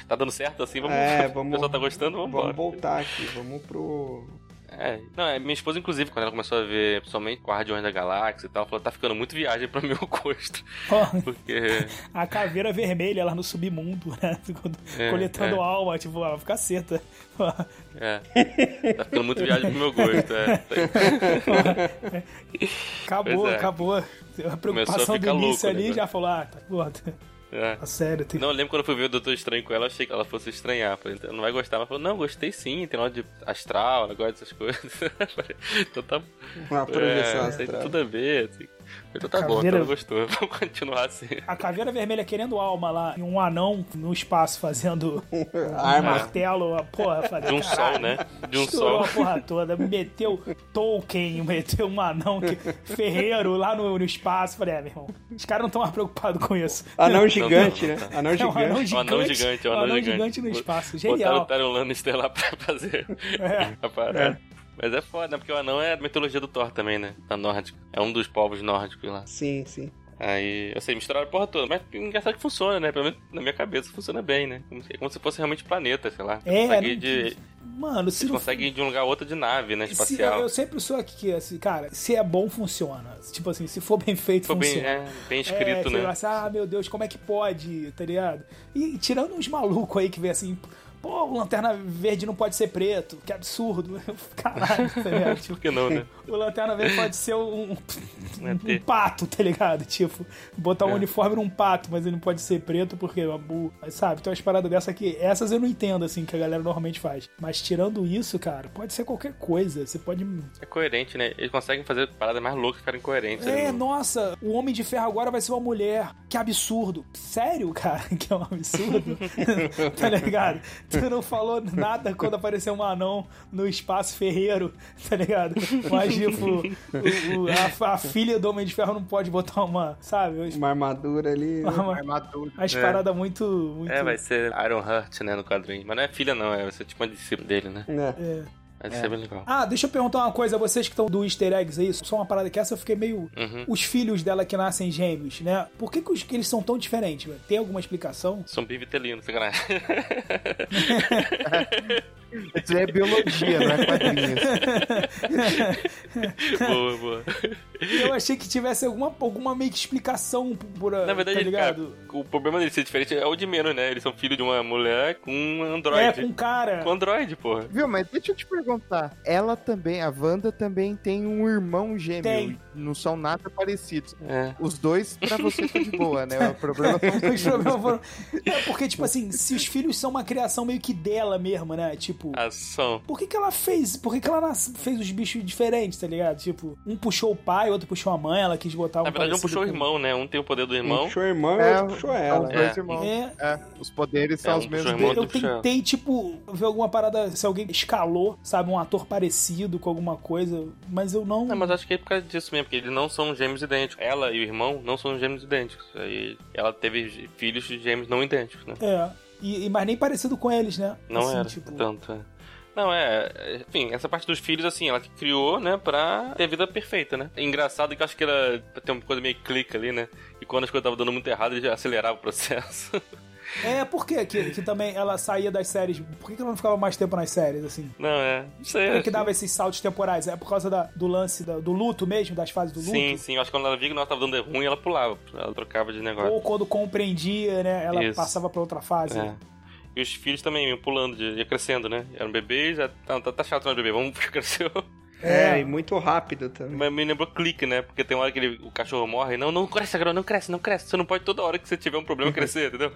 Speaker 1: tá dando certo assim, vamos.
Speaker 2: É,
Speaker 1: [laughs] O
Speaker 2: vamos.
Speaker 1: pessoal tá gostando, vamos
Speaker 2: Vamos
Speaker 1: embora.
Speaker 2: voltar aqui, vamos pro.
Speaker 1: É, não, é, minha esposa, inclusive, quando ela começou a ver, principalmente Guardiões da Galáxia e tal, falou, tá ficando muito viagem pra meu gosto. [laughs]
Speaker 3: Ó,
Speaker 1: Porque.
Speaker 3: [laughs] a caveira vermelha lá no submundo, né? [laughs] Ficou
Speaker 1: É,
Speaker 3: Coletando
Speaker 1: é.
Speaker 3: alma, tipo, ela fica seta. [laughs]
Speaker 1: É. Tá ficando muito viagem pro meu gosto. É. [laughs]
Speaker 3: Acabou,
Speaker 1: Pois é.
Speaker 3: acabou. A
Speaker 1: Começou a
Speaker 3: preocupação do
Speaker 1: ficar louco
Speaker 3: início
Speaker 1: o
Speaker 3: ali
Speaker 1: negócio.
Speaker 3: já falou, ah, tá pronto.
Speaker 1: É.
Speaker 3: A sério, tem...
Speaker 1: Não, eu lembro quando eu fui ver o Doutor Estranho com ela, eu achei que ela fosse estranhar. Falei, "Então, não vai gostar. Ela falou, não, gostei sim, tem nota de astral, ela gosta dessas coisas. [laughs] Falei, então tá
Speaker 2: Uma projeção
Speaker 1: é, tem
Speaker 2: astral.
Speaker 1: tudo a ver. Assim. Falei, Então tá bom,
Speaker 3: Caveira-
Speaker 1: então ela gostou. [laughs] Vamos continuar assim.
Speaker 3: A caveira vermelha querendo alma lá, e um anão no espaço fazendo um
Speaker 2: [laughs]
Speaker 1: é.
Speaker 2: Arma.
Speaker 3: martelo, a porra, falei,
Speaker 1: De um
Speaker 3: "Caralho,
Speaker 1: sol, né? De um
Speaker 3: Estourou
Speaker 1: sol.
Speaker 3: a porra toda, meteu Tolkien, meteu um anão que- ferreiro lá no, no espaço. Falei, é, meu irmão, os caras não estão mais preocupados com isso.
Speaker 2: Anão gigante,
Speaker 1: não,
Speaker 2: né?
Speaker 1: não,
Speaker 2: Anão
Speaker 3: É um anão
Speaker 2: gigante.
Speaker 1: [laughs] Um anão gigante,
Speaker 3: gigante.
Speaker 1: um
Speaker 3: um
Speaker 1: anão
Speaker 3: gigante.
Speaker 1: gigante
Speaker 3: no espaço.
Speaker 1: Botaram o
Speaker 3: Genial.
Speaker 1: Tyrion Lannister lá [laughs] pra fazer
Speaker 3: É.
Speaker 1: a parada. Mas é foda, né? Porque o anão é a mitologia do Thor também, né? Da nórdica. É um dos povos nórdicos lá.
Speaker 2: Sim, sim.
Speaker 1: Aí, eu sei, misturaram a porra toda. Mas engraçado que funciona, né? Pelo menos na minha cabeça funciona bem, né? Como se, como se fosse realmente planeta, sei lá.
Speaker 3: É,
Speaker 1: consegue ir
Speaker 3: não-
Speaker 1: de,
Speaker 3: Mano, se não
Speaker 1: consegue ir de um lugar a outro de nave, né?
Speaker 3: Se-
Speaker 1: Espacial.
Speaker 3: eu sempre sou aqui que, assim, cara, se é bom, funciona. Tipo assim, se for bem feito,
Speaker 1: Ficou bem,
Speaker 3: funciona.
Speaker 1: é, bem escrito,
Speaker 3: é, você
Speaker 1: né?
Speaker 3: fala assim, ah, meu Deus, como é que pode, tá ligado? E tirando uns malucos aí que vê assim, pô, o Lanterna Verde não pode ser preto, que absurdo. [laughs] Caralho, tá ligado? Tipo,
Speaker 1: Por que não, né?
Speaker 3: o Lanterna Verde pode ser um, um-
Speaker 1: Não é ter.
Speaker 3: um pato, tá ligado? Tipo, botar um
Speaker 1: É.
Speaker 3: uniforme num pato, mas ele não pode ser preto porque, é bu- sabe? Tem umas paradas dessa que essas eu não entendo, assim, que a galera normalmente faz. Mas tirando isso, cara, pode ser qualquer coisa. Você pode
Speaker 1: É coerente, né? Eles conseguem fazer paradas mais loucas ficarem coerentes.
Speaker 3: é,
Speaker 1: né?
Speaker 3: nossa, o Homem de Ferro agora vai ser uma mulher. Que absurdo. Sério, cara, [laughs] que é um
Speaker 1: [laughs]
Speaker 3: absurdo. tá ligado? Tu não falou nada quando apareceu um anão no espaço ferreiro, tá ligado? Mas, tipo, o- o- a, a filha do Homem de Ferro não pode botar uma, sabe?
Speaker 2: Uma armadura ali. né?
Speaker 3: Uma,
Speaker 4: Armadura.
Speaker 3: as paradas muito, muito...
Speaker 1: É, vai ser Iron Heart, né, no quadrinho. Mas não é filha, não, é vai ser tipo uma discípula dele, né?
Speaker 2: É.
Speaker 3: É.
Speaker 1: Mas isso é bem legal.
Speaker 3: Ah, deixa eu perguntar uma coisa, vocês que estão do easter eggs aí, só uma parada que essa eu fiquei meio.
Speaker 1: Uhum.
Speaker 3: Os filhos dela que nascem gêmeos, né? Por que, que, os- que eles são tão diferentes, velho? Tem alguma explicação?
Speaker 1: São bivitelino, sacanagem.
Speaker 4: Isso é biologia, não é quadrinhos.
Speaker 1: [laughs] boa, boa.
Speaker 3: Eu achei que tivesse alguma, alguma meio que explicação por.
Speaker 1: Na verdade, ele-
Speaker 3: tá
Speaker 1: é
Speaker 3: ligado?
Speaker 1: cara, o problema dele ser diferente é o de menos, né? Eles são filhos de uma mulher com um
Speaker 3: é,
Speaker 1: androide.
Speaker 3: com cara.
Speaker 1: com...
Speaker 3: [laughs]
Speaker 1: androide, porra.
Speaker 4: Viu, mas deixa eu te perguntar. Ela também, a Wanda também tem um irmão gêmeo.
Speaker 3: Tem.
Speaker 4: Não são nada parecidos.
Speaker 1: É.
Speaker 4: Os dois, pra você, tá de boa, né? O problema
Speaker 3: [laughs]
Speaker 4: são
Speaker 3: Os problemas foram- É porque, tipo assim, se os filhos são uma criação meio que dela mesmo, né? Tipo.
Speaker 1: Ah. Ação.
Speaker 3: Por que, que ela fez? Por que, que ela nas- fez os bichos diferentes, tá ligado? Tipo, um puxou o pai, outro puxou a mãe, ela quis botar um
Speaker 1: Na verdade, um
Speaker 3: parecido
Speaker 1: puxou o
Speaker 3: com-
Speaker 1: irmão, né? Um tem o poder do
Speaker 2: Um
Speaker 1: irmão.
Speaker 2: puxou o irmão e
Speaker 4: É,
Speaker 2: outro puxou
Speaker 4: são
Speaker 2: ela.
Speaker 4: os dois
Speaker 1: É.
Speaker 4: irmãos.
Speaker 3: É,
Speaker 4: É, os poderes
Speaker 1: É,
Speaker 4: são
Speaker 1: um
Speaker 4: os
Speaker 1: puxou
Speaker 4: mesmos dele.
Speaker 1: irmão,
Speaker 3: Eu
Speaker 1: Outro puxar.
Speaker 3: tentei, tipo, ver alguma parada, se alguém escalou, sabe, um ator parecido com alguma coisa, mas eu não.
Speaker 1: Não, mas acho que é por causa disso mesmo, porque eles não são gêmeos idênticos. Ela e o irmão não são gêmeos idênticos. Aí ela teve g- filhos de gêmeos não idênticos, né?
Speaker 3: É. E, e- mas nem parecido com eles, né?
Speaker 1: Não
Speaker 3: Assim,
Speaker 1: era
Speaker 3: tipo,
Speaker 1: tanto, é. Não, é. é, Enfim, essa parte dos filhos, assim, ela que criou, né, pra ter a vida perfeita, né? É engraçado que eu acho que era. Tem uma coisa meio clica ali, né? E quando as coisas estavam dando muito errado, ele já acelerava o processo. [laughs]
Speaker 3: É, por quê? que, que também ela saía das séries? Por que, que ela não ficava mais tempo nas séries, assim?
Speaker 1: Não, é. Não sei.
Speaker 3: Por que, que
Speaker 1: acho-
Speaker 3: dava esses saltos temporais? É por causa da- do lance da- do luto mesmo, das fases do luto?
Speaker 1: Sim, sim. Eu acho que quando ela via que nós tava dando ruim, ela pulava. Ela trocava de negócio.
Speaker 3: Ou quando compreendia, né? Ela
Speaker 1: Isso.
Speaker 3: passava pra outra fase.
Speaker 1: É. E os filhos também iam pulando, de- ia crescendo, né? Eram bebês, já tá, tá, tá chato, né, bebê? Vamos [laughs] porque cresceu.
Speaker 2: É,
Speaker 3: É.
Speaker 2: e muito rápido também.
Speaker 1: Mas me lembrou clique, né? Porque tem uma hora que ele- o cachorro
Speaker 3: [laughs]
Speaker 1: morre. Não, não cresce agora, não cresce, não cresce. Você não pode toda hora que você tiver um problema crescer, entendeu?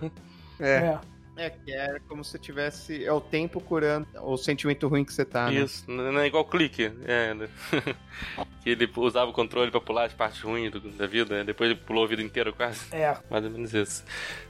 Speaker 2: É.
Speaker 3: É.
Speaker 4: É, que é como se tivesse. É o tempo curando o sentimento ruim que você tá. né?
Speaker 1: Isso, não é igual clique. É, né? [laughs] que ele usava o controle pra pular as partes ruins do- da vida, né? depois ele pulou a vida inteira quase. [laughs]
Speaker 3: É,
Speaker 1: Mais ou menos isso.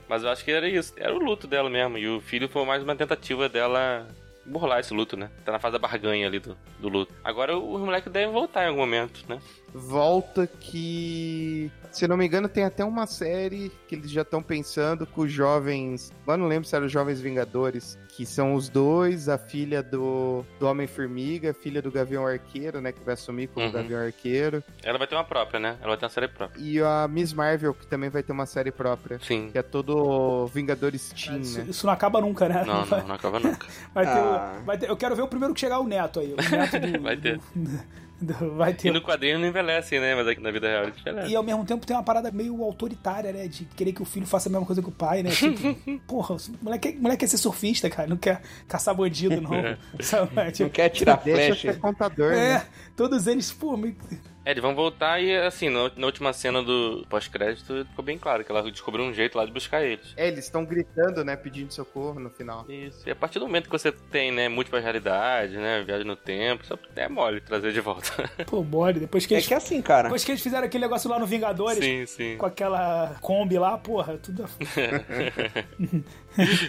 Speaker 1: Mas eu acho que era isso. Era o luto dela mesmo. E o filho foi mais uma tentativa dela burlar esse luto, né? Tá na fase da barganha ali do, do luto. Agora os moleques devem voltar em algum momento, né?
Speaker 4: Volta que. Se não me engano, tem até uma série que eles já estão pensando com os jovens. Lá não lembro se eram os Jovens Vingadores. Que são os dois, a filha do, do Homem-Formiga, a filha do Gavião Arqueiro, né? Que vai assumir como
Speaker 1: Uhum.
Speaker 4: Gavião Arqueiro.
Speaker 1: Ela vai ter uma própria, né? Ela vai ter uma série própria.
Speaker 4: E a Miss Marvel, que também vai ter uma série própria. [laughs]
Speaker 1: Sim.
Speaker 4: Que é todo Vingadores Team,
Speaker 3: Ah, isso,
Speaker 4: né?
Speaker 3: isso não acaba nunca, né?
Speaker 1: Não, não, não acaba nunca.
Speaker 3: Vai ter, o-
Speaker 2: Ah.
Speaker 3: vai ter- eu quero ver o primeiro que chegar o Neto aí. O Neto do-
Speaker 1: [laughs]
Speaker 3: [laughs]
Speaker 1: Vai ter.
Speaker 3: do- do- vai
Speaker 1: E
Speaker 3: ter.
Speaker 1: no quadrinho não envelhecem, né? Mas aqui na vida real eles envelhecem.
Speaker 3: E ao mesmo tempo tem uma parada meio autoritária, né? De querer que o filho faça a mesma coisa que o pai, né? Tipo, porra, o moleque, o moleque quer ser surfista, cara. Não quer caçar bandido, não. [laughs] Sabe? É,
Speaker 2: Não
Speaker 3: tipo,
Speaker 2: quer tirar
Speaker 4: Deixa
Speaker 2: flecha.
Speaker 4: ser contador, né?
Speaker 3: é, todos eles, pô, me-
Speaker 1: É, eles vão voltar e, assim, na, na última cena do pós-crédito ficou bem claro que ela descobriu um jeito lá de buscar eles.
Speaker 4: É, eles estão gritando, né? Pedindo socorro no final.
Speaker 1: Isso. E a partir do momento que você tem, né, múltiplas realidades, né, viagem no tempo, só é mole trazer de volta.
Speaker 3: pô, mole. Depois que
Speaker 2: É
Speaker 3: eles,
Speaker 2: que é assim, cara.
Speaker 3: depois que eles fizeram aquele negócio lá no Vingadores,
Speaker 1: sim, sim.
Speaker 3: com aquela Kombi lá, porra, tudo.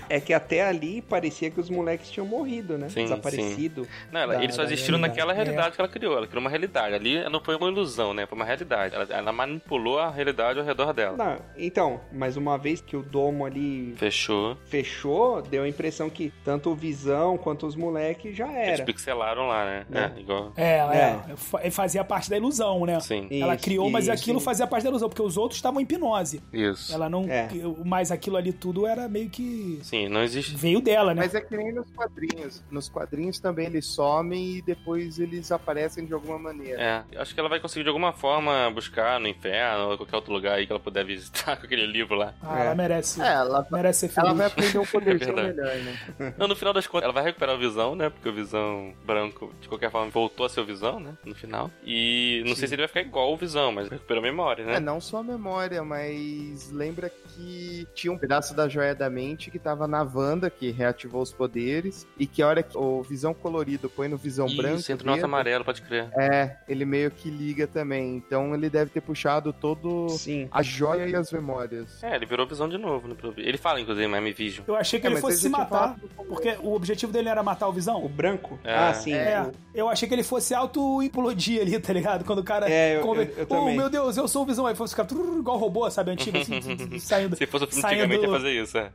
Speaker 2: É que até ali parecia que os moleques tinham morrido, né?
Speaker 1: Sim,
Speaker 2: Desaparecido.
Speaker 1: Não, ela-
Speaker 2: Da-
Speaker 1: eles só
Speaker 2: da
Speaker 1: existiram naquela realidade
Speaker 3: realidade.
Speaker 1: que ela criou. Ela criou uma realidade. Ali não foi uma ilusão, né? Foi uma realidade. Ela, ela manipulou a realidade ao redor dela.
Speaker 2: Não, então, mas uma vez que o domo ali
Speaker 1: Fechou.
Speaker 2: fechou, deu a impressão que tanto o Visão quanto os moleques já
Speaker 1: Eles
Speaker 2: era.
Speaker 1: pixelaram lá, né?
Speaker 2: Não.
Speaker 1: É, igual.
Speaker 3: É, é,
Speaker 2: É.
Speaker 3: Fa- Fazia parte da ilusão, né?
Speaker 1: Sim.
Speaker 2: E-
Speaker 3: Ela
Speaker 2: Isso,
Speaker 3: criou, mas
Speaker 2: isso,
Speaker 3: aquilo
Speaker 2: isso.
Speaker 3: fazia parte da ilusão, porque os outros estavam em hipnose.
Speaker 1: Isso.
Speaker 3: Ela não.
Speaker 2: É.
Speaker 3: Mas aquilo ali tudo era meio que.
Speaker 1: Sim, não existe.
Speaker 3: Veio dela, né?
Speaker 4: Mas é que nem nos quadrinhos. Nos quadrinhos também eles somem e depois eles aparecem de alguma maneira.
Speaker 1: É, eu acho que ela vai conseguir de alguma forma buscar no inferno ou qualquer outro lugar aí que ela puder visitar [laughs] com aquele livro
Speaker 3: [laughs]
Speaker 1: lá.
Speaker 3: Ah,
Speaker 2: É.
Speaker 3: ela merece.
Speaker 4: É, ela,
Speaker 3: Merece ser feliz.
Speaker 4: ela vai aprender um poderzinho
Speaker 1: É
Speaker 4: melhor, né?
Speaker 1: Não, no final das contas, ela vai recuperar a visão, né? Porque o visão branco, de qualquer forma, voltou a ser o visão, né? No final. E não sei se ele vai ficar igual o visão, mas recuperou a memória,
Speaker 4: É,
Speaker 1: né?
Speaker 4: não só a memória, mas lembra que tinha um pedaço da joia da mente que tava na Wanda, que reativou os poderes, e que a hora que o visão colorido põe no visão
Speaker 1: Isso,
Speaker 4: branco.
Speaker 1: entra o nosso
Speaker 4: dentro,
Speaker 1: amarelo, pode crer.
Speaker 4: É, ele meio que liga também. Então ele deve ter puxado todo
Speaker 2: Sim.
Speaker 4: a joia e as memórias.
Speaker 1: É, ele virou visão de novo, né? pelo- Ele fala, inclusive, né? Miami Vision.
Speaker 3: Eu achei que
Speaker 4: É,
Speaker 3: ele
Speaker 4: mas
Speaker 3: fosse
Speaker 4: aí
Speaker 3: se
Speaker 4: já tinha
Speaker 3: matar,
Speaker 4: falado do começo.
Speaker 3: porque o objetivo dele era matar o
Speaker 2: O
Speaker 3: Visão.
Speaker 2: branco?
Speaker 1: É.
Speaker 2: Ah, sim.
Speaker 3: É,
Speaker 2: o-
Speaker 3: eu achei que ele fosse auto-implodir ali, [laughs] tá ligado? Quando o cara.
Speaker 2: É, eu-
Speaker 3: come-
Speaker 2: eu- eu
Speaker 3: oh,
Speaker 2: também.
Speaker 3: meu Deus, eu sou o Visão. Aí fosse ficar trrr, igual robô, sabe? Antigo, assim, tz, tz, tz,
Speaker 2: [laughs]
Speaker 3: saindo.
Speaker 1: Se fosse o filme
Speaker 3: Saindo-
Speaker 1: antigamente, ia fazer isso, é.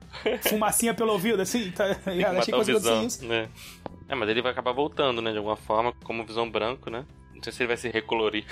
Speaker 3: Fumacinha pelo ouvido, assim, tá ligado?
Speaker 1: Tem que
Speaker 3: Achei
Speaker 1: matar
Speaker 3: que
Speaker 1: o
Speaker 3: fosse acontecer
Speaker 1: visão,
Speaker 3: isso.
Speaker 1: né? É, mas ele vai acabar voltando, né? De alguma forma, como visão branco, né? Não sei se ele vai se recolorir.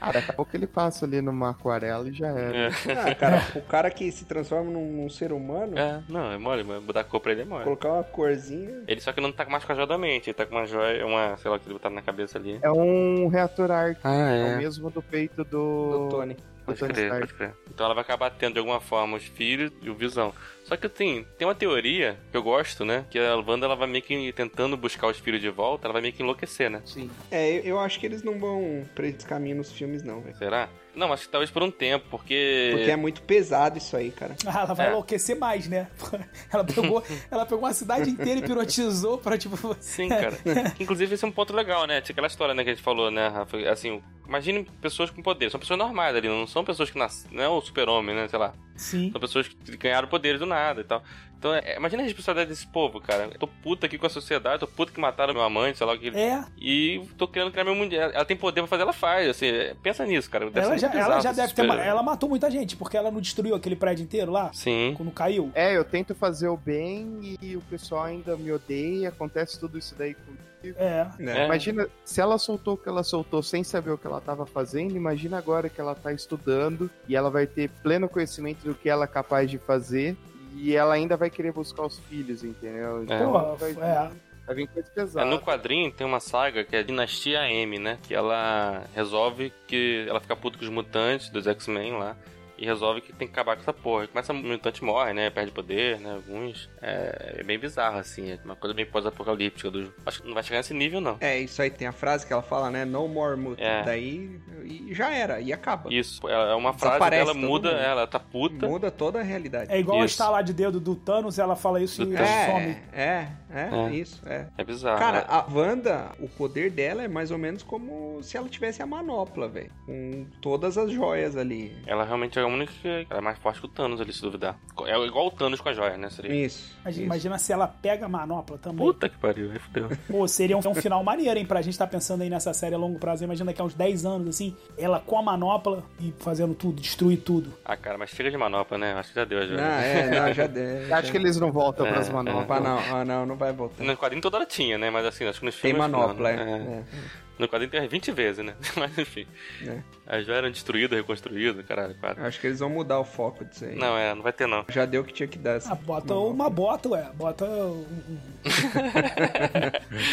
Speaker 4: Ah, daqui a pouco ele passa ali numa aquarela e já era.
Speaker 1: É,
Speaker 2: Ah, cara, o cara que se transforma num, num ser humano,
Speaker 1: É, não, é mole, mas mudar a cor pra ele é mole.
Speaker 2: colocar uma corzinha.
Speaker 1: Ele só que não tá mais com a joia da mente, ele tá com uma joia, uma, sei lá, o que ele botaram na cabeça ali.
Speaker 4: É um reator arc.
Speaker 1: Ah,
Speaker 4: É o mesmo do peito do,
Speaker 2: Do Tony.
Speaker 1: Pode
Speaker 4: Tony
Speaker 1: crer,
Speaker 4: Stark.
Speaker 1: pode crer. Então ela vai acabar tendo de alguma forma os filhos e o Visão. Só que assim, tem uma teoria que eu gosto, né? Que a Wanda ela vai meio que tentando buscar os filhos de volta, ela vai meio que enlouquecer, né?
Speaker 4: Sim.
Speaker 2: É, eu, eu acho que eles não vão pra esse caminho nos filmes, não, velho.
Speaker 1: Será? Não, acho que talvez por um tempo, porque.
Speaker 2: Porque é muito pesado isso aí, cara.
Speaker 3: Ah, ela vai
Speaker 1: É.
Speaker 3: enlouquecer mais, né? [laughs] Ela pegou, ela pegou uma cidade inteira e pirotizou pra, tipo,
Speaker 1: Sim, [laughs] cara. Inclusive, esse é um ponto legal, né? Tinha aquela história, né, que a gente falou, né, Rafa? Assim, imagine pessoas com poder. São pessoas normais ali, não são pessoas que nascem. Não é o super-homem, né? Sei lá.
Speaker 3: Sim.
Speaker 1: São pessoas que ganharam poderes do nada e tal. Então, é, imagina a responsabilidade desse povo, cara. Eu tô puta aqui com a sociedade, tô puta que mataram meu amante, sei lá o que.
Speaker 3: É,
Speaker 1: E tô querendo criar meu mundial. Ela tem poder pra fazer, ela faz. Assim, é, pensa nisso, cara. Deve ser
Speaker 3: ela
Speaker 1: muito
Speaker 3: já, ela
Speaker 1: bizarro
Speaker 3: já
Speaker 1: esse
Speaker 3: deve ter. ma-
Speaker 1: super-herói.
Speaker 3: Ela matou muita gente, porque ela não destruiu aquele prédio inteiro lá,
Speaker 1: Sim.
Speaker 3: quando caiu.
Speaker 4: É, eu tento fazer o bem e o pessoal ainda me odeia, acontece tudo isso daí comigo.
Speaker 3: É.
Speaker 1: É.
Speaker 4: Imagina, se ela soltou o que ela soltou sem saber o que ela tava fazendo, imagina agora que ela tá estudando e ela vai ter pleno conhecimento do que ela é capaz de fazer e ela ainda vai querer buscar os filhos, entendeu? Então,
Speaker 3: Porra,
Speaker 4: vai, vir-
Speaker 3: é.
Speaker 4: vai vir coisa
Speaker 1: É,
Speaker 4: pesada.
Speaker 1: no quadrinho tem uma saga que é a Dinastia M, né? Que ela resolve que ela fica puta com os mutantes dos X-Men lá. e resolve que tem que acabar com essa porra. E Começa, o mutante morre, né? Perde poder, né? Alguns. É, é bem bizarro, assim. É uma coisa bem pós-apocalíptica. Do... Acho que não vai chegar nesse nível, não.
Speaker 2: É, isso aí tem a frase que ela fala, né? No more mutant.
Speaker 1: É.
Speaker 2: Daí e já era, e acaba.
Speaker 1: Isso, ela- é uma frase
Speaker 2: Desaparece
Speaker 1: dela
Speaker 2: todo
Speaker 1: muda,
Speaker 2: mundo.
Speaker 1: ela tá puta.
Speaker 2: Muda toda a realidade.
Speaker 3: É igual
Speaker 1: Isso.
Speaker 3: a estalar de dedo do Thanos, ela fala isso
Speaker 1: Do
Speaker 3: e
Speaker 1: Thanos.
Speaker 3: some.
Speaker 2: é, é, é,
Speaker 1: É.
Speaker 2: isso, é.
Speaker 1: É bizarro.
Speaker 2: Cara,
Speaker 1: né?
Speaker 2: a Wanda, o poder dela é mais ou menos como se ela tivesse a manopla, velho. Com todas as joias ali.
Speaker 1: ela realmente é a única que ela é mais forte que o Thanos, ele se duvidar. É igual o Thanos com a joia, né? Seria.
Speaker 2: Isso.
Speaker 3: Mas
Speaker 2: isso.
Speaker 3: Imagina se ela pega a manopla também.
Speaker 1: Puta que pariu, aí fudeu. [laughs]
Speaker 3: Pô, seria um, um final maneiro, hein? Pra gente tá pensando aí nessa série a longo prazo. Imagina daqui a uns 10 anos, assim, ela com a manopla e fazendo tudo, destruir tudo.
Speaker 1: ah, cara, mas chega de manopla, né? Acho que já deu a joia.
Speaker 2: Ah, é, não,
Speaker 3: [laughs]
Speaker 2: já deu.
Speaker 4: Acho que eles não voltam
Speaker 1: né? É,
Speaker 4: pras manobras.
Speaker 2: Opa, não, ah, não, não vai voltar.
Speaker 1: No quadrinho toda hora tinha, né? Mas assim, acho que nos
Speaker 2: Tem
Speaker 1: filmes. é não,
Speaker 2: manopla,
Speaker 1: né? É.
Speaker 2: é.
Speaker 1: No quadrinho tem umas 20 vezes, né? [laughs] Mas enfim.
Speaker 2: É.
Speaker 1: As joias eram destruídas, reconstruídas, caralho. Cara.
Speaker 2: é. Acho que eles vão mudar o foco disso aí.
Speaker 1: Não, é, não vai ter não. [laughs]
Speaker 2: Já deu o que tinha que dar. essa
Speaker 3: Ah, bota
Speaker 2: manopla.
Speaker 3: uma bota, ué. Bota um-
Speaker 1: [laughs]
Speaker 3: um-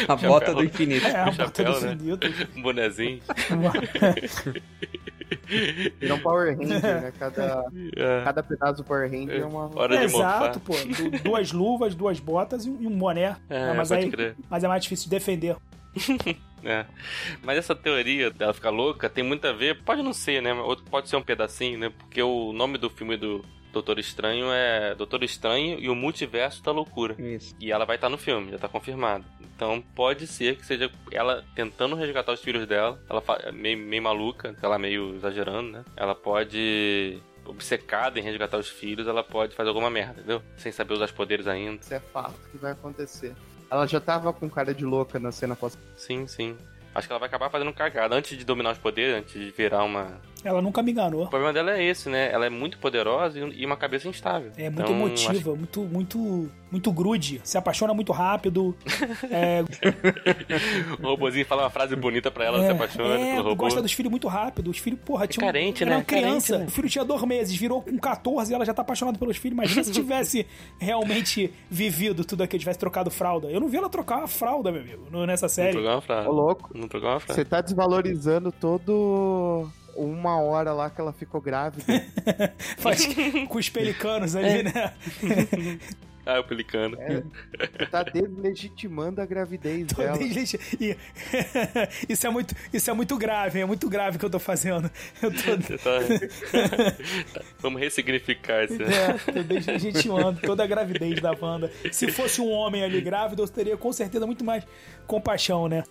Speaker 2: A
Speaker 1: Chapéu.
Speaker 2: bota do
Speaker 3: [laughs]
Speaker 2: infinito.
Speaker 3: é, a
Speaker 1: chapéu,
Speaker 3: bota do
Speaker 1: né?
Speaker 3: infinito.
Speaker 1: Um bonezinho. [laughs]
Speaker 4: Viram Power Ranger, né? Cada,
Speaker 1: É.
Speaker 4: cada pedaço do Power Ranger é uma.
Speaker 1: Hora de
Speaker 3: Exato,
Speaker 1: mofar.
Speaker 3: pô. Du- Duas luvas, duas botas e um e um boné.
Speaker 1: É,
Speaker 3: mas,
Speaker 1: pode
Speaker 3: aí,
Speaker 1: crer.
Speaker 3: mas é mais difícil de defender.
Speaker 1: É. Mas essa teoria dela ficar louca tem muito a ver, pode não ser, né? Ou pode ser um pedacinho, né? Porque o nome do filme do Doutor Estranho é Doutor Estranho e o Multiverso da Loucura.
Speaker 2: Isso.
Speaker 1: E ela vai estar no filme, já tá confirmado. Então pode ser que seja ela tentando resgatar os filhos dela. Ela fa- é meio, meio maluca, ela meio exagerando, né? Ela pode. obcecada em resgatar os filhos, ela pode fazer alguma merda, entendeu? Sem saber usar os poderes ainda.
Speaker 4: Isso é fato que vai acontecer. Ela já tava com cara de louca na cena pós.
Speaker 1: Sim, sim. Acho que ela vai acabar fazendo cagada antes de dominar os poderes, antes de virar uma.
Speaker 3: Ela nunca me enganou.
Speaker 1: O problema dela é esse, né? Ela é muito poderosa e e uma cabeça instável.
Speaker 3: É muito
Speaker 1: Então, acho-
Speaker 3: emotiva, muito, muito, muito grude. Se apaixona muito rápido. É,
Speaker 1: O robozinho fala uma frase bonita pra ela,
Speaker 3: é,
Speaker 1: se apaixona
Speaker 3: é,
Speaker 1: pelo robô.
Speaker 3: gosta dos filhos muito rápido. Os filhos, porra, tinha
Speaker 1: carente,
Speaker 3: era
Speaker 1: né?
Speaker 3: uma criança.
Speaker 1: Carente, né?
Speaker 3: O filho tinha dois meses, virou com 14 e ela já tá apaixonada pelos filhos. Imagina se
Speaker 1: [laughs]
Speaker 3: tivesse realmente vivido tudo aquilo, tivesse trocado fralda. Eu não vi ela trocar a fralda, meu amigo, no- nessa
Speaker 1: Não
Speaker 3: série. [laughs]
Speaker 1: trocou uma frase.
Speaker 4: Ô, louco.
Speaker 1: Não trocou uma frase.
Speaker 4: Você tá desvalorizando todo uma hora lá que ela
Speaker 1: [laughs]
Speaker 4: ficou grávida.
Speaker 3: Faz com os pelicanos ali,
Speaker 1: É.
Speaker 3: né?
Speaker 1: Ah, o pelicano.
Speaker 4: Você tá deslegitimando a gravidez
Speaker 3: Tô
Speaker 4: dela.
Speaker 3: deslegit- Ih, [laughs] isso, é muito, isso é muito grave, é muito grave o que eu tô fazendo. Eu tô,
Speaker 1: Você
Speaker 4: [laughs]
Speaker 1: tá... Tá, Vamos ressignificar isso. né?
Speaker 3: é, [laughs] tô deslegitimando toda a gravidez da banda. Se fosse um homem ali grávido, eu teria com certeza muito mais compaixão, né?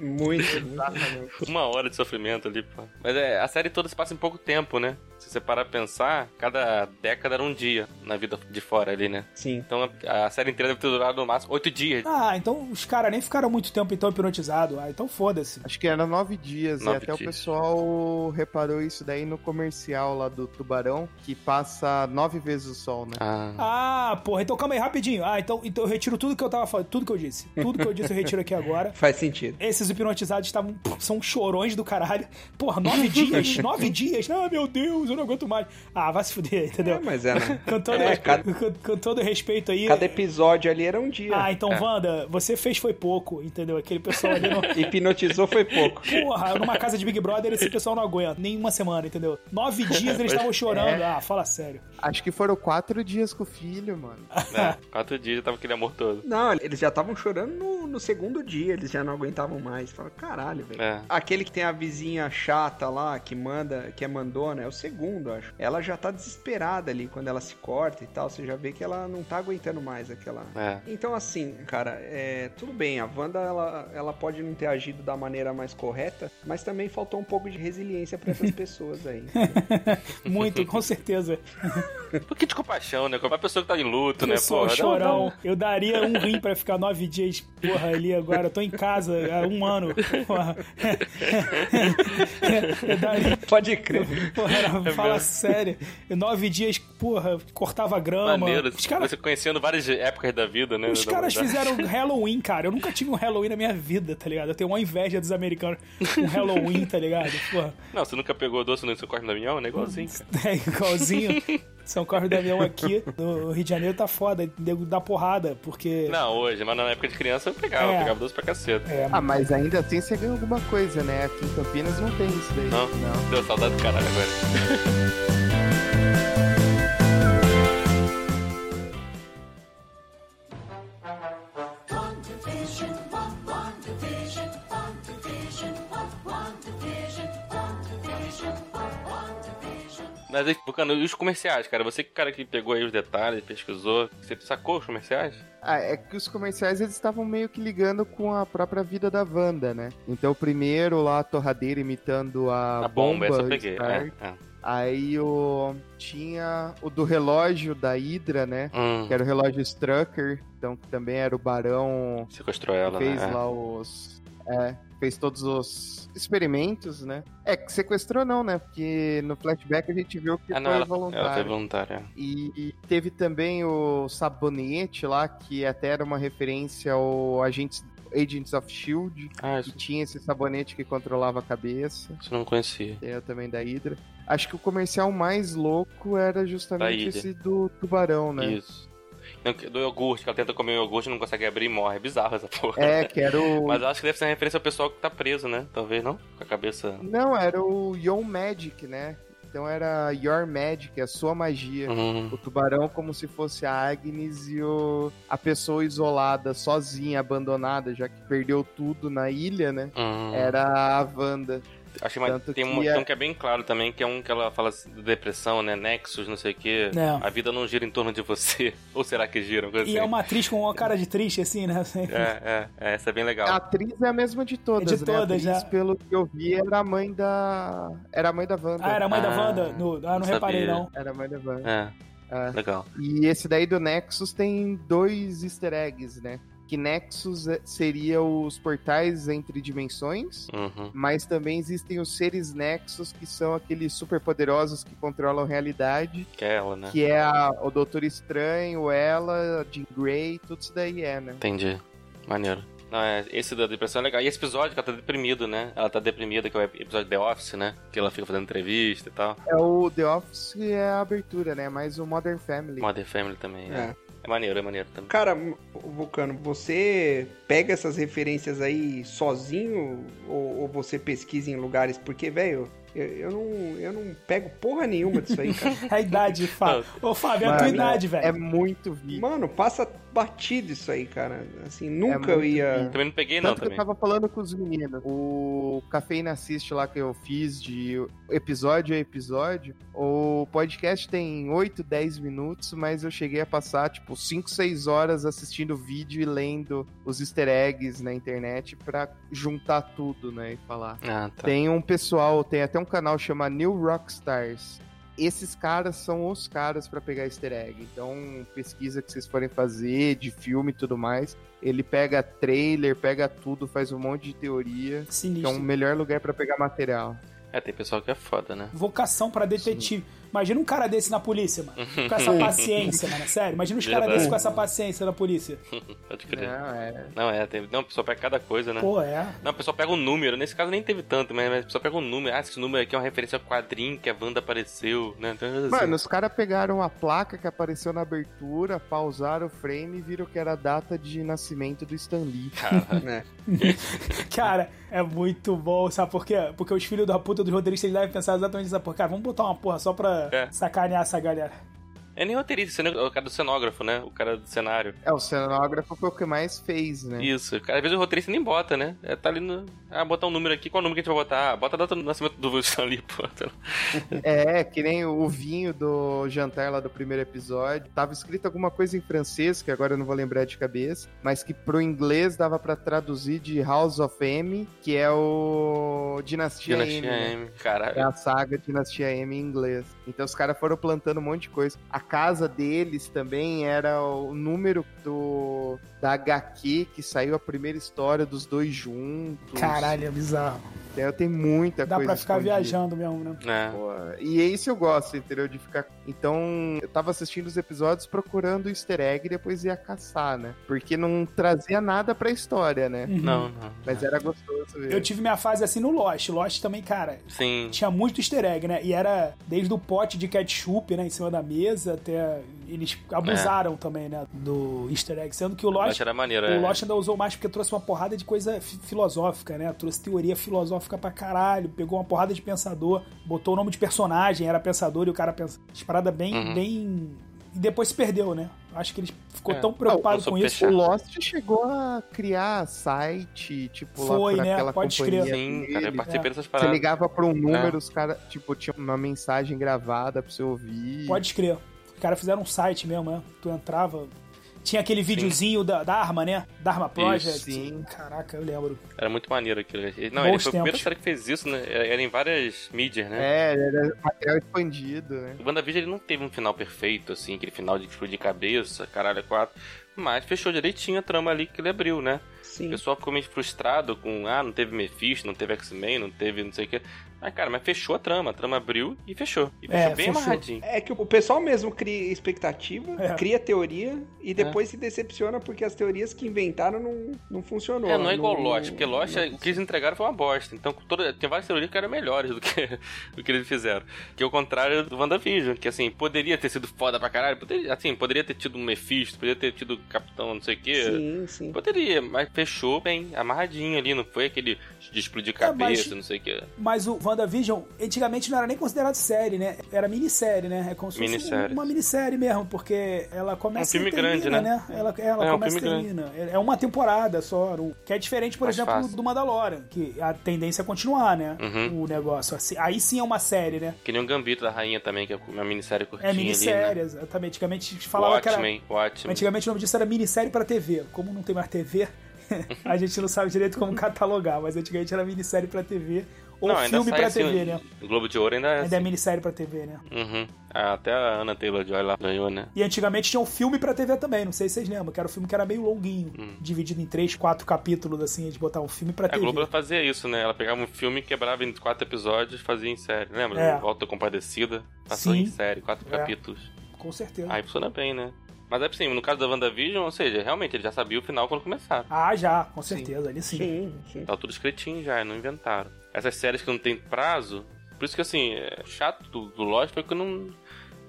Speaker 2: Muito, muito.
Speaker 1: Uma hora de sofrimento ali, pô. Mas é, a série toda se passa em pouco tempo, né? Se você parar pra pensar, cada década era um dia na vida de fora ali, né?
Speaker 2: Sim.
Speaker 1: Então a, a série inteira deve ter durado no máximo oito dias.
Speaker 3: Ah, então os caras nem ficaram muito tempo então hipnotizados. Ah, então foda-se.
Speaker 4: Acho que era nove dias,
Speaker 1: Nove
Speaker 4: e até o
Speaker 1: dias.
Speaker 4: pessoal reparou isso daí no comercial lá do Tubarão, que passa nove vezes o sol, né?
Speaker 1: Ah,
Speaker 3: Ah, porra, então calma aí rapidinho. Ah, então, então eu retiro tudo que eu tava falando, tudo que eu disse. Tudo que eu disse eu retiro aqui agora.
Speaker 2: Faz sentido.
Speaker 3: Esses hipnotizados estavam. São chorões do caralho. Porra, nove dias, nove dias. Ah, meu Deus, eu não aguento mais. Ah, vai se fuder, entendeu?
Speaker 2: É, mas é, né?
Speaker 3: [laughs] Com todo,
Speaker 2: É, cada-
Speaker 3: com- com todo respeito aí.
Speaker 2: Cada episódio ali era um dia.
Speaker 3: Ah, então, Wanda, você fez foi pouco, entendeu? Aquele pessoal ali no.
Speaker 2: Hipnotizou foi pouco.
Speaker 3: Porra, numa casa de Big Brother, esse pessoal não aguenta. Nem uma semana, entendeu? Nove dias eles estavam chorando. Ah, fala sério.
Speaker 4: Acho que foram quatro dias com o filho, mano.
Speaker 3: [laughs]
Speaker 1: né? Quatro dias já tava aquele amor todo.
Speaker 2: Não, eles já estavam chorando no, no segundo dia, eles já não aguentavam mais. Fala, caralho, velho.
Speaker 1: É.
Speaker 2: Aquele que tem a vizinha chata lá, que manda, que é mandona, é o segundo, acho. Ela já tá desesperada ali quando ela se corta e tal. Você já vê que ela não tá aguentando mais aquela.
Speaker 1: É.
Speaker 2: Então, assim, cara, é, tudo bem, a Wanda ela, ela pode não ter agido da maneira mais correta, mas também faltou um pouco de resiliência
Speaker 1: [laughs]
Speaker 2: pra essas pessoas aí.
Speaker 3: [laughs] Muito, com certeza.
Speaker 1: Um pouquinho de compaixão, né? Com a pessoa que tá em luto, né?
Speaker 3: Eu sou
Speaker 1: Porra, dá-
Speaker 3: chorão. Eu daria um rim pra ficar nove dias, porra, ali agora. Eu tô em casa há um ano. Porra. [laughs] Eu daria.
Speaker 2: pode crer.
Speaker 3: Porra, era- fala
Speaker 1: É mesmo.
Speaker 3: sério. Nove dias, porra, cortava grama.
Speaker 1: Maneiro,
Speaker 3: Os caras
Speaker 1: você conhecendo várias épocas da vida, né?
Speaker 3: Os
Speaker 1: da
Speaker 3: caras
Speaker 1: humanidade.
Speaker 3: fizeram Halloween, cara. Eu nunca tive um Halloween na minha vida, tá ligado? Eu tenho uma inveja dos americanos com Halloween, tá ligado? Porra,
Speaker 1: Não, você nunca pegou doce no seu corte da minhão? É igualzinho, cara.
Speaker 3: [laughs] é igualzinho. São Carlos e Damião aqui no Rio de Janeiro tá foda, nego dá porrada, porque.
Speaker 1: Não, hoje, mas na época de criança eu pegava,
Speaker 3: É.
Speaker 1: eu pegava doce pra caceta.
Speaker 3: É,
Speaker 4: Ah, mas ainda assim você ganha alguma coisa, né? Aqui em Campinas não tem isso daí.
Speaker 1: Não?
Speaker 4: não.
Speaker 1: Deu saudade do caralho agora. Mas, aí, Bucano, e os comerciais, cara? Você que é cara que pegou aí os detalhes, pesquisou, você sacou os comerciais?
Speaker 4: Ah, é que os comerciais eles estavam meio que ligando com a própria vida da Wanda, né? Então, primeiro lá a torradeira imitando a,
Speaker 1: A bomba, essa eu peguei.
Speaker 4: Stark.
Speaker 1: É, é.
Speaker 4: Aí o tinha o do relógio da Hydra, né?
Speaker 1: Hum,
Speaker 4: Que era o relógio Strucker, então que também era o barão
Speaker 1: sequestrou
Speaker 4: que
Speaker 1: ela,
Speaker 4: fez
Speaker 1: né?
Speaker 4: lá os é, fez todos os experimentos, né? É que sequestrou não, né? Porque no flashback a gente viu que
Speaker 1: É. Ah,
Speaker 4: foi
Speaker 1: não, ela, ela foi
Speaker 4: voluntário.
Speaker 1: voluntária.
Speaker 4: E, e teve também o sabonete lá, que até era uma referência ao Agents, Agents of Shield,
Speaker 1: Ah,
Speaker 4: que
Speaker 1: isso,
Speaker 4: tinha esse sabonete que controlava a cabeça.
Speaker 1: isso eu não conhecia.
Speaker 4: Tem o também da Hydra. Acho que o comercial mais louco era
Speaker 1: Da
Speaker 4: justamente
Speaker 1: Hydra.
Speaker 4: esse do tubarão, né?
Speaker 1: Isso. Não, que- Do iogurte, que ela tenta comer o iogurte e não consegue abrir e morre. É bizarro essa porra.
Speaker 4: É, que era o.
Speaker 1: [laughs] Mas eu acho que deve ser uma referência ao pessoal que tá preso, né? Talvez não? Com a cabeça.
Speaker 4: Não, era o Your Magic, né? Então era Your Magic, a sua magia.
Speaker 1: Hum,
Speaker 4: O tubarão como se fosse a Agnes e o... a pessoa isolada, sozinha, abandonada, já que perdeu tudo na ilha, né?
Speaker 1: hum.
Speaker 4: Era a Wanda.
Speaker 1: Acho mais,
Speaker 4: tanto
Speaker 1: tem
Speaker 4: que
Speaker 1: um,
Speaker 4: é-
Speaker 1: tem um que é bem claro também, que é um que ela fala assim, de depressão, né? Nexus, não sei o quê.
Speaker 3: É.
Speaker 1: A vida não gira em torno de você. [laughs] Ou será que gira? Uma coisa
Speaker 3: E é
Speaker 1: assim.
Speaker 3: uma atriz com uma cara de triste, assim, né?
Speaker 1: É, é, é, essa é bem legal.
Speaker 4: A atriz é a mesma de todas,
Speaker 3: É de
Speaker 4: né? A
Speaker 3: todas,
Speaker 4: atriz,
Speaker 3: né?
Speaker 4: pelo que eu vi, era a mãe da... Era a mãe da Wanda.
Speaker 3: Ah, era a mãe da
Speaker 1: Ah,
Speaker 3: Wanda? No, ah, não
Speaker 1: não
Speaker 3: reparei,
Speaker 1: sabia.
Speaker 3: não.
Speaker 4: Era a mãe da Wanda.
Speaker 1: É,
Speaker 4: É.
Speaker 1: legal.
Speaker 4: E esse daí do Nexus tem dois easter eggs, né? Que Nexus é- seria os portais entre dimensões,
Speaker 1: Uhum.
Speaker 4: mas também existem os seres Nexus, que são aqueles superpoderosos que controlam a realidade,
Speaker 1: Que é ela, né?
Speaker 4: que é a- o Doutor Estranho, ela, a Jean Grey, tudo isso daí é, né?
Speaker 1: Entendi. Maneiro. Não, é, esse da depressão é legal. E esse episódio que ela tá deprimida, né? Ela tá deprimida, que é o episódio The Office, né? Que ela fica fazendo entrevista e tal.
Speaker 4: É o The Office é a abertura, né? Mais o Modern Family.
Speaker 1: Mother Family também. É.
Speaker 2: É.
Speaker 1: é maneiro, é maneiro também.
Speaker 2: Cara, Vulcano, você pega essas referências aí sozinho ou, ou você pesquisa em lugares? Porque, velho, eu, eu não, eu não pego porra nenhuma disso
Speaker 3: [laughs]
Speaker 2: aí, cara.
Speaker 3: É a idade, Fábio. Ô, Fábio, é a tua
Speaker 4: Mano,
Speaker 3: idade, velho.
Speaker 4: É muito vídeo.
Speaker 2: Mano, passa batido isso aí, cara. Assim,
Speaker 1: É
Speaker 2: nunca eu
Speaker 4: muito
Speaker 2: ia.
Speaker 4: bem.
Speaker 1: Também não peguei, não,
Speaker 4: Tanto que eu
Speaker 1: também.
Speaker 4: tava falando com os meninos. O Cafeína Assiste lá que eu fiz de episódio a episódio. O podcast tem 8, 10 minutos, mas eu cheguei a passar, tipo, 5, 6 horas assistindo vídeo e lendo os easter eggs na internet pra juntar tudo, né? E falar.
Speaker 1: Ah, tá.
Speaker 4: Tem um pessoal, tem até um canal chama New Rockstars. Esses caras são os caras pra pegar easter egg. Então, pesquisa que vocês forem fazer de filme e tudo mais, ele pega trailer, pega tudo, faz um monte de teoria. Que é
Speaker 3: Sinistro.
Speaker 4: o melhor lugar pra pegar material.
Speaker 1: É, tem pessoal que é foda, né?
Speaker 3: Vocação pra detetive. Imagina um cara desse na polícia,
Speaker 1: [laughs]
Speaker 3: mano. Com essa paciência, mano. Sério, imagina os caras
Speaker 1: Verdade.
Speaker 3: desses com essa paciência na polícia.
Speaker 1: Pode
Speaker 4: Não,
Speaker 1: crer.
Speaker 4: é.
Speaker 1: Não, é, tem. Não, o pessoal pega cada coisa, né?
Speaker 3: Pô, é.
Speaker 1: Não, o pessoal pega um número, nesse caso nem teve tanto, mas, mas o pessoal pega um número. Ah, esse número aqui é uma referência ao quadrinho que a Wanda apareceu, né? Então, assim,
Speaker 4: Mano, os caras pegaram a placa que apareceu na abertura, pausaram o frame e viram que era a data de nascimento do Stan Lee.
Speaker 1: cara.
Speaker 2: Né?
Speaker 3: Cara, é muito bom, sabe por quê? Porque os filhos da puta dos roteiristas eles devem pensar exatamente nessa porra. Cara, vamos botar uma porra só pra
Speaker 1: É.
Speaker 3: sacanear essa galera.
Speaker 1: É nem roteirista, cena- o cara do cenógrafo, né? O cara do cenário.
Speaker 4: É, o cenógrafo foi o que mais fez, né?
Speaker 1: Isso, cara, às vezes o roteirista nem bota, né? É, tá ali no. Ah, botar um número aqui, qual número que a gente vai botar? Ah, bota a data do nascimento do Wilson ali, [laughs] pô. tá
Speaker 4: É, que nem o vinho do jantar lá do primeiro episódio. Tava escrito alguma coisa em francês, que agora eu não vou lembrar de cabeça, mas que pro inglês dava pra traduzir de House of M, que é o Dinastia, M.
Speaker 1: Dinastia
Speaker 4: né?
Speaker 1: M,
Speaker 4: É
Speaker 1: caralho.
Speaker 4: a saga Dinastia M em inglês. Então os caras foram plantando um monte de coisa. A casa deles também era o número do da HQ que saiu a primeira história dos dois juntos.
Speaker 3: Caralho, é bizarro.
Speaker 4: Então tem muita
Speaker 3: Dá
Speaker 4: coisa.
Speaker 3: pra ficar
Speaker 4: escondida.
Speaker 3: viajando mesmo, né?
Speaker 1: É.
Speaker 4: Pô, E é isso que eu gosto, entendeu? De ficar. Então, eu tava assistindo os episódios procurando o easter egg e depois ia caçar, né? Porque não trazia nada pra história, né?
Speaker 3: Uhum.
Speaker 1: Não, não.
Speaker 4: Mas era gostoso ver.
Speaker 3: Eu tive minha fase assim no Lost. Lost também, cara,
Speaker 1: Sim.
Speaker 3: tinha muito easter egg, né? E era desde o pote de ketchup, né, em cima da mesa, até. Eles
Speaker 1: É.
Speaker 3: abusaram também, né, do easter egg. Sendo que o Lost.
Speaker 1: Mas era maneiro, é.
Speaker 3: O Lost ainda usou mais porque trouxe uma porrada de coisa fi- filosófica, né? Trouxe teoria filosófica pra caralho, pegou uma porrada de pensador, botou o nome de personagem, era pensador e o cara pensa. As paradas bem,
Speaker 1: Uhum.
Speaker 3: bem. E depois se perdeu, né? Acho que ele ficou
Speaker 1: É.
Speaker 3: tão preocupado
Speaker 1: Não,
Speaker 3: com
Speaker 1: não soube
Speaker 3: isso.
Speaker 1: deixar.
Speaker 4: O Lost chegou a criar site, tipo,
Speaker 3: Foi,
Speaker 4: lá por
Speaker 3: né?
Speaker 4: aquela
Speaker 3: Pode
Speaker 4: companhia.
Speaker 3: crer.
Speaker 1: Sim, cara, eu
Speaker 4: dele.
Speaker 1: participei
Speaker 3: né?
Speaker 1: dessas
Speaker 4: Você
Speaker 1: paradas.
Speaker 4: ligava pra um número, os caras, tipo, tinha uma mensagem gravada pra você ouvir.
Speaker 3: Pode escrever. Os caras fizeram um site mesmo, né? Tu entrava. Tinha aquele videozinho da, da arma, né? Da Arma Project.
Speaker 4: sim.
Speaker 3: Caraca, eu lembro.
Speaker 1: Era muito maneiro aquilo. Ele- Não,
Speaker 3: Bons
Speaker 1: ele foi
Speaker 3: tempos.
Speaker 1: a primeira série que fez isso, né? Era era em várias mídias, né?
Speaker 4: É, era material expandido, né?
Speaker 1: O WandaVision ele não teve um final perfeito, assim, aquele final de tipo de cabeça, caralho, é quatro. Mas fechou direitinho a trama ali que ele abriu, né? O
Speaker 2: Sim.
Speaker 1: pessoal ficou meio frustrado com, ah, não teve Mephisto, não teve X-Men, não teve não sei o que. Ah, cara, mas fechou a trama, a trama abriu e fechou. E fechou
Speaker 3: É,
Speaker 1: bem
Speaker 3: fechou.
Speaker 1: amarradinho.
Speaker 2: É que o pessoal mesmo cria expectativa,
Speaker 3: É.
Speaker 2: cria teoria
Speaker 1: É.
Speaker 2: e depois se decepciona porque as teorias que inventaram não, não funcionou.
Speaker 1: É, não é igual Lost,
Speaker 2: Lost,
Speaker 1: porque Lost, é- o que eles entregaram foi uma bosta. Então, com toda, tem várias teorias que eram melhores do que, [laughs] do que eles fizeram. Que é o contrário do WandaVision, que assim, poderia ter sido foda pra caralho, poderia, assim, poderia ter tido um Mephisto, poderia ter tido Capitão não sei o que.
Speaker 2: Sim, sim.
Speaker 1: Poderia, mas fechou bem, amarradinho ali, não foi aquele de explodir
Speaker 3: É, mas-
Speaker 1: cabeça, não sei o que.
Speaker 3: Mas o WandaVision, antigamente não era nem considerado série, né? Era minissérie, né? É como se fosse
Speaker 1: Minissérie.
Speaker 3: uma minissérie mesmo, porque ela começa
Speaker 1: filme
Speaker 3: e termina,
Speaker 1: grande, né?
Speaker 3: Ela, ela
Speaker 1: É, um
Speaker 3: começa e
Speaker 1: filme
Speaker 3: termina. É uma temporada só, não- que é diferente, por
Speaker 1: Mais
Speaker 3: exemplo,
Speaker 1: fácil.
Speaker 3: do Mandalorian, que a tendência é continuar, né?
Speaker 1: Uhum.
Speaker 3: O negócio. Assim, Aí sim é uma série, né?
Speaker 1: Que nem o Gambito da Rainha também, que é uma minissérie curtinha
Speaker 3: É minissérie,
Speaker 1: ali, né?
Speaker 3: exatamente. Antigamente a gente falava que era...
Speaker 1: Watchmen, Watchmen.
Speaker 3: Antigamente o nome disso era minissérie pra TV. Como não tem mais TV, [laughs] a gente não sabe direito como catalogar, mas antigamente era minissérie pra TV ou
Speaker 1: Não, ainda
Speaker 3: um filme
Speaker 1: sai
Speaker 3: pra
Speaker 1: assim,
Speaker 3: TV, né?
Speaker 1: O Globo de Ouro ainda é
Speaker 3: Ainda é
Speaker 1: assim.
Speaker 3: minissérie pra TV, né?
Speaker 1: Uhum. Ah, Até a Ana Taylor-Joy lá ganhou, né?
Speaker 3: E antigamente tinha um filme pra TV também, não sei se vocês lembram, que era um filme que era meio longuinho,
Speaker 1: Hum.
Speaker 3: dividido em três, quatro capítulos, assim, de botar um filme pra
Speaker 1: A
Speaker 3: TV.
Speaker 1: É Globo fazia isso, né? Ela pegava um filme, quebrava em quatro episódios e fazia em série. Lembra?
Speaker 3: É.
Speaker 1: Volta Compadecida, passou
Speaker 3: Sim.
Speaker 1: em série, quatro
Speaker 3: É.
Speaker 1: capítulos.
Speaker 3: Com certeza.
Speaker 1: Aí funciona bem, né? Mas é assim, no caso da WandaVision, ou seja, realmente, ele já sabia o final quando começaram.
Speaker 3: Ah, já, com certeza, ali sim.
Speaker 2: Sim, sim.
Speaker 1: Tá tudo escritinho já, não inventaram. Essas séries que não tem prazo, por isso que assim, é, o chato do, do Lost foi que não.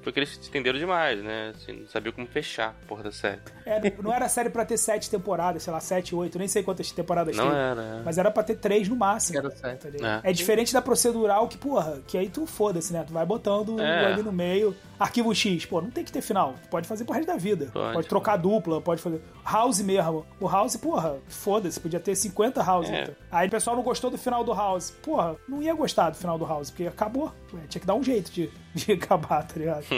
Speaker 1: Foi que eles se estenderam demais, né? Assim, não sabia como fechar a porra da série.
Speaker 3: É, não era série pra ter sete temporadas, sei lá, sete, oito, nem sei quantas temporadas
Speaker 1: Não
Speaker 3: tem.
Speaker 1: era. é.
Speaker 3: Mas era pra ter três no máximo.
Speaker 4: Era certo.
Speaker 3: tá ligado?
Speaker 1: É.
Speaker 3: É. diferente da procedural que, porra, que aí tu foda-se, né? Tu vai botando
Speaker 1: É.
Speaker 3: ali no meio. Arquivo X, pô, não tem que ter final. Tu pode fazer pro resto da vida.
Speaker 1: Pode.
Speaker 3: trocar dupla, pode fazer. House mesmo. O House, porra, foda-se, podia ter 50 House.
Speaker 1: É.
Speaker 3: então. Aí o pessoal não gostou do final do House. Porra, não ia gostar do final do House, porque acabou. Ué, tinha que dar um jeito de, [laughs] de acabar, tá
Speaker 1: [laughs]
Speaker 3: ligado?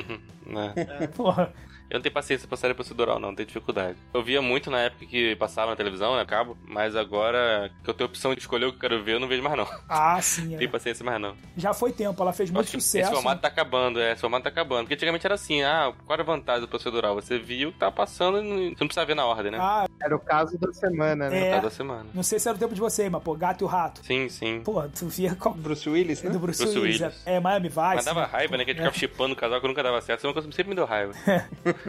Speaker 1: Né?
Speaker 3: Porra.
Speaker 1: Eu não tenho paciência pra série procedural, não, tenho dificuldade. Eu via muito na época que passava na televisão, né? Cabo, mas agora que eu tenho a opção de escolher o que eu quero ver, eu não vejo mais, não.
Speaker 3: Ah, sim.
Speaker 1: Não
Speaker 3: é.
Speaker 1: tenho paciência mais, não.
Speaker 3: Já foi tempo, ela fez
Speaker 1: Eu
Speaker 3: muito
Speaker 1: acho que
Speaker 3: sucesso. né?
Speaker 1: esse formato tá acabando, é, esse formato tá acabando. Porque antigamente era assim, ah, qual era a vantagem do procedural? Você viu o que tava passando e não- você não precisa ver na ordem, né?
Speaker 3: Ah,
Speaker 4: Era o caso da semana, né?
Speaker 3: É.
Speaker 1: Cada semana.
Speaker 3: não sei se era o tempo de você, mas, pô, gato e o rato.
Speaker 1: Sim, sim.
Speaker 3: Porra, tu via qual,
Speaker 2: Bruce Willis, né?
Speaker 3: Do Bruce,
Speaker 1: Bruce
Speaker 3: Willis.
Speaker 1: Willis.
Speaker 3: É, é Miami Vice.
Speaker 1: Mas dava
Speaker 3: né?
Speaker 1: raiva, né? Que a gente ficava chipando o casal que nunca dava certo. Isso é uma coisa que sempre me deu
Speaker 3: [laughs]
Speaker 1: raiva.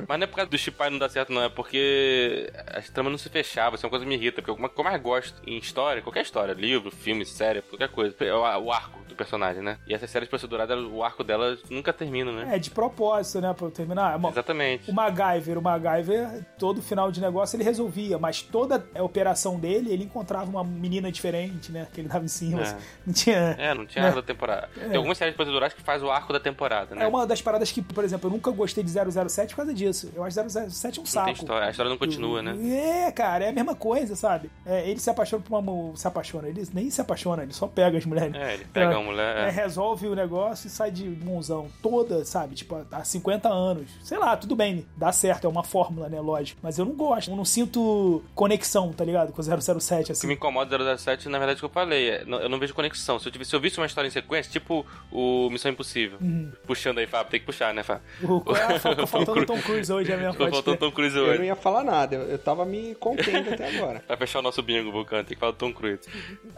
Speaker 1: Mas não é por causa do chipar e não dar certo, não. É porque as tramas não se fechavam. Isso é uma coisa que me irrita. Porque o que eu mais gosto em história, qualquer história, livro, filme, série, qualquer coisa, é o o arco do personagem, né? E essas séries proceduradas, o arco delas nunca termina, né?
Speaker 3: É, de propósito, né? Pra eu terminar. É uma-
Speaker 1: Exatamente.
Speaker 3: O MacGyver, o MacGyver, todo final de negócio ele resolvia, mas toda a operação dele, ele encontrava uma menina diferente, né? Que ele dava em cima.
Speaker 1: É.
Speaker 3: assim. Não tinha.
Speaker 1: É, não tinha
Speaker 3: É.
Speaker 1: nada da temporada. Tem algumas séries procedurais que faz o arco da temporada, né?
Speaker 3: É uma das paradas que, por exemplo, eu nunca gostei de 007 por causa disso. Eu acho 007 um
Speaker 1: Não
Speaker 3: saco.
Speaker 1: tem história. A história não continua, né?
Speaker 3: É, cara, é a mesma coisa, sabe? É, ele se apaixona por uma. mu- Se apaixona, ele nem se apaixona, ele só pega as mulheres.
Speaker 1: É, ele pega uma mulher.
Speaker 3: É, resolve o negócio e sai de bonzão toda, sabe? Tipo, há 50 anos. Sei lá, tudo bem, dá certo, é uma fórmula, né? Lógico. Mas eu não gosto, eu não sinto conexão, tá ligado? Com 007,
Speaker 1: O que
Speaker 3: assim.
Speaker 1: me incomoda do 007, na verdade, é o que eu falei, é, não- eu não vejo conexão. Se eu, tivesse, se eu visse uma história em sequência, tipo o Missão Impossível.
Speaker 3: Uhum.
Speaker 1: Puxando aí, Fábio, tem que puxar, né, Fábio?
Speaker 3: O, ah, ficou faltando
Speaker 1: Cru-
Speaker 3: o Tom Cruise hoje, é mesmo?
Speaker 1: Ficou
Speaker 3: pode
Speaker 1: faltando
Speaker 3: crer.
Speaker 1: Tom Cruise
Speaker 2: Eu não
Speaker 1: hoje.
Speaker 2: ia falar nada, eu, eu tava me contendo até agora. [laughs]
Speaker 1: Pra fechar o nosso bingo, Vulcan, tem que falar do Tom Cruise. [laughs]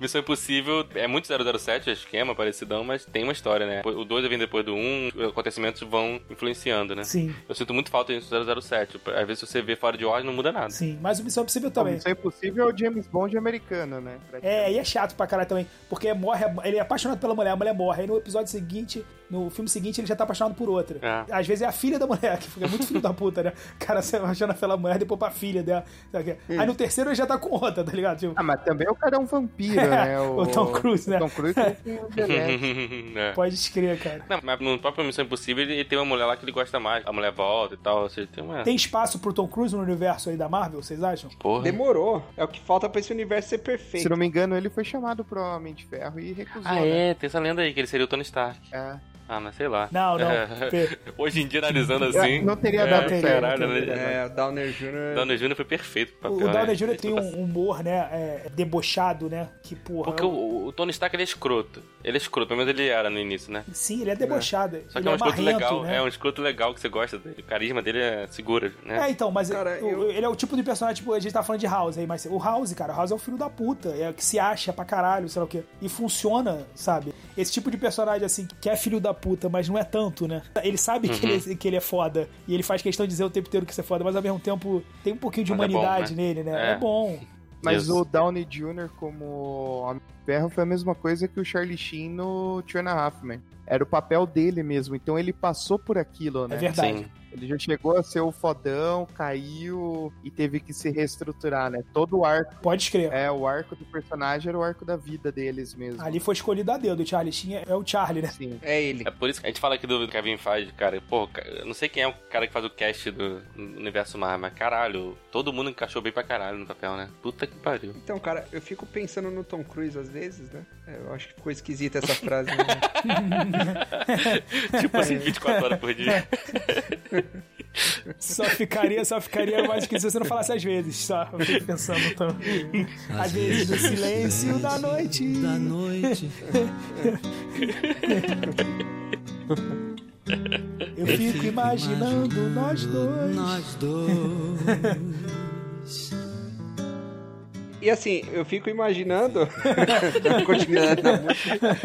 Speaker 1: Missão Impossível é muito 007, é esquema, parecidão, mas tem uma história, né? O 2 vem depois do 1, um, os acontecimentos vão influenciando, né?
Speaker 3: Sim,
Speaker 1: Eu sinto muito falta disso do 007. Às vezes, se você vê fora de ordem, não muda nada. [laughs]
Speaker 3: sim. Mas o Missão Impossível
Speaker 4: Então,
Speaker 3: também.
Speaker 4: isso é impossível é o James Bond americano, né?
Speaker 3: É, e é chato pra caralho também. Porque morre, ele é apaixonado pela mulher, a mulher morre. Aí no episódio seguinte, no filme seguinte, ele já tá apaixonado por outra.
Speaker 1: É.
Speaker 3: Às vezes é a filha da mulher, que fica muito filho da puta, né? O cara se apaixona pela mulher, depois pra filha dela. sabe o quê? Aí no terceiro ele já tá com outra, tá ligado? Tipo,
Speaker 4: Ah, mas também o cara é um vampiro, né?
Speaker 3: O Tom Cruise, né?
Speaker 4: Tom cruz tem
Speaker 3: [laughs]
Speaker 4: um o Demetrio.
Speaker 1: É.
Speaker 3: Pode escrever, cara.
Speaker 1: Não, mas no próprio Missão Impossível ele, ele tem uma mulher lá que ele gosta mais. A mulher volta e tal. Ou seja, tem uma.
Speaker 3: Tem espaço pro Tom Cruise no universo aí da Marvel, vocês acham?
Speaker 1: Porra.
Speaker 2: Demorou. É o que falta pra esse universo ser perfeito.
Speaker 4: Se não me engano, ele foi chamado pro Homem de Ferro e recusou,
Speaker 1: Ah,
Speaker 4: né?
Speaker 1: é, tem essa lenda aí que ele seria o Tony Stark.
Speaker 4: É.
Speaker 1: Ah, mas sei lá.
Speaker 3: Não, não.
Speaker 1: É.
Speaker 3: Pe-
Speaker 1: Hoje em dia,
Speaker 3: [laughs]
Speaker 1: analisando assim.
Speaker 4: Não teria dado certo,
Speaker 1: Caralho,
Speaker 4: não teria.
Speaker 1: né?
Speaker 2: É, o Downer Jr.
Speaker 1: Downey Jr. foi perfeito pro
Speaker 3: O
Speaker 1: papel.
Speaker 3: Downey
Speaker 1: né?
Speaker 3: Jr. tem um humor, né? é, debochado, né? Que porra.
Speaker 1: Porque
Speaker 3: é um-
Speaker 1: o, o Tony Stark ele é escroto. Ele é escroto, pelo menos ele era no início, né?
Speaker 3: Sim, ele é debochado.
Speaker 1: Só que
Speaker 3: ele
Speaker 1: é um
Speaker 3: é
Speaker 1: escroto
Speaker 3: marrento,
Speaker 1: legal.
Speaker 3: né?
Speaker 1: É um escroto legal que você gosta dele. O carisma dele é segura, né?
Speaker 3: É, então, mas
Speaker 2: Cara,
Speaker 3: o-
Speaker 2: eu-
Speaker 3: ele é o tipo de personagem, tipo, a gente tá falando de House aí, mas o House, cara, o House é o filho da puta, é o que se acha pra caralho, sei lá o quê. E funciona, sabe? Esse tipo de personagem, assim, que é filho da puta, mas não é tanto, né? Ele sabe que,
Speaker 1: Uhum.
Speaker 3: ele, que ele é foda, e ele faz questão de dizer o tempo inteiro que você é foda, mas ao mesmo tempo tem um pouquinho de
Speaker 1: Mas é bom,
Speaker 3: humanidade
Speaker 1: né?
Speaker 3: nele, né? É,
Speaker 1: É.
Speaker 3: bom.
Speaker 4: Mas
Speaker 1: Isso.
Speaker 4: o Downey Jr. como Homem de Ferro foi a mesma coisa que o Charlie Sheen no Two and a Half Men. Era o papel dele mesmo, então ele passou por aquilo,
Speaker 3: É
Speaker 4: né?
Speaker 3: verdade.
Speaker 1: Sim.
Speaker 4: Ele já chegou a ser o fodão, caiu e teve que se reestruturar, né? Todo o arco,
Speaker 3: Pode escrever.
Speaker 4: é, o arco do personagem era o arco da vida deles mesmo. assim.
Speaker 3: Ali foi escolhido a dedo, o Charlie Sheen é o Charlie, né?
Speaker 4: Sim.
Speaker 2: É ele.
Speaker 1: É por isso que a gente fala aqui do Kevin Feige, cara. Pô, ca- eu não sei quem é o cara que faz o cast do Universo Marvel, mas caralho, todo mundo encaixou bem pra caralho no papel, né? Puta que pariu.
Speaker 3: [laughs]
Speaker 2: Então, cara, eu fico pensando no Tom Cruise às vezes, né? É, Eu acho que ficou esquisita [laughs] essa frase. né?
Speaker 1: tipo assim, 24 horas por
Speaker 3: É,
Speaker 1: dia.
Speaker 3: Só ficaria, só ficaria mais que se você não falasse às vezes, só. Eu fico pensando também. Às vezes no silêncio da noite.
Speaker 5: Da noite.
Speaker 3: Eu fico imaginando nós dois.
Speaker 5: Nós dois.
Speaker 2: E assim, eu fico imaginando. [laughs] Continuando na música.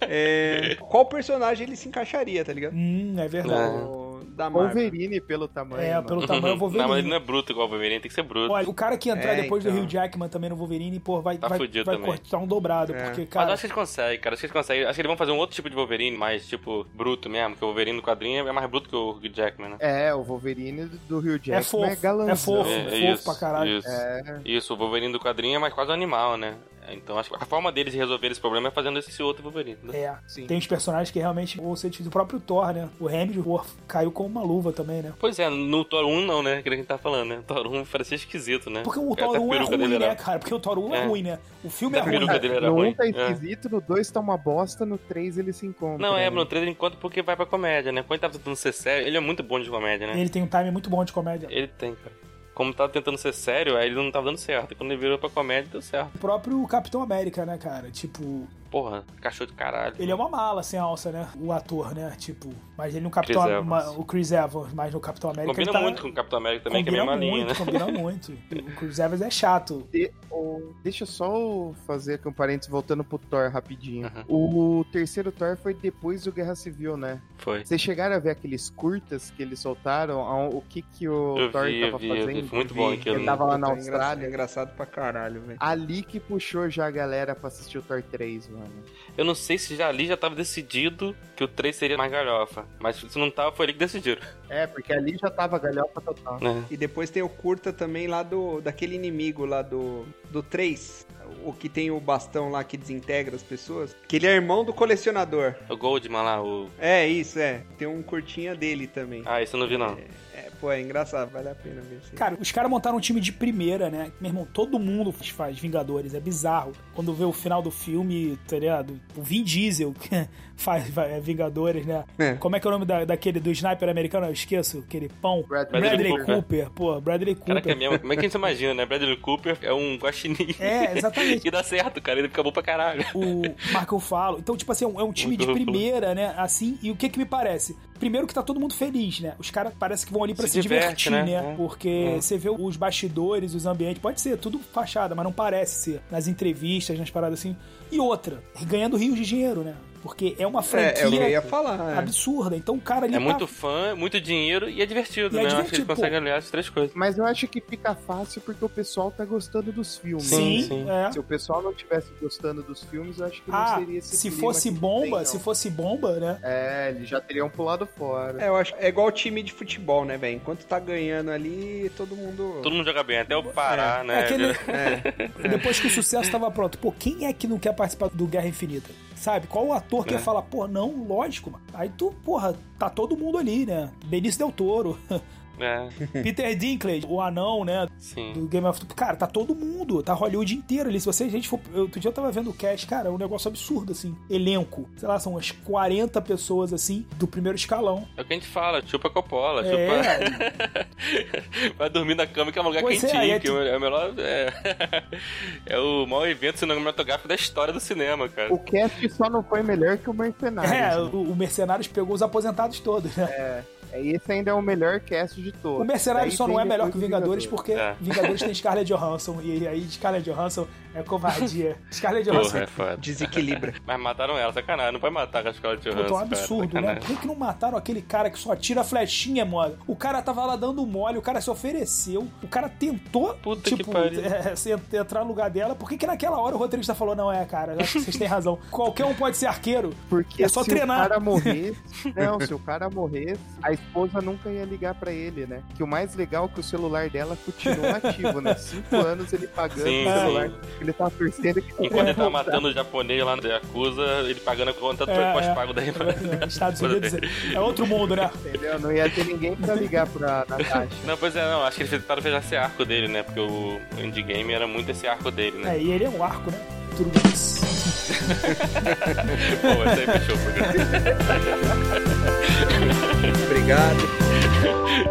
Speaker 2: [laughs] É, qual personagem ele se encaixaria, tá ligado?
Speaker 3: Hum, é verdade.
Speaker 2: O- Da Marvel.
Speaker 4: Wolverine pelo tamanho. né?
Speaker 3: É,
Speaker 4: mano.
Speaker 3: pelo tamanho eu vou ver.
Speaker 1: Não, mas ele não é bruto igual o Wolverine, tem que ser bruto.
Speaker 3: Olha, o cara que entrar
Speaker 2: É,
Speaker 3: depois do
Speaker 2: então.
Speaker 3: Rio Jackman também no Wolverine, pô, vai,
Speaker 1: Tá
Speaker 3: vai,
Speaker 1: fudido
Speaker 3: vai
Speaker 1: também.
Speaker 3: cortar um dobrado,
Speaker 2: É.
Speaker 3: porque,
Speaker 1: Mas eu
Speaker 3: cara.
Speaker 1: acho que eles conseguem, cara. Acho que eles conseguem. Acho que eles vão fazer um outro tipo de Wolverine, mais, tipo, bruto mesmo. Que o Wolverine no quadrinho é mais bruto que o Hugh Jackman, né?
Speaker 4: É, o Wolverine do Rio Jackman
Speaker 3: É fofo,
Speaker 4: é galanzão.
Speaker 3: é fofo. fofo pra caralho. É.
Speaker 1: Isso. Isso, o Wolverine do quadrinho é mais quase um animal, né? Então acho que a forma deles resolver esse problema é fazendo esse outro Wolverine. né?
Speaker 3: É,
Speaker 4: Sim.
Speaker 3: tem uns personagens que realmente vão ser difíceis. O próprio Thor, né? O Hemsworth caiu com uma luva também, né?
Speaker 1: Pois é, no Thor 1 não, né? Que a gente tá falando, né? Thor 1 parecia esquisito, né?
Speaker 3: Porque o
Speaker 1: Até
Speaker 3: Thor
Speaker 1: a
Speaker 3: 1 é
Speaker 1: peruca
Speaker 3: ruim,
Speaker 1: dele
Speaker 3: né,
Speaker 1: era-
Speaker 3: cara? Porque o Thor 1 é,
Speaker 1: É.
Speaker 3: ruim, né? O filme é
Speaker 1: A
Speaker 3: ruim.
Speaker 1: peruca dele era
Speaker 4: no
Speaker 1: ruim.
Speaker 4: um tá
Speaker 1: é.
Speaker 4: esquisito, no dois tá uma bosta, no três eles se encontram.
Speaker 1: Não, é,
Speaker 4: né?
Speaker 1: no 3 ele encontra porque vai pra comédia, né? Quando ele tava tentando ser sério, ele é muito bom de comédia, né?
Speaker 3: Ele tem um time muito bom de comédia.
Speaker 1: Ele tem, cara. Como tava tentando ser sério, aí ele não tava dando certo. Quando ele virou pra comédia, deu certo.
Speaker 3: O próprio Capitão América, né, cara? Tipo,
Speaker 1: Porra, cachorro de caralho.
Speaker 3: ele é uma mala sem alça, né? O ator, né? Tipo, mas ele no Capitão
Speaker 1: Chris
Speaker 3: ma-
Speaker 1: Evans.
Speaker 3: o Chris Evans, mas no Capitão América
Speaker 1: Combina
Speaker 3: ele tá-
Speaker 1: muito com o Capitão América também, que é
Speaker 3: combina
Speaker 1: bem malinho, né?
Speaker 3: muito,
Speaker 1: [laughs]
Speaker 3: combina muito. O Chris Evans é chato.
Speaker 4: De- o- Deixa eu só eu fazer aqui um parênteses voltando pro Thor rapidinho.
Speaker 1: Aham.
Speaker 4: O terceiro Thor foi depois do Guerra Civil, né?
Speaker 1: Foi.
Speaker 4: Vocês chegaram a ver aqueles curtas que eles soltaram? A- O que que o
Speaker 1: Eu
Speaker 4: Thor
Speaker 1: vi, eu
Speaker 4: tava
Speaker 1: vi, eu vi.
Speaker 4: fazendo?
Speaker 1: Foi muito bom aquilo,
Speaker 4: Ele
Speaker 1: né?
Speaker 4: tava lá na
Speaker 2: Puta, é engra- é
Speaker 4: Austrália.
Speaker 2: engraçado pra caralho, velho.
Speaker 4: Ali que puxou já a galera pra assistir o Thor 3, mano.
Speaker 1: Eu não sei se já ali já tava decidido que o 3 seria mais galhofa. Mas se não tava, foi ali que decidiram.
Speaker 4: É, porque ali já tava galhofa total.
Speaker 1: Né?
Speaker 2: E depois tem o curta também lá do daquele inimigo lá do do 3, o que tem o bastão lá que desintegra as pessoas, que ele é irmão do colecionador.
Speaker 1: O Goldman lá, o.
Speaker 2: É isso, é. Tem um curtinha dele também.
Speaker 1: Ah, isso eu não vi, não.
Speaker 2: É, pô, é engraçado, vale a pena ver isso. aí.
Speaker 3: Cara, os caras montaram um time de primeira, né? Meu irmão, todo mundo faz- faz Vingadores, é bizarro. Quando vê o final do filme, tá ligado? O Vin Diesel [laughs] faz vai, é Vingadores, né?
Speaker 2: É.
Speaker 3: Como é que é o nome da- daquele do sniper americano? Eu esqueço, aquele pão.
Speaker 4: Bradley
Speaker 3: Bradley Cooper.
Speaker 1: Cooper.
Speaker 3: pô, Bradley Cooper.
Speaker 1: Caraca, é mesmo. Como é que a gente imagina, né? Bradley Cooper é um guaxinim.
Speaker 3: É, exatamente.
Speaker 1: [laughs] E dá certo, cara. Ele fica bom pra caralho.
Speaker 3: o Marco Falo. Então, tipo assim, é um, é um time de
Speaker 1: Muito bom.
Speaker 3: primeira, né? Assim, e o que que me parece? Primeiro que tá todo mundo feliz, né? Os caras parece que vão ali pra se,
Speaker 1: Se diverte,
Speaker 3: divertir, né?
Speaker 1: né? É.
Speaker 3: Porque
Speaker 1: É.
Speaker 3: você vê os bastidores, os ambientes, pode ser tudo fachada, mas não parece ser. Nas entrevistas, nas paradas assim. E outra, ganhando é rios de dinheiro, né? porque é uma
Speaker 2: É, eu
Speaker 3: franquia
Speaker 2: ia falar. é.
Speaker 3: absurda. Então o cara ali
Speaker 1: É
Speaker 3: tá-
Speaker 1: muito fã, muito dinheiro e é divertido,
Speaker 3: E
Speaker 1: né?
Speaker 3: é
Speaker 1: Eu acho que
Speaker 3: divertido,
Speaker 1: eles
Speaker 3: pô.
Speaker 1: conseguem aliar as três coisas.
Speaker 4: Mas eu acho que fica fácil porque o pessoal tá gostando dos filmes.
Speaker 1: Sim,
Speaker 3: Sim,
Speaker 1: sim.
Speaker 3: é.
Speaker 4: Se o pessoal não tivesse gostando dos filmes, eu acho que não
Speaker 3: Ah,
Speaker 4: seria esse
Speaker 3: se
Speaker 4: clima
Speaker 3: fosse
Speaker 4: que
Speaker 3: bomba,
Speaker 4: tem,
Speaker 3: se
Speaker 4: não.
Speaker 3: fosse bomba, né?
Speaker 4: É, eles já teriam pulado fora.
Speaker 2: É, eu acho, é igual time de futebol, né, velho? Enquanto tá ganhando ali, todo mundo.
Speaker 1: Todo mundo joga bem, até o Pará, né?
Speaker 3: É aquele-
Speaker 2: É,
Speaker 3: [laughs] Depois que o sucesso tava pronto, pô, quem é que não quer participar do Guerra Infinita? Sabe? Qual o ator que
Speaker 1: É.
Speaker 3: ia falar, pô, não, lógico, mano. Aí tu, porra, tá todo mundo ali, né? Benício Del Toro,
Speaker 1: [laughs]
Speaker 3: [laughs]
Speaker 1: É,
Speaker 3: Peter Dinklage, o anão, né?
Speaker 1: sim.
Speaker 3: do Game of Thrones. Cara, tá todo mundo, tá Hollywood inteiro ali. Se você, gente, for. eu- Outro dia eu tava vendo o cast, cara, é um negócio absurdo, assim. Elenco, sei lá, são umas 40 pessoas, assim, do primeiro escalão.
Speaker 1: É o que a gente fala, chupa Coppola,
Speaker 3: É.
Speaker 1: chupa... [laughs] Vai dormir na cama que é um lugar
Speaker 3: Pois é,
Speaker 1: quentinho,
Speaker 3: aí é
Speaker 1: que
Speaker 3: tu-
Speaker 1: é o melhor... É... [laughs] é o maior evento cinematográfico da história do cinema, cara.
Speaker 4: O cast só não foi melhor que o Mercenários.
Speaker 3: É, [laughs]
Speaker 4: né?
Speaker 3: o, o Mercenários pegou os aposentados todos, né?
Speaker 4: É, Esse ainda é o melhor cast de todos.
Speaker 3: O Mercenários
Speaker 4: Daí
Speaker 3: só não
Speaker 4: vem
Speaker 3: é melhor
Speaker 4: depois
Speaker 3: que o
Speaker 4: o
Speaker 3: Vingadores, porque
Speaker 1: É.
Speaker 3: Vingadores tem Scarlett Johansson, e aí Scarlett Johansson
Speaker 1: [laughs]
Speaker 3: é covardia. Scarlett Johansson
Speaker 1: Porra, é foda.
Speaker 2: desequilibra.
Speaker 1: Mas mataram ela, sacanagem. Não pode matar com a escola de
Speaker 3: Puta, é um
Speaker 1: Johansson, cara,
Speaker 3: absurdo, né?
Speaker 1: sacanagem.
Speaker 3: Por que, que não mataram aquele cara que só tira a flechinha, mano? O cara tava lá dando mole, o cara se ofereceu, o cara tentou,
Speaker 1: Puta que
Speaker 3: tipo,
Speaker 1: pariu.
Speaker 3: [laughs] é, se ent- entrar no lugar dela. Por que, que naquela hora o roteirista falou, não, é, cara, eu acho que vocês
Speaker 1: [laughs]
Speaker 3: têm razão. Qualquer um pode ser arqueiro.
Speaker 4: Porque
Speaker 3: É só
Speaker 4: se
Speaker 3: treinar.
Speaker 4: o cara
Speaker 3: [laughs]
Speaker 4: morresse, não, se o cara morresse, a esposa nunca ia ligar pra ele, né? Que o mais legal é que o celular dela continua ativo,
Speaker 3: [laughs]
Speaker 4: né? Cinco anos ele pagando
Speaker 1: Sim,
Speaker 4: o celular.
Speaker 1: sim.
Speaker 4: Ele tá torcendo que
Speaker 1: Enquanto ele tá tava matando o japonês lá no Yakuza, ele pagando a conta
Speaker 3: É,
Speaker 1: é, pós-pago
Speaker 3: é.
Speaker 1: da [laughs]
Speaker 3: Estados Unidos é outro mundo, né?
Speaker 4: Entendeu? Não ia ter ninguém pra ligar pra Natasha.
Speaker 1: Não, pois é, não. Acho que eles tentaram fechar esse arco dele, né? Porque o Indie Game era muito esse arco dele, né?
Speaker 3: É, e ele é um arco, né? Tudo isso. É.
Speaker 1: Pô, essa aí fechou o programa.
Speaker 2: Obrigado.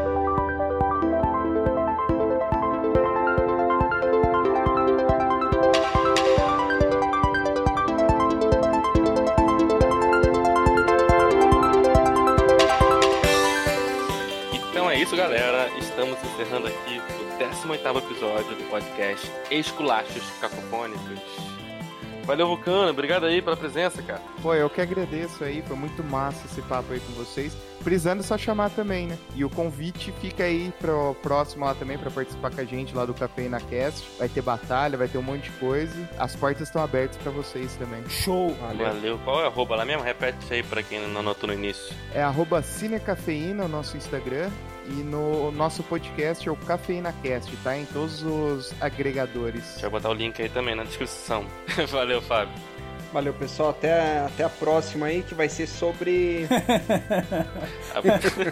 Speaker 1: Então é isso, galera. Estamos encerrando aqui o 18 episódio do podcast Esculachos Cacofônicos. Valeu, Vulcano. Obrigado aí pela presença, cara.
Speaker 4: Pô, eu que agradeço aí, foi muito massa esse papo aí com vocês. Precisando é só chamar também, né? E o convite fica aí pro próximo lá também, pra participar com a gente lá do Cafeína Cast. Vai ter batalha, vai ter um monte de coisa. As portas estão abertas pra vocês também.
Speaker 3: Show. [laughs]
Speaker 1: Valeu. Qual é a arroba lá mesmo? Repete isso aí pra quem não anotou no início.
Speaker 4: É arroba Cinecafeína, o nosso Instagram. E no o nosso podcast é o CafeínaCast, tá? Em todos os agregadores.
Speaker 1: Deixa eu botar o link aí também na descrição. [laughs] Valeu, Fábio.
Speaker 2: Valeu, pessoal. Até, até a próxima aí, que vai
Speaker 3: [laughs]
Speaker 2: ser sobre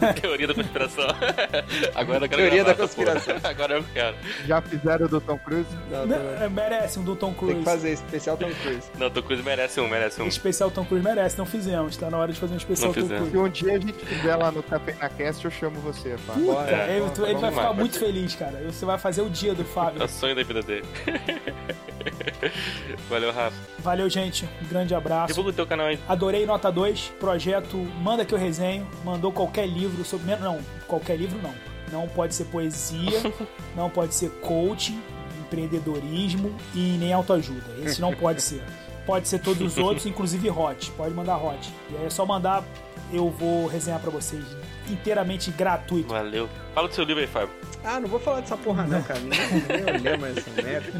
Speaker 1: A [laughs] teoria da conspiração.
Speaker 2: [laughs]
Speaker 1: Agora eu quero
Speaker 2: Teoria
Speaker 1: gravar
Speaker 2: da
Speaker 1: essa porra.
Speaker 2: conspiração.
Speaker 1: [laughs] Agora eu quero.
Speaker 4: Já fizeram do Tom Cruise?
Speaker 2: Não,
Speaker 3: Né?
Speaker 2: não,
Speaker 3: Merece um do Tom
Speaker 2: Tem
Speaker 3: Cruise.
Speaker 2: que fazer especial Tom Cruise.
Speaker 1: Não, Tom Cruise merece um, merece um.
Speaker 3: Especial Tom Cruise merece, não fizemos. Tá na hora de fazer um especial
Speaker 1: Não
Speaker 3: Tom
Speaker 1: fizemos.
Speaker 3: Cruise.
Speaker 4: Se um dia a gente fizer lá no CafeínaCast, eu chamo você, pá.
Speaker 2: Bora.
Speaker 3: Cara, é, ele, ele vai
Speaker 1: vamos
Speaker 3: ficar
Speaker 1: lá,
Speaker 3: muito feliz, cara. Você vai fazer o dia do
Speaker 1: É
Speaker 3: Fábio.
Speaker 1: o sonho da vida dele. [laughs] Valeu, Rafa.
Speaker 3: Valeu, gente. Um grande abraço.
Speaker 1: Divulga o teu canal aí.
Speaker 3: Adorei Nota 2, projeto Manda Que Eu Resenho, mandou qualquer livro sobre... Não, qualquer livro não. Não pode
Speaker 1: [laughs]
Speaker 3: ser poesia, não pode ser coaching, empreendedorismo e nem autoajuda. Esse não pode ser. Pode ser todos os outros, inclusive Hot. Pode mandar Hot. E aí é só mandar, eu vou resenhar pra vocês inteiramente gratuito.
Speaker 1: Valeu. Fala do seu livro aí, Fábio.
Speaker 2: Ah, não vou falar dessa porra não, cara. Nem, nem olhei mais essa merda.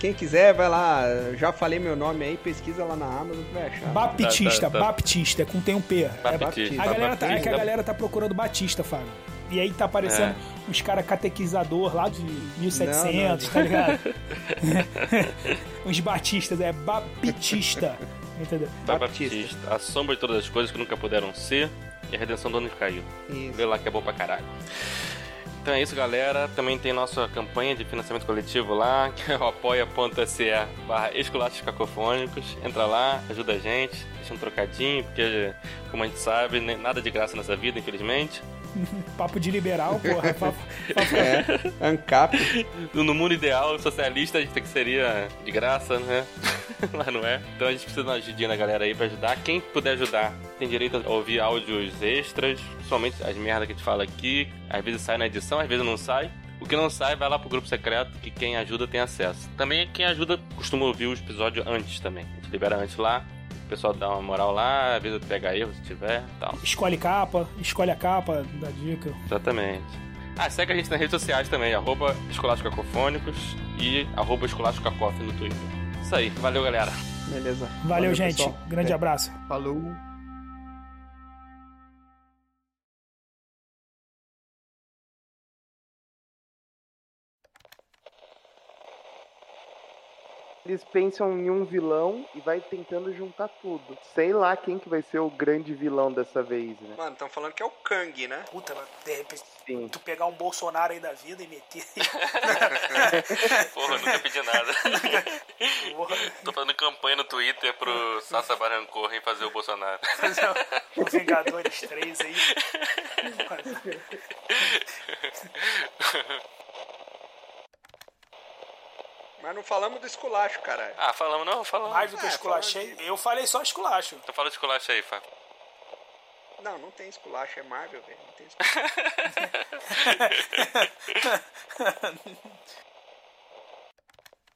Speaker 2: Quem quiser, vai lá. Já falei meu nome aí, pesquisa lá na Amazon que vai achar.
Speaker 3: Baptista,
Speaker 1: Tá, tá, tá.
Speaker 3: Baptista, com tem um P. É
Speaker 2: Baptista.
Speaker 3: A galera tá, é que
Speaker 1: né?
Speaker 3: a galera tá procurando Batista, Fábio. E aí tá aparecendo uns caras catequizador lá de 1700, tá ligado? [laughs] uns batistas, é baptista. Entendeu?
Speaker 1: Tá,
Speaker 2: Baptista.
Speaker 1: Baptista. A sombra de todas as coisas que nunca puderam ser e a redenção do ano que caiu.
Speaker 2: Isso.
Speaker 1: Vê lá que é bom pra caralho. Então é isso, galera. Também tem nossa campanha de financiamento coletivo lá, [laughs] que é o apoia.se barra esculachos cacofônicos. Entra lá, ajuda a gente, deixa um trocadinho, porque, como a gente sabe, nem- nada de graça nessa vida, infelizmente.
Speaker 3: Papo de liberal, porra. Papo, papo-
Speaker 2: É, Ancap.
Speaker 1: No mundo ideal, socialista, a gente que seria de graça, né? Mas não é. Então a gente precisa de uma ajudinha da galera aí pra ajudar. Quem puder ajudar tem direito a ouvir áudios extras, principalmente as merdas que a gente fala aqui. Às vezes sai na edição, às vezes não sai. O que não sai, vai lá pro grupo secreto, que quem ajuda tem acesso. Também quem ajuda costuma ouvir o episódio antes também. A gente libera antes lá. O pessoal dá uma moral lá, avisa de pegar erro se tiver e tal.
Speaker 3: Escolhe capa, escolhe a capa da dica.
Speaker 1: Exatamente. Ah, segue a gente nas redes sociais também, arroba Escolásticacofônicos e arroba Escolásticacof no Twitter. Isso aí, valeu galera.
Speaker 2: Beleza.
Speaker 3: Valeu, gente.
Speaker 2: pessoal.
Speaker 3: Grande
Speaker 4: É.
Speaker 3: abraço.
Speaker 4: Falou. Eles pensam em um vilão e vai tentando juntar tudo. Sei lá quem que vai ser o grande vilão dessa vez, né?
Speaker 2: Mano, estão falando que é o Kang, né?
Speaker 3: Puta, de repente,
Speaker 4: Sim.
Speaker 3: tu pegar um Bolsonaro aí da vida e meter.
Speaker 1: [laughs] Porra, nunca pedi nada. [laughs] Tô fazendo campanha no Twitter pro Sassa Barancorra em fazer o Bolsonaro.
Speaker 3: Os Vingadores 3 aí.
Speaker 2: Mas não falamos do esculacho, caralho.
Speaker 1: Ah, falamos não, falamos.
Speaker 3: Mais do que
Speaker 2: É,
Speaker 3: esculachei. Eu falei só esculacho.
Speaker 1: Então fala de esculacho aí, Fábio.
Speaker 2: Não, não tem esculacho, é Marvel, velho. Não tem esculacho.